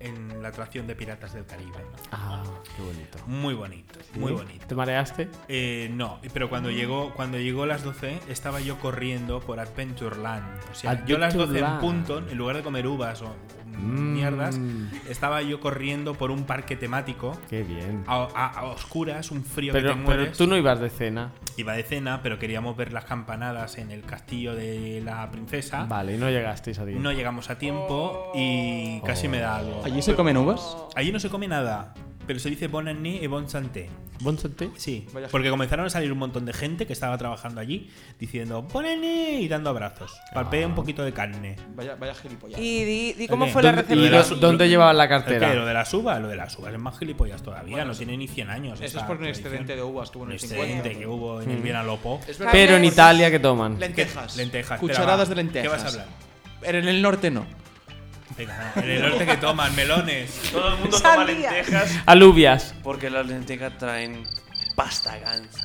en la atracción de Piratas del Caribe. Ah, qué bonito. Muy bonito, muy ¿Sí? bonito. ¿Te mareaste? Eh, no, pero cuando llegó, cuando llegó las 12 estaba yo corriendo por Adventureland. O sea, yo a las 12 en Adventureland. punto, en lugar de comer uvas o Mm. mierdas, estaba yo corriendo por un parque temático. Qué bien. A, a- a oscuras, un frío que Pero, te mueres. pero tú no ibas de cena. Iba de cena, pero queríamos ver las campanadas en el castillo de la princesa. Vale, y no llegasteis a tiempo. No llegamos a tiempo y casi me da algo. ¿Allí se comen uvas? Allí no se come nada, pero se dice bon année et bon santé. ¿Bon santé? Sí, Vaya porque comenzaron a salir un montón de gente que estaba trabajando allí diciendo bon année y dando abrazos. Ah. Palpé un poquito de carne. Vaya, vaya gilipollas. Y di, di ¿El cómo qué? fue la ¿Dónde- recepción. ¿Y dó- dónde llevaban la cartera? ¿El qué? ¿Lo de las uvas? Lo de las uvas es más gilipollas todavía, no tiene ni 100 años. Eso esa es por un tradición. excedente de uvas que hubo en Un el 50. excedente que hubo en el Mm. Viena Lopo. Es verdad. Pero en Porque- Italia, ¿qué toman? Lentejas. Lentejas. Cucharadas de Espera, va. lentejas. ¿Qué vas a hablar? Pero en el norte no. Venga, en el norte que toman melones. Todo el mundo toma Sandía. lentejas Alubias. porque las lentejas traen pasta gansa.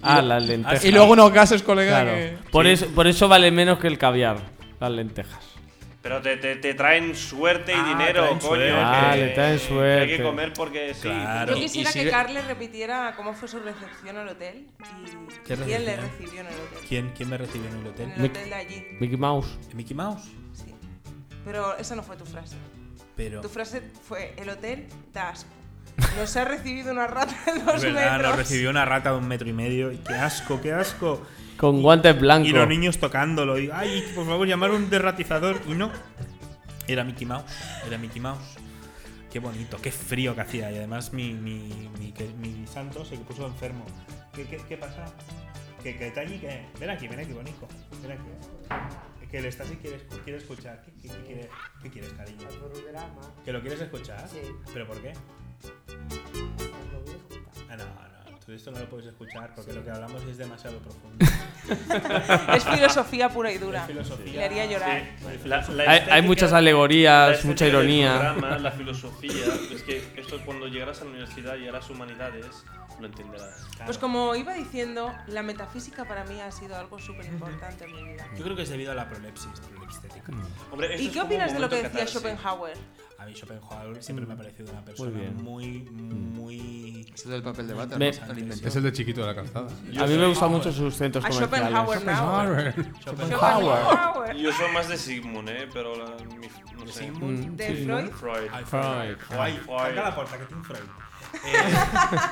Ah, las lentejas. Y luego unos gases, colega. Claro. que- Por, eso, por eso vale menos que el caviar, las lentejas. Pero te, te- te traen suerte y Ah, dinero, traen coño. suerte. Ah, que- Vale, traen que Hay suerte. que comer porque sí. Claro. Yo Y- y quisiera sigue- que Carles repitiera cómo fue su recepción al hotel y ¿Qué quién le recepción? recibió en el hotel. ¿Quién, quién me recibió en el hotel? En el hotel de allí. Mickey Mouse. Mickey Mouse. Sí. Pero esa no fue tu frase. Pero. Tu frase fue: el hotel da asco. Nos ha recibido una rata de Es dos verdad, metros. nos recibió una rata de un metro y medio. Y qué asco, qué asco. Con guantes blancos. Y los niños tocándolo. Y, ay, por favor, llamar a un derratizador. Y no. Era Mickey Mouse. Era Mickey Mouse. Qué bonito, qué frío que hacía. Y además mi, mi, mi, que- mi santo se puso enfermo. ¿Qué, qué, qué pasa? ¿Qué, qué está allí? ¿Qué? Ven aquí, ven aquí, bonito. Ven aquí. Es Que el Stasi quiere, escu- quiere escuchar. ¿Qué, qué- qué quiere- qué quieres, cariño? ¿Que lo quieres escuchar? Sí. ¿Pero por qué? Ah, no, no. Tú esto no lo puedes escuchar porque lo que hablamos es demasiado profundo. <laughs> Es filosofía pura y dura. Es filosofía. Y le haría llorar. La- la Hay, hay estética- muchas la alegorías, estética mucha del ironía. <laughs> programa, la filosofía. Es que esto cuando llegarás a la universidad y harás humanidades, lo entenderás. Pues como iba diciendo, la metafísica para mí ha sido algo súper importante en mi vida. Yo creo que es debido a la prolepsis, prolepstética. Hombre, esto ¿Y es qué como opinas un de lo que momento decía catarsis. Schopenhauer? A mí Schopenhauer siempre me ha parecido una persona bien. muy, muy... Mm. Es el del papel de bata. Me- ¿no? Se lo inventó. Es el de chiquito de la calzada. A mí me gustan mucho sus centros A Schopenhauer comerciales. now. Schopenhauer. Schopenhauer. Schopenhauer. Yo soy más de Sigmund, ¿eh? Pero la- mi- no no sé. Sigmund de Freud. Freud. Ay, Mm, Freud. Ay, Freud. Tranca la puerta, que tiene <laughs> Freud. Eh,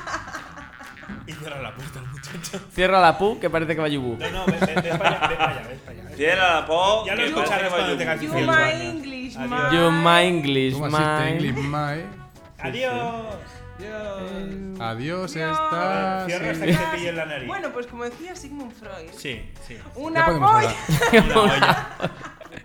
y cierra la puerta el muchacho. Cierra la pu, que parece que va Yubu. No, no, ven, ven, ven para allá, ven para allá, ven para allá. Cierra la po. Ya lo que escucharás parece que va cuando Yubu. tengas You my English, my. You my English, ¿Cómo asiste my. English, my? Adiós. Adiós, eh. A está. ver, cierra sí. hasta que te pille en la nariz. Bueno, pues como decía Sigmund Freud. Sí, sí. <laughs> Una podemos polla. Una olla. <laughs>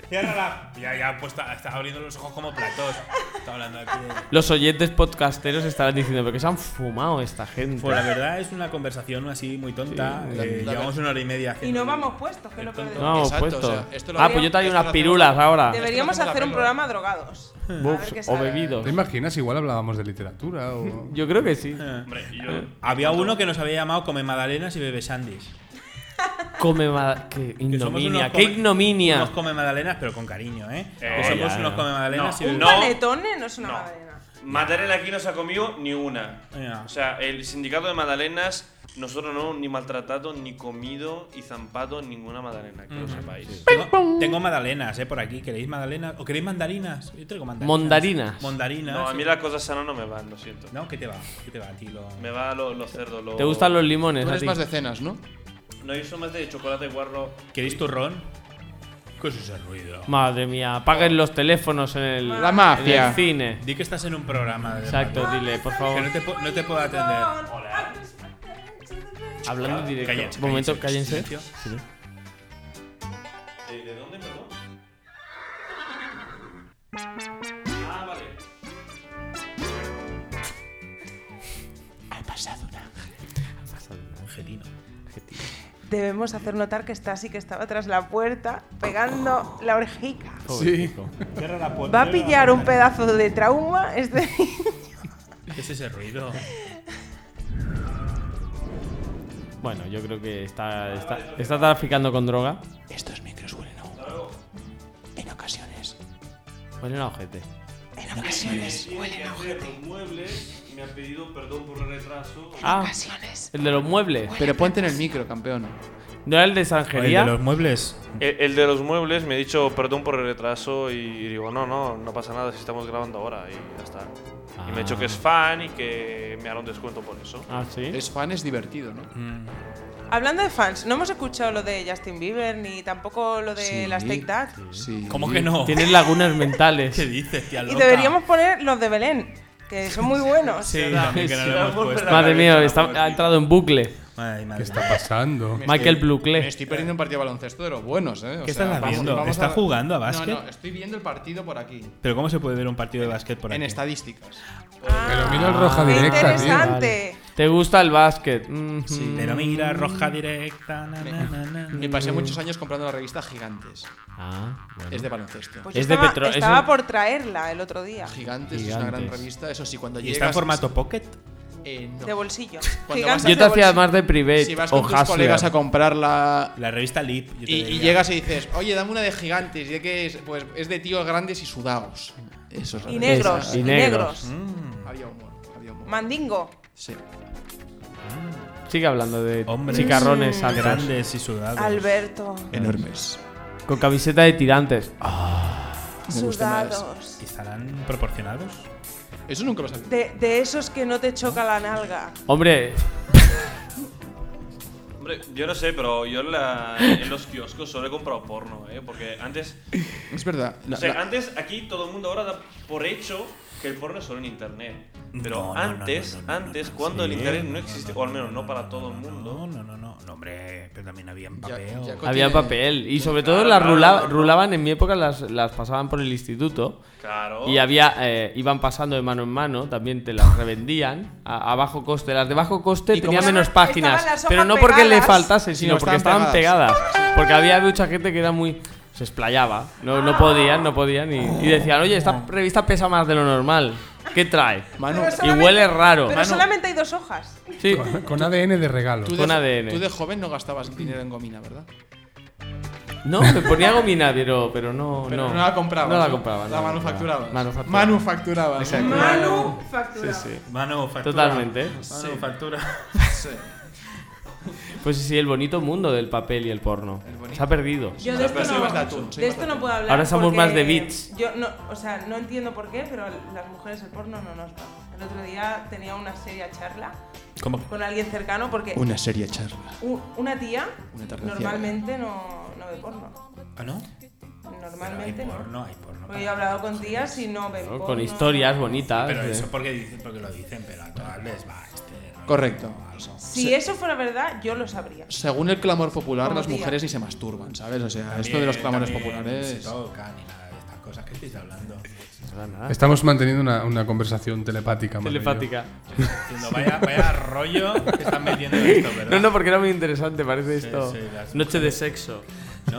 Cierra la. Ya, ya, pues está- estás abriendo los ojos como platos. Está hablando aquí de. Los oyentes podcasteros estarán diciendo, pero que se han fumado esta gente. Pues la verdad es una conversación así muy tonta. Sí, la- eh, la- llevamos una hora y media. Y haciendo- no vamos puestos, que es lo peor de No, todo. vamos Exacto, puesto. o sea, esto lo ah, hacemos- pues yo traigo esto lo unas hacemos- pirulas ahora. Deberíamos hacer <laughs> un programa drogados. A ver Buf, qué o sale. bebidos. ¿Te imaginas? Igual hablábamos de literatura o. <laughs> Yo creo que sí. Hombre, y yo. Eh. Había uno que nos había llamado Come Madalenas y Bebe Sandys. Come ma- Qué Que somos ignominia, unos qué come- Unos ignominia. Come Madalenas, pero con cariño, ¿eh? que ya, somos ya. unos Come Madalenas No, y Un Bebe no. panetone eh? no es una madalena. Madalena aquí no se ha comido ni una. Ya. O sea, el sindicato de magdalenas, nosotros no ni maltratado, ni comido y zampado ninguna magdalena, Mm, que lo sepáis. Tengo, tengo magdalenas, ¿eh? Por aquí. ¿Queréis magdalenas? ¿O queréis mandarinas? Yo traigo mandarinas. Mondarinas. Mondarinas. No, a mí las cosas sanas no me van, lo siento. No, ¿qué te va? ¿Qué te va a ti? Lo... Me va lo- los cerdos. Lo... ¿Te gustan los Tú limones a eres ti? más de cenas, ¿no? No, yo soy más de chocolate guarro. ¿Queréis turrón? ¿Qué es ese ruido? Madre mía, apaguen los teléfonos en el, La mafia. en el cine. Di que estás en un programa. de Exacto, dile, por radio. Que favor. no te, po- no te puedo atender. Hola. Hablando en directo. Cállense, Un momento, cállense, cállense. Eh, ¿De, de dónde, perdón? Ah, vale. Angelino. Debemos hacer notar que está así que estaba tras la puerta pegando la orejica. Sí. Cierra la puerta. Va a pillar un pedazo de trauma este ¿Qué es ese ruido? Bueno, yo creo que está, está, está traficando con droga. Estos micros huelen a humo. En ocasiones. Huele a ojete. En ocasiones. Ocasiones huelen los muebles y me ha pedido perdón por el retraso. Ah, el de los muebles. Pero ponte en el micro, campeón. ¿No era el de El de Sanjería? los muebles. El, el de los muebles me ha dicho perdón por el retraso y, digo, no, no, no pasa nada si estamos grabando ahora y ya está. Y me ha dicho que Ah. es fan y que me hará un descuento por eso. Ah, sí. Es fan, es divertido, ¿no? Mm. Hablando de fans, no hemos escuchado lo de Justin Bieber ni tampoco lo de Sí. las Take That. Sí. ¿Cómo que no? Tienes lagunas ¿Qué mentales. dices, tía Y loca? deberíamos poner los de Belén, que son muy buenos. Sí, también que no lo hemos puesto. Madre mía, está- ha entrado en bucle. Ay, madre ¿Qué está mía. pasando? Me Michael estoy- Me Bluclé. estoy perdiendo un partido de baloncesto de los buenos, ¿eh? O ¿Qué sea, estás vamos- viendo? vamos ¿Está jugando a básquet? No, no, estoy viendo el partido por aquí. Pero ¿cómo se puede ver un partido de básquet por en aquí? estadísticas. Pero mira el roja qué directa, tío. interesante. ¿Te gusta el básquet? Mhm. Pero mira, roja directa. na, na, na, na. Mm. Me pasé muchos años comprando la revista Gigantes. Ah, bueno. Es de baloncesto. Pues Es yo de estaba, petro- es estaba un- por traerla el otro día, Gigantes, Ah, es una gran Gigantes. revista. Eso sí, cuando ¿Y llegas. está en formato pocket? Eh, no. de bolsillo. Cuando Gigantes vas a- Yo te de hacía bolsillo. más de private Si vas o con tus Hustler. colegas a comprarla. La revista Lip. yo te Y, y diría. llegas y dices, oye, dame una de gigantes. ¿Y de qué es? Pues es de tíos grandes y sudados. Eso es la Y verdad. negros, y y negros. negros. Mm. Mm. Había humor, había humor. Mandingo. Sí. Sigue hablando de Hombres chicarrones Mm. altos, Grandes y sudados. Alberto. Enormes. con camiseta de tirantes. Ah. Me gusta más. Sudados. ¿Y ¿Estarán proporcionados? Eso nunca lo sabía. De, de esos que no te choca la nalga. Hombre, Hombre, yo no sé, pero yo en la- en los kioscos solo he comprado porno, ¿eh? Porque antes, Mm. Es verdad. o la- sea, la- antes aquí todo el mundo ahora da por hecho que el porno es solo en internet. Pero No, no, no, antes, no, no, no, no, antes, no. cuando el Sí, internet no, no no, existía, no, o al menos no, no para todo el No, mundo. no, no, no. No, hombre, pero también había en Ya- papel. ya Había tiene- papel y sobre todo las Claro, rula- claro. rulaban en mi época las, las pasaban por el instituto Claro. y había eh, iban pasando de mano en mano también te las revendían a, a bajo coste las de bajo coste Y tenía como- menos páginas Estaban las hojas pero no porque le pegadas. faltasen sino Sino porque estaban estaban pegadas porque había mucha gente que era muy se explayaba no no podían no podían y, y decían oye esta revista pesa más de lo normal qué trae Manu, Pero y solamente- huele raro Ah, Pero solamente hay dos hojas. sí Con- Con ADN de regalo. tú, con de, ADN. tú de joven no gastabas dinero en gomina, ¿verdad? no me ponía gomina pero pero no Pero no no, la comprabas. no la ¿no? compraba La no manufacturabas. manufacturaba. Manufacturabas. Manu factura. Manufactura. Totalmente. Manufactura. Sí. <laughs> Pues sí, sí, el bonito mundo del papel y el porno. El bonito Se ha perdido. Yo de esto, no, de esto no puedo hablar. Ahora somos porque más de beats. Yo no, o sea, no entiendo por qué, pero las mujeres el porno no nos va. El otro día tenía una seria charla ¿Cómo? con alguien cercano porque Una seria charla. u- una tía Una tarde normalmente no, no ve porno. ¿Ah, no? Normalmente no. porno, hay porno Porque yo he hablado con tías y no ven porno. Con historias bonitas. ¿eh? Pero de- eso porque, dicen, porque lo dicen, pero a todas les va este. rollo. Correcto. Si Se- eso fuera verdad, yo lo sabría. Según el clamor popular, Como las tía. mujeres ni se masturban, ¿sabes? O sea, También- esto de los clamores también Se populares. tocan y nada de estas cosas que estáis hablando. Ah. Estamos manteniendo una, una conversación telepática. Manuel y yo. Telepática. Diciendo, vaya, vaya rollo que están metiendo <laughs> en esto, ¿verdad? No, no, porque era muy interesante, parece Sí, esto. sí, las- Noche de sexo. <laughs>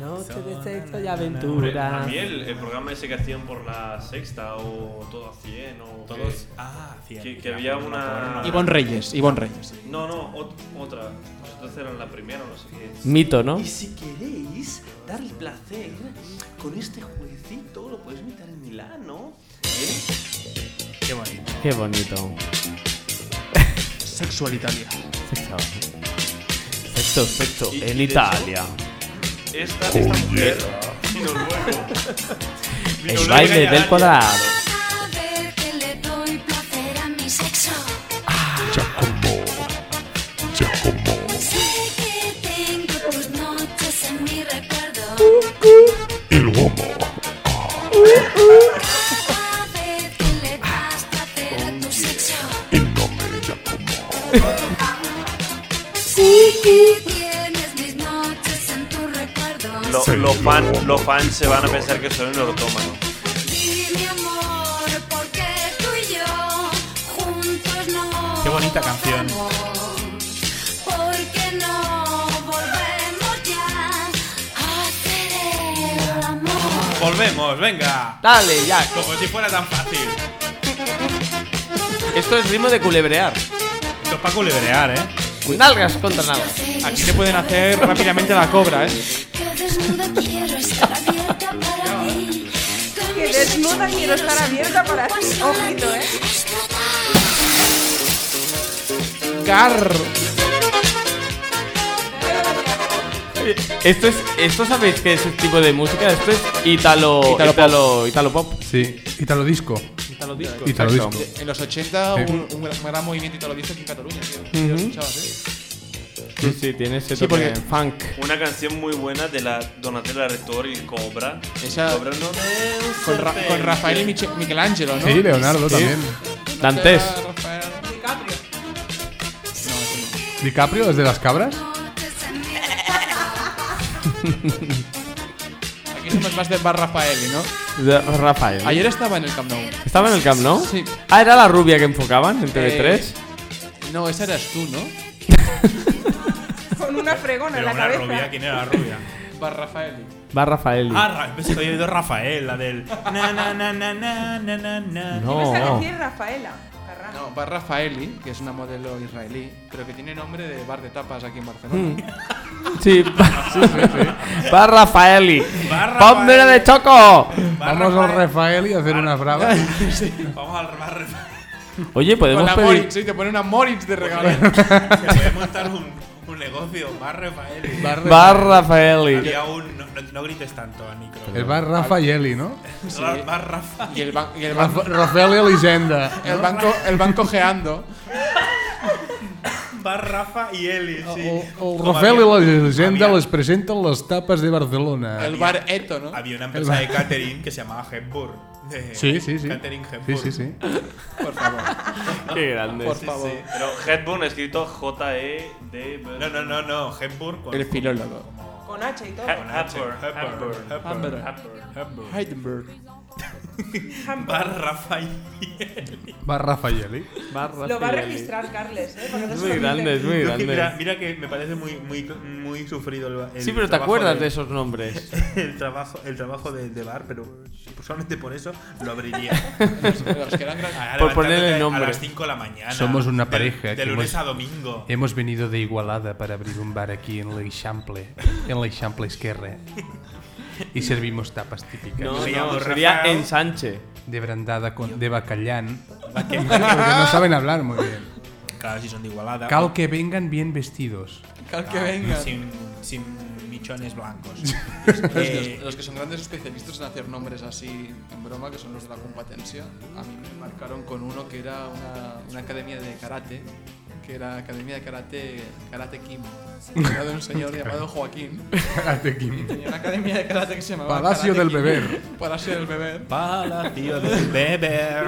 Noche de sexo y A mí el, el programa ese que hacían por la sexta o todo a 100 o Todos- que, ah, 100, que, que claro, había no me una acuerdo. Ivonne Reyes, Ivonne Reyes. No, no, ot- otra. Nosotros eran la primera, no sé qué. Mito, ¿no? Y si queréis darle placer con este jueguecito, lo podéis meter en Milano. Qué bonito. Qué bonito. Sexual Italia. Sexo. Sexo, sexo. Y- y En de Italia. hecho, Esta, esta mujer vino luego. Vino El luego baile del Gallaña. cuadrado. Saber que le doy placer a mi sexo. Ah, Giacomo. Sé que tengo tus noches en mi recuerdo. El humo. Ah. Saber que le das placer a tu sexo. El nombre de Giacomo. Sí que tienes mis noches en tu recuerdo. Lo- los, fan- los fans se van a pensar que soy un ortómano. Y mi amor, porque tú y yo juntos no. Qué bonita canción. Porque no volvemos ya a hacer el amor. Volvemos, venga. Dale, ya. Como si fuera tan fácil. Esto es ritmo de culebrear. Esto es para culebrear, ¿eh? Nalgas contra nalgas. Aquí te pueden hacer rápidamente la cobra, ¿eh? Que desnuda quiero estar abierta para ti. Que desnuda quiero estar abierta para ti. Ojito, eh. Car. Eh, Esto es. Esto sabéis que es el tipo de música. Esto es italo. Italo pop. Italo. Italo pop. Sí, Italo Disco. Italo disco. Italo Exacto. disco. Eh, En los 80, Sí. un, un gran- gran movimiento italo disco aquí en Cataluña, tío. Ujú. Lo escuchabas, ¿eh? Sí, sí, tiene ese Sí, toque porque- funk. Una canción muy buena de la Donatella Rettori, Cobra. Esa- Cobra no me Con, Ra- con Rafael y Miche- Michelangelo, ¿no? Sí, Leonardo Sí. también. Dantes. DiCaprio es de las cabras. Aquí somos más de Bar Rafael, ¿no? De Rafael. Ayer estaba en el Camp Nou. ¿Estaba en el Camp Nou? Sí. Ah, era la rubia que enfocaban en TV3. Eh, No, esa eras tú, ¿no? <laughs> Con una fregona en Pero la una cabeza. rubia, ¿quién era la rubia? <laughs> Bar Rafael. Va Rafael. ah, Ra- pensé que había oído Rafael, la del. Na, na, na, na, na, na, na, na. Pensaba que No. decía Rafaela. Carrá. No, Bar Rafaeli, que es una modelo israelí, pero que tiene nombre de bar de tapas aquí en Barcelona. Mm. Sí, <laughs> va- sí, sí. Va Rafaeli. Va Rafaeli. ¡Ponme una de choco! Va Vamos al Rafael. Rafael y a hacer unas <laughs> bravas. Vamos al va Rafael. Oye, Eh, Con podemos la pedir. Moritz, sí, te pone una Moritz Pues de regalo. <laughs> Se puede montar un, un negocio, va Rafael. Va Rafaeli. Había un. No, no- no grites tanto al micro. El bar Rafaeli, <laughs> ¿no? Ra- Va Rafael. Y el, ban- y el, ban- Rafa- Rafael y Elisenda. el banco, el banco geando. Va Rafa y Eli, sí. El Como Rafael había- y la Elisenda había- les presentan las tapas de Barcelona. El bar Eto, ¿no? Había una empresa de catering que se llamaba Hepburn. de- Sí, sí, sí. Catering Sí, Hepburn. sí, sí. Por favor. Qué grande. Por Sí, favor. sí. Pero Headburn escrito E J-E-D. No, no, no, no. Hepburn con. El filólogo. Con H y todo. Ah, con H. Hepburn, Hepburn. Hepburn. Hepburn. Heidenberg. Bar Rafael. Bar Rafaeli. Va Lo va a Rafaeli. registrar Carles, ¿eh? Para que no Es se muy olvide. grande, es muy Yo es que Mira, grande. mira que me parece muy, muy, muy sufrido el, el Sí, pero te trabajo acuerdas del- de esos nombres. <laughs> El trabajo, el trabajo de, de bar, pero solamente por eso lo abriría. Los, los que eran A gran- Por Ah, levantarte ponerle el nombre. A las 5 de la mañana. Somos una de- pareja De, que lunes hemos- <laughs> a domingo. Hemos venido de Igualada para abrir un bar aquí en l'Eixample, en l'Eixample Esquerra. Y servimos tapas típicas. No, Me llamo no, sería Rafael. ensanche. De brandada con, de bacallán. <laughs> Porque no saben hablar muy bien. Claro, si son de igualada. Cal que vengan bien vestidos. Cal que Ah, venga. Sin, sin mi- mechones blancos. <laughs> Los, <laughs> Eh, los que son grandes especialistas en hacer nombres así en broma, que son los de la competencia, a mí me marcaron con uno que era una, una academia de karate, que era Academia de Karate, karate Kim. Era de <laughs> un señor llamado Joaquín. Karate Kim. Y tenía una academia de karate que se llamaba Palacio Karate del Kim. Beber. <laughs> Palacio del Beber. Palacio del <laughs> Beber.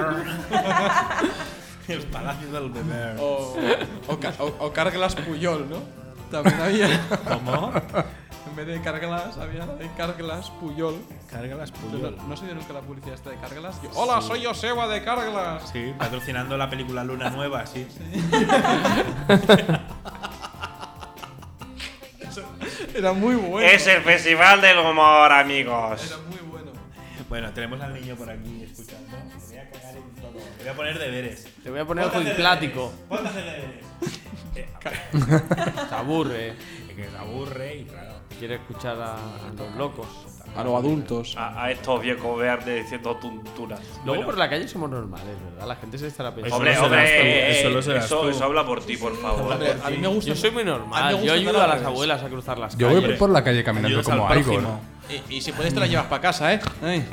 El Palacio del Beber. O, o, Ca- o- o Carglass Puyol, ¿no? También había. ¿Cómo? En vez de Carglass, había la de Carglass Puyol. Carglass Puyol. No, no soy de nunca la publicidad esta de Carglass. Yo, Hola, soy Joseba de Carglass. Sí, patrocinando la película Luna Nueva, sí. Era muy <laughs> bueno. Es el festival del humor, amigos. Bueno, tenemos al niño por aquí escuchando. Me voy a cagar en todo. Te voy a poner deberes. Te voy a poner E Ponte a hacer plático. deberes, Ponte a hacer deberes. <laughs> Eh, Se aburre. Es que se aburre y claro. Quiere escuchar a, a los locos. A los adultos. Ah, A, a estos viejos verdes diciendo tunturas. Luego por la calle somos normales, ¿verdad? La gente se estará pensando. Hombre, hombre, eh, eso, eso, habla por ti, por favor. a mí me gusta. Yo soy muy a mí me normal. Yo gusta ayudo andar a al las revés. abuelas a cruzar las Yo calles. voy por la calle caminando Ayudas al como algo. prójimo. Y, y si puedes te la llevas para casa, ¿eh? Ay.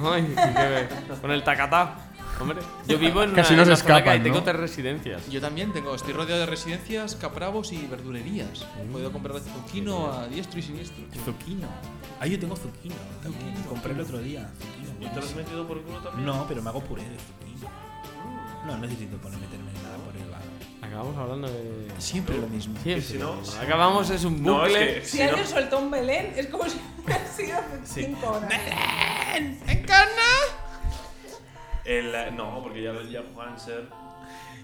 Con el tacatá. Hombre, yo vivo en una, Casi no en se una zona que escapan, tengo ¿no? tres residencias. Yo también tengo, estoy rodeado de residencias, capravos y verdurerías. He podido comprar zucchino a diestro y siniestro. Zucchino. Ah, yo tengo zucchino. También compré el otro día. Zucchino. ¿Y te lo has metido por el culo también? No, pero me hago puré de zucchino. No necesito poner, meterme nada por el lado. Acabamos hablando de. Siempre lo mismo. Siempre. Si no- Acabamos, es un bucle. No, es que- Si alguien soltó un Belén, es <laughs> como si hubiera sido hace Sí. cinco horas. ¡Belén! ¡Encarna! El, eh, no, porque ya lo decía Juanser.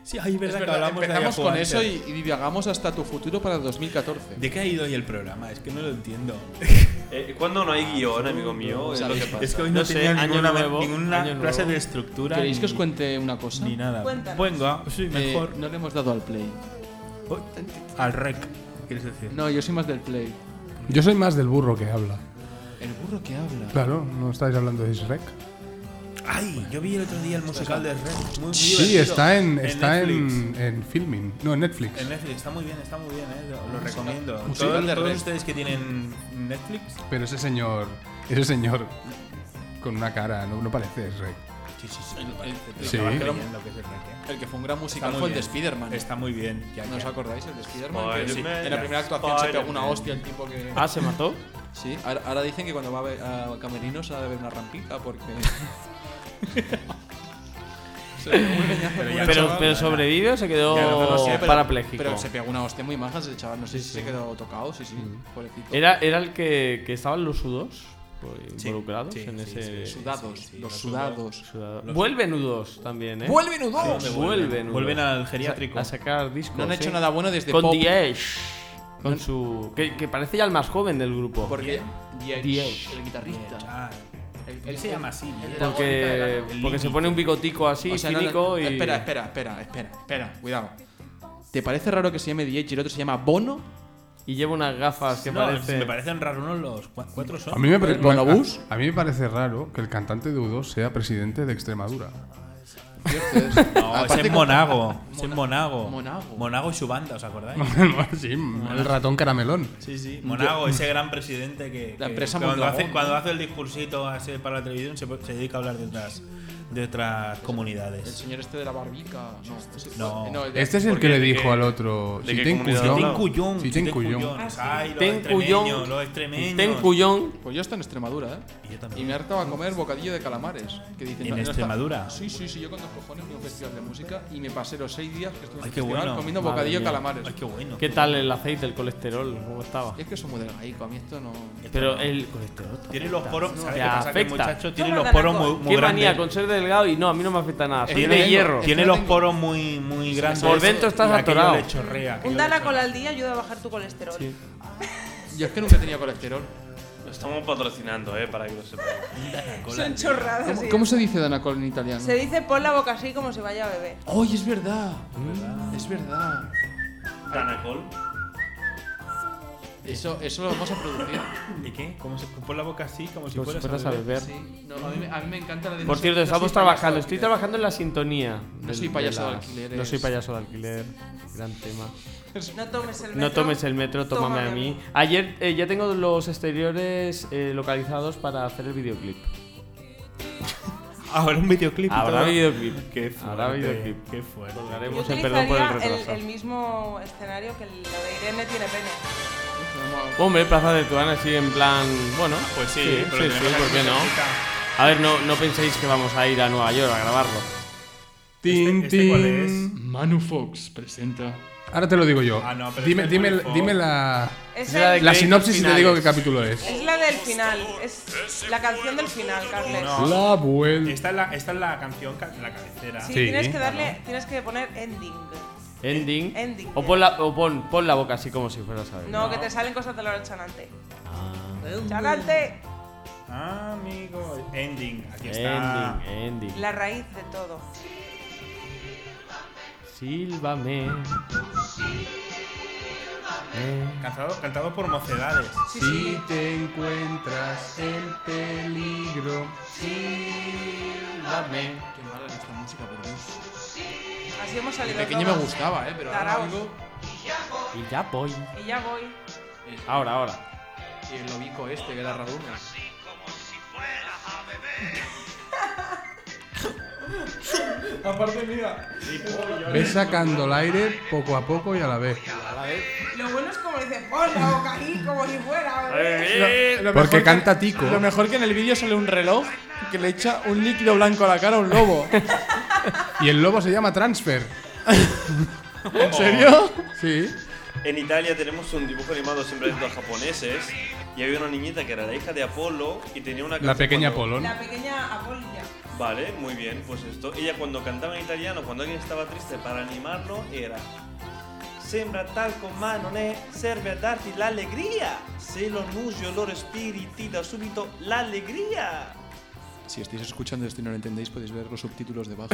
Sí, ahí Es verdad, que verdad, hablamos de empezamos con Ayahuasca. eso y, y divagamos hasta tu futuro para 2014. ¿De qué ha ido hoy el programa? Es que no lo entiendo. <laughs> Eh, cuando no hay guión, amigo mío, es lo que pasa. Es que hoy no, tenía ninguna, ninguna clase de estructura. ¿Queréis que os ni- cuente una cosa? Ni nada. Cuéntanos. Venga, sí, Eh, mejor. no le hemos dado al play. Al rec, quieres decir. No, yo soy más del play. Yo soy más del burro que habla. El burro que habla. Claro, no estáis hablando de Shrek. Ay, yo vi el otro día el musical de Rec. Muy Sí, divertido. está en está Netflix. en, en filming, no en Netflix. En Netflix, está muy bien, está muy bien, eh, lo, lo recomiendo. musical Todos, de todos Rec. ustedes que tienen Netflix, Pero ese señor, ese señor con una cara, no, no parece Shrek. sí, sí, sí, El- me parece, el- te sí. acabas El que- creyendo que es el Rec, eh. El que fue un gran Está musical muy fue el de bien. Spider-Man. Está muy bien. Ya, ¿No os ya. acordáis? El de Spider-Man. que Spider-Man, en la primera actuación se pegó una Spider-Man. hostia el tipo que. Ah, ¿se mató? Sí, ahora, ahora dicen que cuando va a, ver- a Camerino se va a beber una rampita <laughs> porque. se pegó un leñazo Pero con ya el Pero, chaval. pero sobrevive o se quedó Ya, no, no sé, pero- parapléjico. Pero se pegó una hostia muy maja ese chaval. No sé si se quedó tocado, sí, sí. Pobrecito. Mm. Era, era el que, que estaban los sudos pues, Sí, involucrados sí, en sí, ese. sí, Sudados, sí, sí, los los sudados. Sudado- Los- Vuelven nudos también, ¿eh? ¡Vuelven nudos! Sí, ¿Dónde vuelven? vuelven nudos. Vuelven al A sa- geriátrico. A sacar discos. No han ¿eh? hecho nada bueno desde Con Pop. The Edge. Con su. Que, que parece ya el más joven del grupo. Oh, Porque. The Edge. El guitarrista. Él se llama así. El de la música de Porque, la- porque se pone un bigotico así, O sea, no, no, cínico y. Espera, espera, espera, espera, espera, cuidado. ¿Te parece raro que se llame The Edge y el otro se llama Bono? Y lleva unas gafas que No, parece. me parecen raros unos los cua- cuatro son. A mí me, pare- ¿Con Obús? a, a mí me parece raro que el cantante de U2 sea presidente de Extremadura. <laughs> Este- No, es Aparte en con- Monago. Es en Monago. Monago. Monago y su banda, <laughs> ¿os acordáis? sí, el ratón caramelón. Sí, sí. Monago, ese gran presidente que, La que empresa cuando, Mondragón, hace, ¿no? cuando hace el discursito así para la televisión se, se dedica a hablar de otras, de otras El comunidades. señor este de la barbica. No, ese- No. el de- Este es el Porque que le de dijo qué- al otro, ¿de si qué te comunidad encullón- habla? Cuyón, si te encullón". Ah, Ah, Ay, los Ten extremeños, cuyón. los extremeños. Ten cuyón. Pues yo estoy en Extremadura, ¿eh? Y yo también. Y me hartaba a comer bocadillo de calamares. Que dicen, ¿En no, no está- Extremadura? Sí, sí, sí. Yo con dos cojones fui a un festival de música y me pasé los seis días que estuve en Ay, el qué festival bueno. comiendo Madre bocadillo de mía. calamares. Ay, qué bueno. ¿Qué tal el aceite, el colesterol? ¿Cómo estaba? Es que soy muy delgadico, a mí esto no... Pero este el colesterol. te Tiene los afecta. poros, No, ¿sabes te qué pasa? Que el afecta. muchacho tiene Toma los poros Danacol. muy, muy Qué grandes. manía con ser delgado y no, a mí no me afecta nada. Soy Tiene, de hierro. tiene los poros muy, muy grandes. Por dentro estás y aquello atorado. le chorrea, aquello Un le Danacol al día ayuda a bajar tu colesterol. Yo es que nunca he tenido colesterol. Lo estamos patrocinando, eh, para que lo sepáis. Son chorradas. ¿Cómo, sí. cómo se dice danacol en italiano? Se dice pon la boca así como si vaya a beber. ¡Ay, es Mm, verdad! Es verdad. Danacol. Eso, eso lo vamos a producir. ¿Y qué? Como si por la boca así, como si Como si fueras fueras a beber. Sí. No, a, mí, me- a mí me encanta la de- Por no cierto, soy- no estamos soy trabajando, payaso. estoy trabajando en la sintonía. del- soy payaso de las- alquileres. No soy payaso de alquiler. Gran tema. No tomes el metro. No tomes el metro, tómame, a mí. Ayer eh, ya tengo los exteriores eh, localizados para hacer el <laughs> videoclip. Habrá un videoclip. y Habrá todo. videoclip. Qué Habrá fuerte, videoclip. Qué fuerte. Yo Colgaremos el utilizaría perdón por el el, retraso. el mismo escenario que el- lo de Irene tiene pene. Hombre, Plaza de Tuana sí, en plan. Bueno, Pues sí, pero sí, sí, tenemos ¿por aquí qué no? musiquita. A ver, no, no penséis que vamos a ir a Nueva York a grabarlo. Tin, este cuál tin. Manu Fox presenta. Ahora te lo digo yo. Ah, no, pero dime, este dime, es el- por dime favor. la, Es la el- sinopsis y te digo qué finales. capítulo es. Es la del final, es la canción del final, Carles. La vuelta. Esta es la, esta es la canción, ca- la cabecera. Sí, tienes que darle, tienes que poner ending. Ending. Eh, Ending. O, pon la, o pon, pon la boca así como si Ah, fueras a ver. No, que te salen cosas de Laura Chanante. Chanante, Amigo, ending. Aquí está. Ending, ending. la raíz de todo. Sílvame. Eh, Cantado, cantado por mocedades. Si te encuentras en peligro, dame. Qué mala es esta música, por Dios. Así hemos salido. De pequeño me todos. gustaba, eh, pero ahora Taraos. algo- Y ya voy. Y ya voy. Ahora, ahora. Y el lobico este, que era Raduna. Aparte, mira. ves sacando el aire poco a poco y a la vez. Lo bueno es como dice, pon la boca ahí, como si fuera. bebé". Porque canta Tico. Lo mejor que en el vídeo sale un reloj que le echa un líquido blanco a la cara a un lobo. Y el lobo se llama Transfer. ¿En serio? Sí. En Italia tenemos un dibujo animado siempre de los japoneses y había una niñita que era la hija de Apolo y tenía una La pequeña cuando- Apolo, ¿no? La pequeña Apolia. Vale, muy bien, pues esto. Ella cuando cantaba en italiano, cuando alguien estaba triste para animarlo, era Sembra talco ma non è, serve a darti l'allegria. Se lo annusi o lo respiri ti dà subito l'allegria. <laughs> Si estáis escuchando esto y no lo entendéis, podéis ver los <laughs> subtítulos debajo.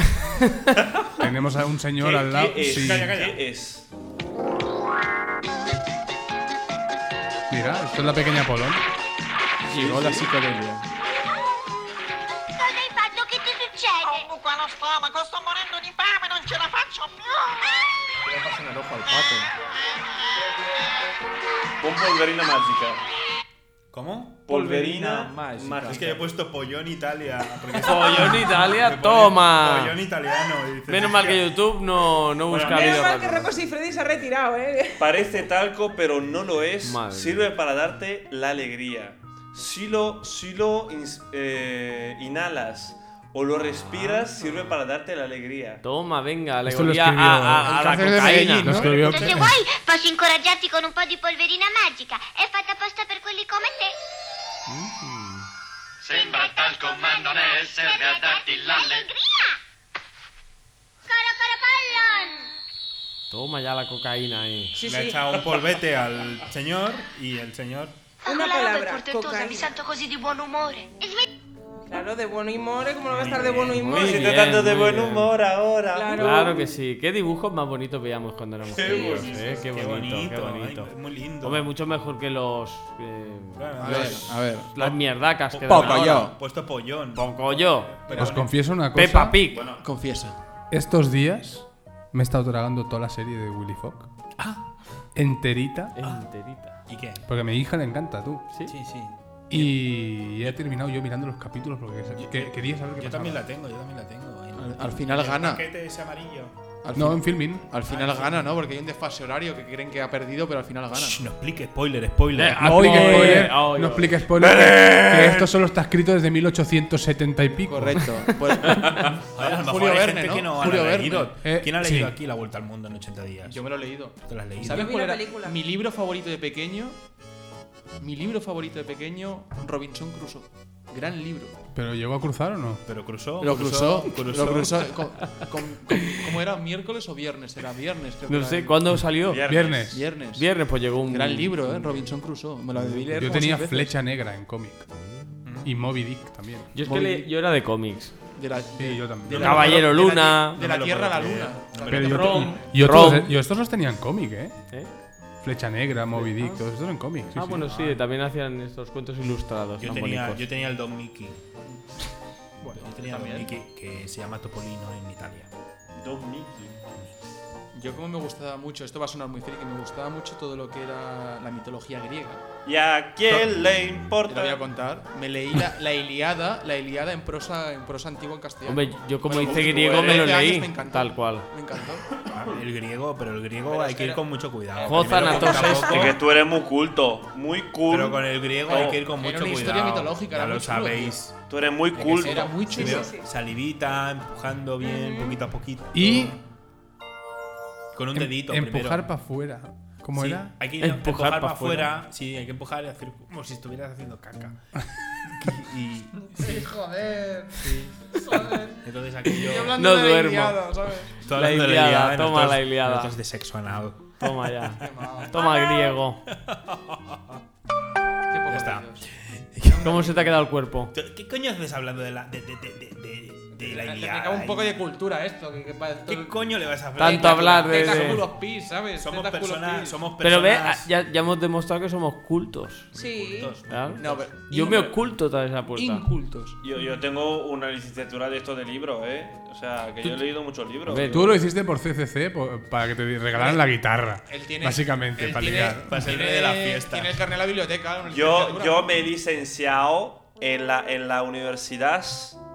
Tenemos a un señor ¿Qué- al lado. qué es? sí. Calla, ¿Qué es? Mira, esto es la pequeña Apolo. Llegó la psicodelia. Cosa hai fatto? Che ti succede? Oh, qua la sfama, co- sto morendo di fame, non ce la faccio più! Le pasan el ojo al pato. Pon polverina mágica. ¿Cómo? Polverina mágica. Es que he puesto <laughs> pollón Italia. porque es- Pollón Me Italia, pone toma. Pollón italiano. y dices, Menos mal hostia. que YouTube no, no busca Menos vídeos mal que raros. Rocos y Freddy se ha retirado, eh. Parece talco, pero no lo es. Madre Sirve para darte la alegría. Si lo, si lo ins- eh, inhalas o lo respiras, sirve para darte la alegría. Toma, venga, Esto lo alegoría a, escribió a, a el la cáncer de cocaína. Medellín, Lo ¿no? escribió Se vuoi, posso incoraggiarti con un po' di polverina magica. È fatta apposta per quelli come te. Sembra talco ma non è, serve a darti l'allegria. Coro, coro, pollon! Toma ya la cocaína ahí. Le ha echado un polvete al señor y el señor. Quella roba Una è palabra, portentosa, cocaina. mi sento così di buon umore. E smetti Claro, de buen humor, ¿eh? ¿cómo no va a estar de buen Muy humor? bien, muy bien. ahora. Claro. Claro que sí. Qué dibujos más bonitos veíamos cuando éramos Qué pequeños, bonito. ¿eh? Qué Qué bonito, qué bonito, bonito. ay, muy lindo. Hombre, mucho mejor que los. eh, Claro, a los- ver, a ver. Las mierdacas que Poco dan ahora. yo. Puesto pollón. Poco yo. Os confieso una cosa. Peppa Pig. Confiesa. Estos días me he estado tragando toda la serie de Willy Fogg. Ah. Enterita. Enterita. ¿Y qué? Porque a mi hija le encanta, tú. Sí, sí. Y he terminado yo mirando los capítulos porque que- quería saber qué Yo pasaba. también la tengo, yo también la tengo. ahí. Al- al final El gana. paquete ese amarillo. Al No, fin- en filming. Al final gana, ¿no? Porque hay un desfase horario que creen que ha perdido, pero al final gana. no explique, spoiler, spoiler. Eh, Eh, No explique spoiler. no explique spoiler. Que, que esto solo está escrito desde 1870 y pico. <laughs> <laughs> Correcto. Pues- A ver, a lo mejor hay gente que no ha leído. Eh, ¿Quién ha leído aquí La Vuelta al Mundo en 80 días? Yo me lo he leído. ¿Te lo has leído? ¿Sabes Yo vi cuál la era mi libro favorito de pequeño? Mi libro favorito de pequeño, Robinson Crusoe. Gran libro. ¿Pero llegó a cruzar o no? Pero cruzó. Lo cruzó, lo cruzó. con- con- ¿Cómo era? ¿Miércoles o viernes? Era viernes. creo que No era sé, el- ¿cuándo salió? Viernes. Viernes. Viernes, pues llegó un. Gran libro, ¿eh? Robinson Crusoe. Me lo debí leer Yo como tenía seis veces. Flecha Negra en cómic. Y Moby Dick también. Yo, es que Moby le- Dick. yo era de cómics. De la, Sí, yo también. de la- Caballero de la- Luna. De la, No me lo Tierra a la puedo Luna. Pero yo, Rom. yo, otros- Rom. yo estos los tenía en cómic, ¿eh? ¿Eh? Flecha Negra, Moby Dick, todo esto en cómics. ah, bueno, sí, también hacían estos cuentos ilustrados. Yo tan tenía, bonitos. yo tenía el Don Mickey. yo tenía el Don Mickey que se llama Topolino en Italia. Don Mickey. Yo como me gustaba mucho, esto va a sonar muy friki, me gustaba mucho todo lo que era la mitología griega. ¿Y a quién le importa? Te lo voy a contar. Me leí la, la Iliada, la Iliada en prosa, en prosa antigua en castellano. Hombre, yo como Bueno, pues, hice con griego me lo 13 años leí, me encantó. tal cual. Me encantó. Ah, El griego, pero el griego Pero Eh, hay es que que ir era- con mucho cuidado. Joza Primero con Natos Nabucco, Es que tú eres muy culto, muy culto. Pero con el griego hay que ir con Oh. Era mucho una cuidado. historia mitológica, ya era lo muy chulo, sabéis. Tú eres muy que sí, culto. era muy chulo. Primero Sí, sí. Salivita, empujando bien, poquito a poquito. Y Con un em- dedito. empujar primero. para afuera. ¿Cómo Sí, era? Hay que empujar, para afuera. Sí, hay que empujar y hacer como si estuvieras <laughs> haciendo caca. y, y- sí. joder. Sí. Joder. Entonces aquello. Y hablando No de la duermo. Iliada, ¿sabes? Estoy La hablando de Iliada, nosotros- toma la Iliada. nosotros de sexo anal. Toma ya. Toma Ah, griego. Ya está. <laughs> ¿Cómo se te ha quedado el cuerpo? ¿Qué coño haces hablando de la, de, de, de, de, de- de la Le Iliada? pegaba un poco ahí? de cultura esto. Que, que para ¿Qué coño le vas a hacer? Tanto hablar de- Tetas, de- culos, pis, ¿sabes? Somos Tetas, culos, personas- pis. somos Pero ve, ah, ya, ya hemos demostrado que somos cultos. Sí. ¿verdad? No, pero- Yo in- me oculto tras esa puerta. Incultos. Yo, yo tengo una licenciatura de esto de libros, ¿eh? O sea, que yo he leído muchos libros. Tú lo hiciste por CCC por- para que te regalaran la guitarra. Él tiene- básicamente, él para tiene- ligar. rey de la fiesta. Tiene el carnet de la biblioteca. una Yo, licenciatura. yo me he licenciado en la, en la universidad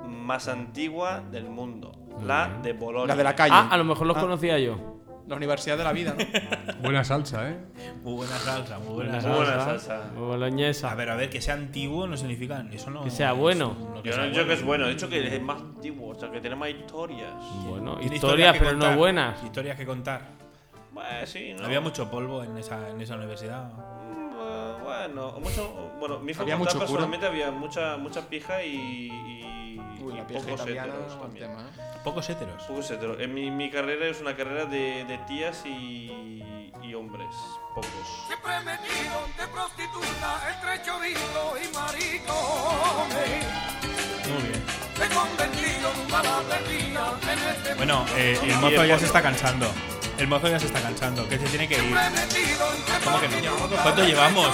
más antigua del mundo, la de Bolonia. La de la calle. Ah, a lo mejor los Ah. conocía yo. La universidad de la vida, <laughs> ¿no? Buena salsa, ¿eh? Muy buena salsa, muy buena, Buena salsa. Buena salsa. salsa. Boloñesa. A ver, a ver, que sea antiguo no significa. Eso no. Que sea bueno. no que Yo no sea he dicho que es bueno. bueno, he dicho que es más antiguo, o sea, que tiene más historias. Bueno, Tiene historias, que pero no contar, buenas. Historias que contar. Bueno, sí, ¿no? Había mucho polvo en esa, en esa universidad. Mm, Bueno, mucho, bueno, mi Había facultad mucho cura. personalmente había mucha, mucha pija y, y, Uy, y la pija pocos italiana, héteros un también. tema, ¿eh? Pocos héteros. Pocos héteros. En mi, mi carrera es una carrera de, de tías y, y hombres, pocos. Siempre metido de prostituta, entre chorizo y maricones. Muy bien. Me he convertido en mala perdida en este Bueno, mundo. eh, el mozo ya se está cansando. El mozo ya se está cansando, que se tiene que ir. ¿Cómo que no? ¿Cuánto llevamos?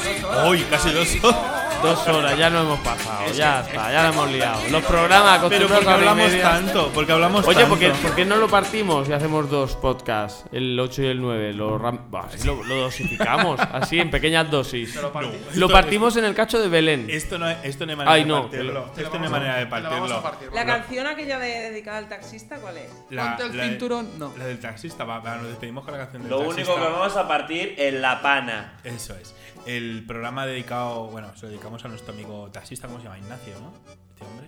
Uy, casi dos horas. Dos horas, ya no hemos pasado. Es Ya que- está, ya la hemos liado. Los programas Pero acostumbrados porque a hora y hablamos media. tanto, porque hablamos Oye, tanto. ¿por qué, por qué no lo partimos y hacemos dos podcasts? El 8 y el 9. Lo, ram- Bah, así lo, lo <laughs> dosificamos, así en pequeñas dosis. Lo, No, esto- partimos en el cacho de Belén. Esto no, esto no hay manera Ay, de no. partirlo. Te Esto no la hay vamos a- manera de te la vamos a partirlo. partir, La canción aquella de, dedicada al taxista, ¿cuál es? Ponte el de- cinturón, no. La del taxista, va, va, nos despedimos con la canción del Lo taxista. único que vamos a partir es la pana. Eso es. El programa dedicado, bueno, se lo dedicamos a nuestro amigo taxista, ¿cómo se llama? Ignacio, ¿no? Este hombre.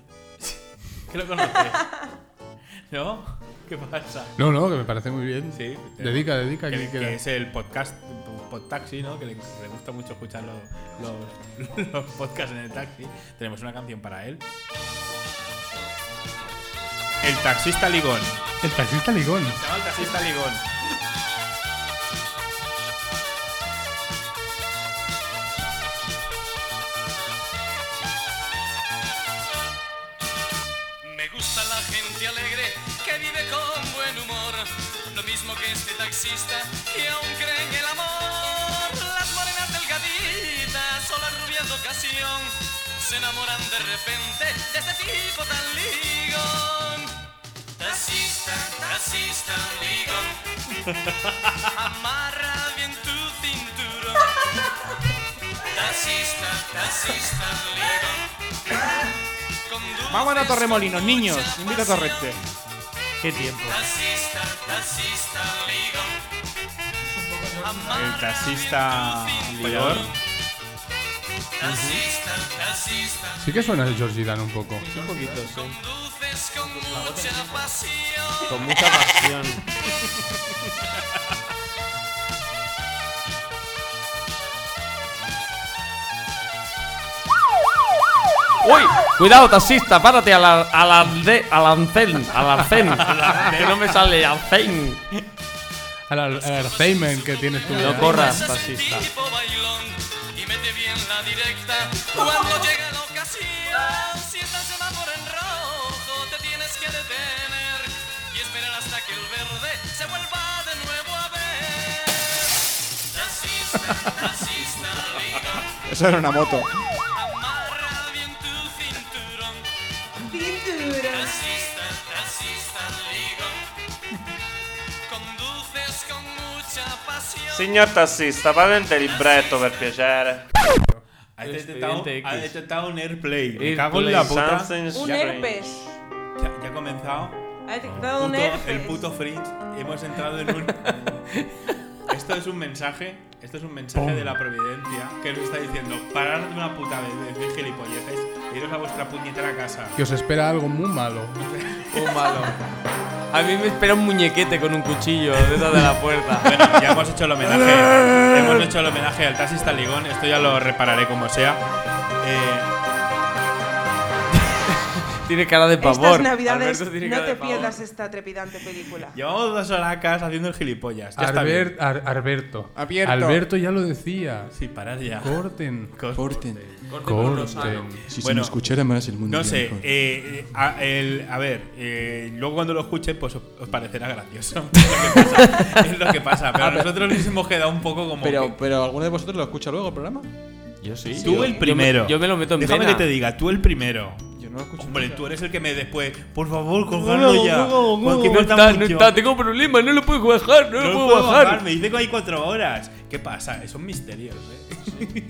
<laughs> ¿Que lo conoces? ¿No? ¿Qué pasa? No, no, que me parece muy bien. Sí. Dedica, dedica. Que, que que queda. es el podcast, podtaxi, ¿no? Que le, le gusta mucho escuchar los, <laughs> los- los podcasts en el taxi. Tenemos una canción para él. El taxista ligón. El taxista ligón. Se llama el taxista ligón. Me gusta la gente alegre que vive con buen humor, lo mismo que este taxista que aún cree en el amor. Las morenas delgaditas o las rubias de ocasión se enamoran de repente de este tipo tan ligón. Taxista, taxista, <laughs> ligón. Amarra bien tu cinturón. Taxista, taxista, ligón. Conduce Vamos a Torremolinos, niños. Invita a Torrente. Qué tiempo. Taxista, taxista, ligón. El taxista Pues ligón. Taxista, taxista, Sí que suena el Georgie Dan un poco. Un poquito, sí. luces con mucha pasión. Con <laughs> mucha pasión. ¡Uy! Cuidado, taxista, párate al la, a la, de- al arcén, <laughs> al arcén. que no me sale arcén. Al, al Alzheimer que tienes tú. No corras, taxista. Tipo bailón y mete bien la directa. Cuando llega la ocasión, si está el semáforo en rojo, te tienes que detener y esperar hasta que el verde se vuelva de nuevo a ver. Taxista, Eso era una moto. Taxista, taxista, ligón. Conduces con mucha pasión. Signor tassista, patente il libretto per piacere. Ha detectado, Expediente ha X. detectado un airplay. Este Me Airplay. cago en la puta. Something's Un herpes. Ya, ya ha comenzado. Ha detectado un Puto- herpes. el puto fringe. Hemos entrado <laughs> en un. Esto es un mensaje. Esto es un mensaje Pum. de la providencia que nos está diciendo: parad de una puta vez de decir gilipolleces e iros a vuestra puñetera casa. Que os espera algo muy malo. Un malo. A mí me espera un muñequete con un cuchillo detrás de la <laughs> puerta. <laughs> Bueno, ya hemos hecho el homenaje. hemos hecho el homenaje al taxista Ligón. Esto ya lo repararé como sea. Eh, <laughs> Tiene cara de pavor. Estas navidades Alberto tiene no cara te de pavor. pierdas esta trepidante película. llevamos dos horacas haciendo el gilipollas. Ya está bien. ah, Albert, Ar- Alberto. Abierto. Alberto ya lo decía. Sí, parad ya. Corten. Corten. Si se me escuchara más el mundo. No sé, iría mejor. eh, eh, a, el- a ver, eh, luego cuando lo escuche, pues os, os parecerá gracioso. <laughs> Es lo que pasa, es lo que pasa, <laughs> pero Ah, a pero- nosotros nos hemos quedado un poco como. Pero, que- pero ¿alguno de vosotros lo escucha luego el programa? Yo sí. tú yo- el yo primero. me- Yo me lo meto en Déjame vena. que te diga, tú el primero. Yo no lo escucho. Hombre, nunca. tú eres el que me después. Por favor, cojadlo ya. Porque no falta está, no mucho. está, tengo problemas, no lo puedo bajar, no, No lo puedo, bajar. bajar. Me dice que hay cuatro horas. ¿Qué pasa? Son misterios, <laughs> ¿eh?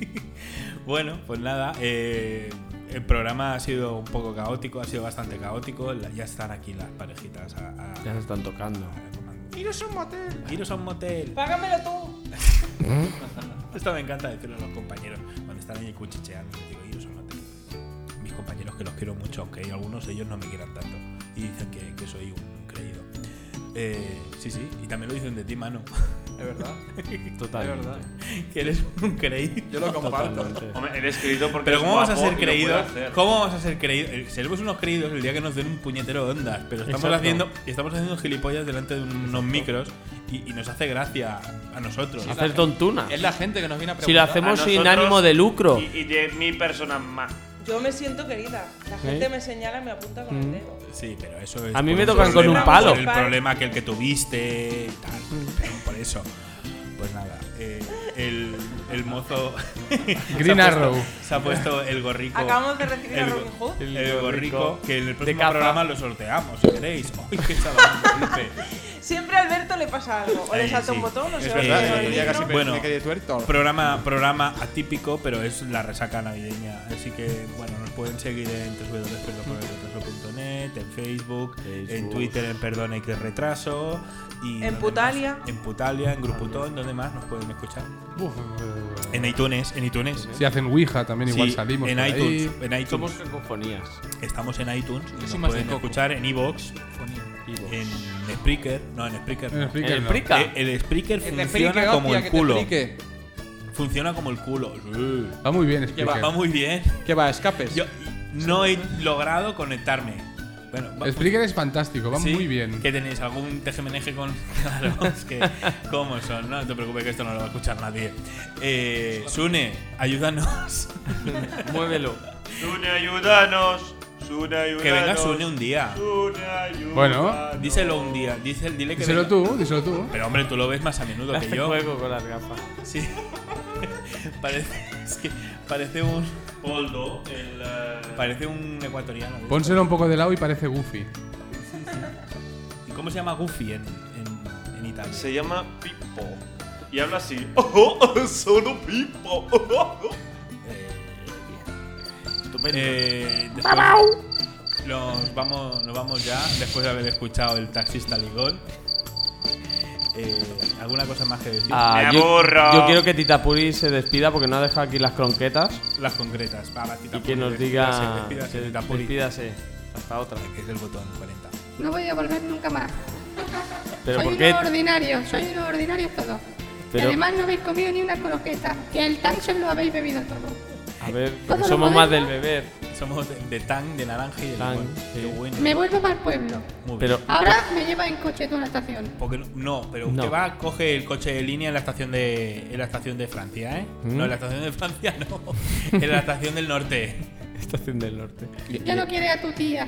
bueno, pues nada. eh, el programa ha sido un poco caótico, ha sido bastante caótico. La- ya están aquí las parejitas. A, a- Ya se están tocando. Iros a un motel. Iros a un motel. Págamelo tú. Esto me encanta decirlo a los compañeros cuando están ahí cuchicheando. Digo, iros a un motel. Mis compañeros que los quiero mucho, aunque hay algunos de ellos no me quieran tanto. Y dicen que, que soy un creído. Eh, sí, sí. Y también lo dicen de ti, mano. Es verdad. <laughs> Total. Es verdad. que eres un creído. Yo lo comparto. Hombre, eres creído porque Pero eres ¿cómo vas a guapo ser y lo creídos? puedes hacer. ¿Cómo vas a ser creídos? Eh, Seremos unos creídos el día que nos den un puñetero de ondas. Pero estamos Exacto. haciendo estamos haciendo gilipollas delante de un- unos micros y, y nos hace gracia a nosotros. Sí, Hacer la- tontunas. Es la gente que nos viene a Si lo preguntar. hacemos A sin nosotros ánimo de lucro. Y, y de mi persona más. Yo me siento querida. La ¿Sí? gente me señala y me apunta con el Mm. dedo. Sí, pero eso es. A mí por me tocan con un problema, palo. por Pues El problema que el que tuviste y tal. Pero por eso. Pues nada, eh, el, <laughs> el mozo. se ha puesto- Arrow. Se ha puesto el gorrico. Acabamos de recibir a el, Robin Hood. El, El gorrico, gorrico que en el próximo caza. programa lo sorteamos, si queréis. ¡Uy, qué chaval! Siempre a Alberto le pasa algo. O le Ahí, salta un sí. botón o Es se va verdad, el a caer otro el día libro. casi me- Bueno, Me quedé tuerto. Programa, programa atípico, pero es la resaca navideña. Así que, bueno, nos pueden seguir en www.perdonporelretraso.net, en Facebook, en Twitter, en Perdón X Retraso. Y En ¿dónde Putalia. más? En Putalia, en Gruputón, ¿dónde más nos pueden escuchar? Uf, En iTunes, en iTunes. Si hacen Ouija también igual Sí, salimos. En por ahí. iTunes, en iTunes. Somos cacofonías. Estamos en iTunes y nos más de pueden coco. escuchar en Evox, en Spreaker. No, en Spreaker. En no. Spreaker En no. Spreaker. El, el Spreaker Que te funciona frique, como hostia, el que te culo. frique. Funciona como el culo. Sí. Va muy bien, Que va, Spreaker. va muy bien. ¿Qué va? ¿Escapes? Yo no he logrado conectarme. Bueno, va- Spreaker es fantástico, va ¿Sí? muy bien. ¿Qué tenéis? ¿Algún tejemeneje con.? <laughs> Claro, es que. ¿Cómo son? No te preocupes que esto no lo va a escuchar nadie. Eh, Sune, ayúdanos. <laughs> Muévelo. Sune, ayúdanos. Sune, ayúdanos. que venga Sune un día. Sune, ayúdanos. Bueno. Díselo un día. Dice, dile que Díselo venga. tú, díselo tú. Pero hombre, tú lo ves más a menudo que yo. Juego con las gafas. Sí. <laughs> parece, es que parece un. Poldo, el. eh, Parece un ecuatoriano. de Pónselo un poco de lado y parece Goofy. estos. ¿Y cómo se llama Goofy en, en, en Italia? Se llama Pipo. Y habla así. Oh, <laughs> oh, solo Pipo. Oh, oh, oh. Estupendo. Eh, después- nos, vamos, nos vamos ya, después de haber escuchado el taxista Ligón. Eh, ¿Alguna cosa más que decir? Ah, Me yo, aburro. yo quiero que Tita Puri se despida porque no ha dejado aquí las cronquetas. Las concretas. Va, va, Y Tita que Puri, nos despídase, diga. despídase, que Tita Puri. Despídase. Hasta otra. Que es el botón 40. No voy a volver nunca más. Pero soy ¿por un qué? ordinario, soy un ordinario todo. Y Pero- además no habéis comido ni una croqueta, que el tancho lo habéis bebido todo. A ver, Todo porque lo somos más del moderno. beber. Somos de, de tan, de naranja y de Tang, limón. sí. Qué bueno. Me vuelvo para el pueblo. Muy bien. Pero Ahora me lleva en coche toda la estación. Porque no- no, pero usted No. va, coge el coche de línea en la estación de, en la estación de Francia, ¿eh? ¿Mm? No, en la estación de Francia no. <laughs> en la estación del norte. Estación del Norte. Ya no quiere a tu tía.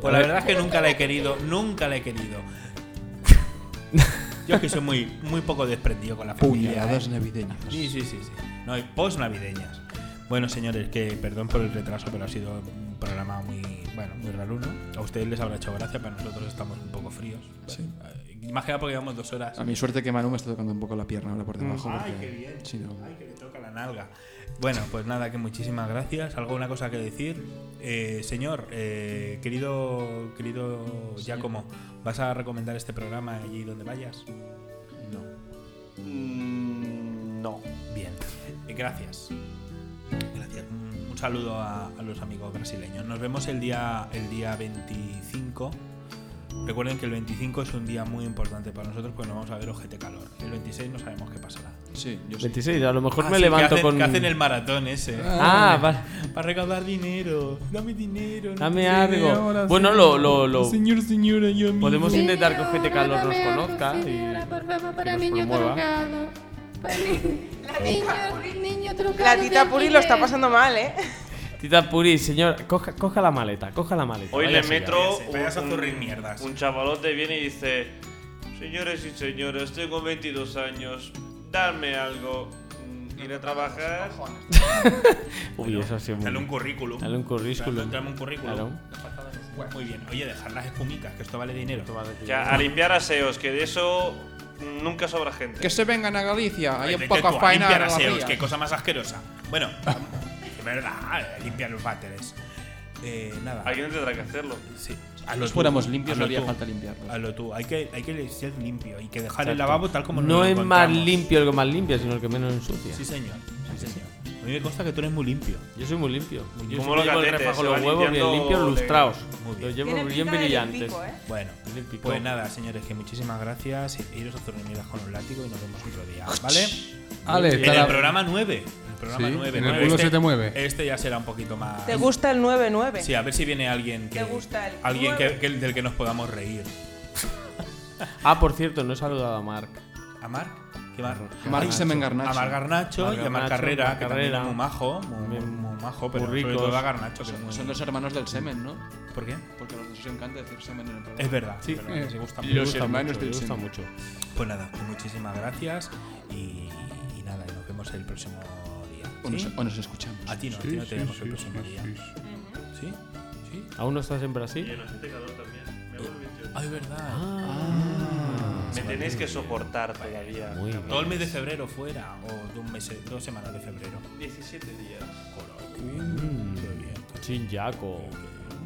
Pues la verdad es que nunca la he querido, nunca la he querido. Yo es que soy muy, muy poco desprendido con la familia. Puñaladas ¿eh? navideñas. Sí, sí, sí, sí. No, y post navideñas. Bueno, señores, que perdón por el retraso, pero ha sido un programa muy, bueno, muy raro, ¿no? A ustedes les habrá hecho gracia, pero nosotros estamos un poco fríos. Sí. Eh, Imagina porque llevamos dos horas. A mi suerte que Manu me está tocando un poco la pierna ahora por debajo. Mm. Ay, porque qué bien. si no- Ay, que le toca la nalga. Bueno, pues nada, que muchísimas gracias. ¿Alguna cosa que decir? Eh, señor, eh, querido, querido Giacomo, ¿vas a recomendar este programa allí donde vayas? No. Bien. Eh, gracias. Gracias. Un- Un saludo a, a los amigos brasileños. Nos vemos el día, el día 25. Recuerden que el 25 es un día muy importante para nosotros porque nos vamos a ver ojete calor. El 26 no sabemos qué pasará. Sí, yo 26, a lo mejor Ah, me sí, que levanto hacen- con. que hacen el maratón ese. Ah, vale. Para recaudar dinero. Dame dinero. no Dame te- algo. ahora, Oh. Bueno, señor. lo- lo- lo- Señor, señora, yo mismo. Podemos Sí. intentar que Ojete Calor nos Dame algo, conozca. señora, y- por favor, para nos niño promueva. trucado. Para ni- niño, niño trucado. La tita de Puri lo está alquiler. pasando mal, ¿eh? Tita Puri, señor, coja, coja la maleta, coja la maleta. Hoy le váyase ya. metro vayas a zurrir mierdas. un chavalote viene y dice, señores y señoras, tengo 22 años, darme algo, mm, ir a trabajar. <laughs> Uy, eso ha sido muy- Dale un currículum. Dale un currículum. Dale un currículum. Claro. Muy bien. Oye, dejar las espumicas, que esto vale dinero. Ya, a limpiar aseos, que de eso mm, nunca sobra gente. Que se vengan a Galicia, hay Oye, un vete poco tú a faena Limpiar a la aseos, ría. qué cosa más asquerosa. Bueno, <laughs> de verdad, limpiar los váteres. Eh, nada. Alguien tendrá que hacerlo. Sí. Si fuéramos limpios, no haría falta limpiarlos. Hazlo tú. Hay que, hay que ser limpio. Hay que dejar el Exacto. lavabo tal como nos No lo es más encontramos. limpio el que más limpia, sino el que menos ensucia. Sí, señor. Sí, señor. A mí me consta que tú eres muy limpio. Yo soy muy limpio. Yo Como siempre los llevo el catetes, refajo se los va huevos bien limpiando limpios, de- lustrados. Muy bien. Los llevo Tiene bien pinta de brillantes. olímpico, ¿eh? Bueno, Pues nada, señores, que muchísimas gracias. Iros a Zorrimidas con un látigo y nos vemos otro día, ¿vale? Ale, en tala- el programa 9. El programa Sí, 9. en el ¿no? culo este, se te mueve. Este ya será un poquito más. ¿Te gusta el 9-9? Sí, a ver si viene alguien que. ¿Te gusta el alguien que, nueve? que- del que nos podamos reír. Ah, por cierto, no he saludado a Marc. ¿A Marc? ¿Qué Marc? Marc Garnacho. se me engarnacha. A Marc Garnacho Marc y a Marc Garnacho, Carrera, Marc que también Carrera. es muy majo. Muy, Bien. muy majo, pero Muy sobre ricos. todo a Garnacho, que es Son- muy. Son los hermanos del semen, ¿no? ¿Por qué? Porque a los dos os encanta decir semen en el programa. Es verdad, Sí, es verdad, les gusta mucho. los hermanos del gusta semen. mucho. Pues nada, pues muchísimas gracias y, y nada, y nos vemos el próximo día. O nos- ¿sí? o nos escuchamos. A ti no, a Sí, ti no sí, te vemos el sí, próximo sí, día. sí, ¿Sí? ¿Sí? ¿Aún no estás en Brasil? Eh, Ay, verdad. Me tenéis que soportar todavía. Todo el mes de febrero fuera, o dos, meses, dos semanas de febrero. 17 días. Chinjaco.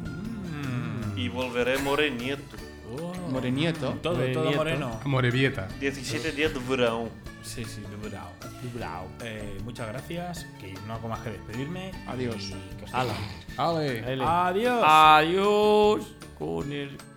Mm. Mm. Y volveré morenieto. Morenieto. Oh. Todo, todo moreno. Morevieta. 17 días de verano. Sí, sí, de bravo. Eh, muchas gracias, que no hago más que despedirme. Adiós. y que os- Ala. Ale. Ele. Adiós. Adiós. Con el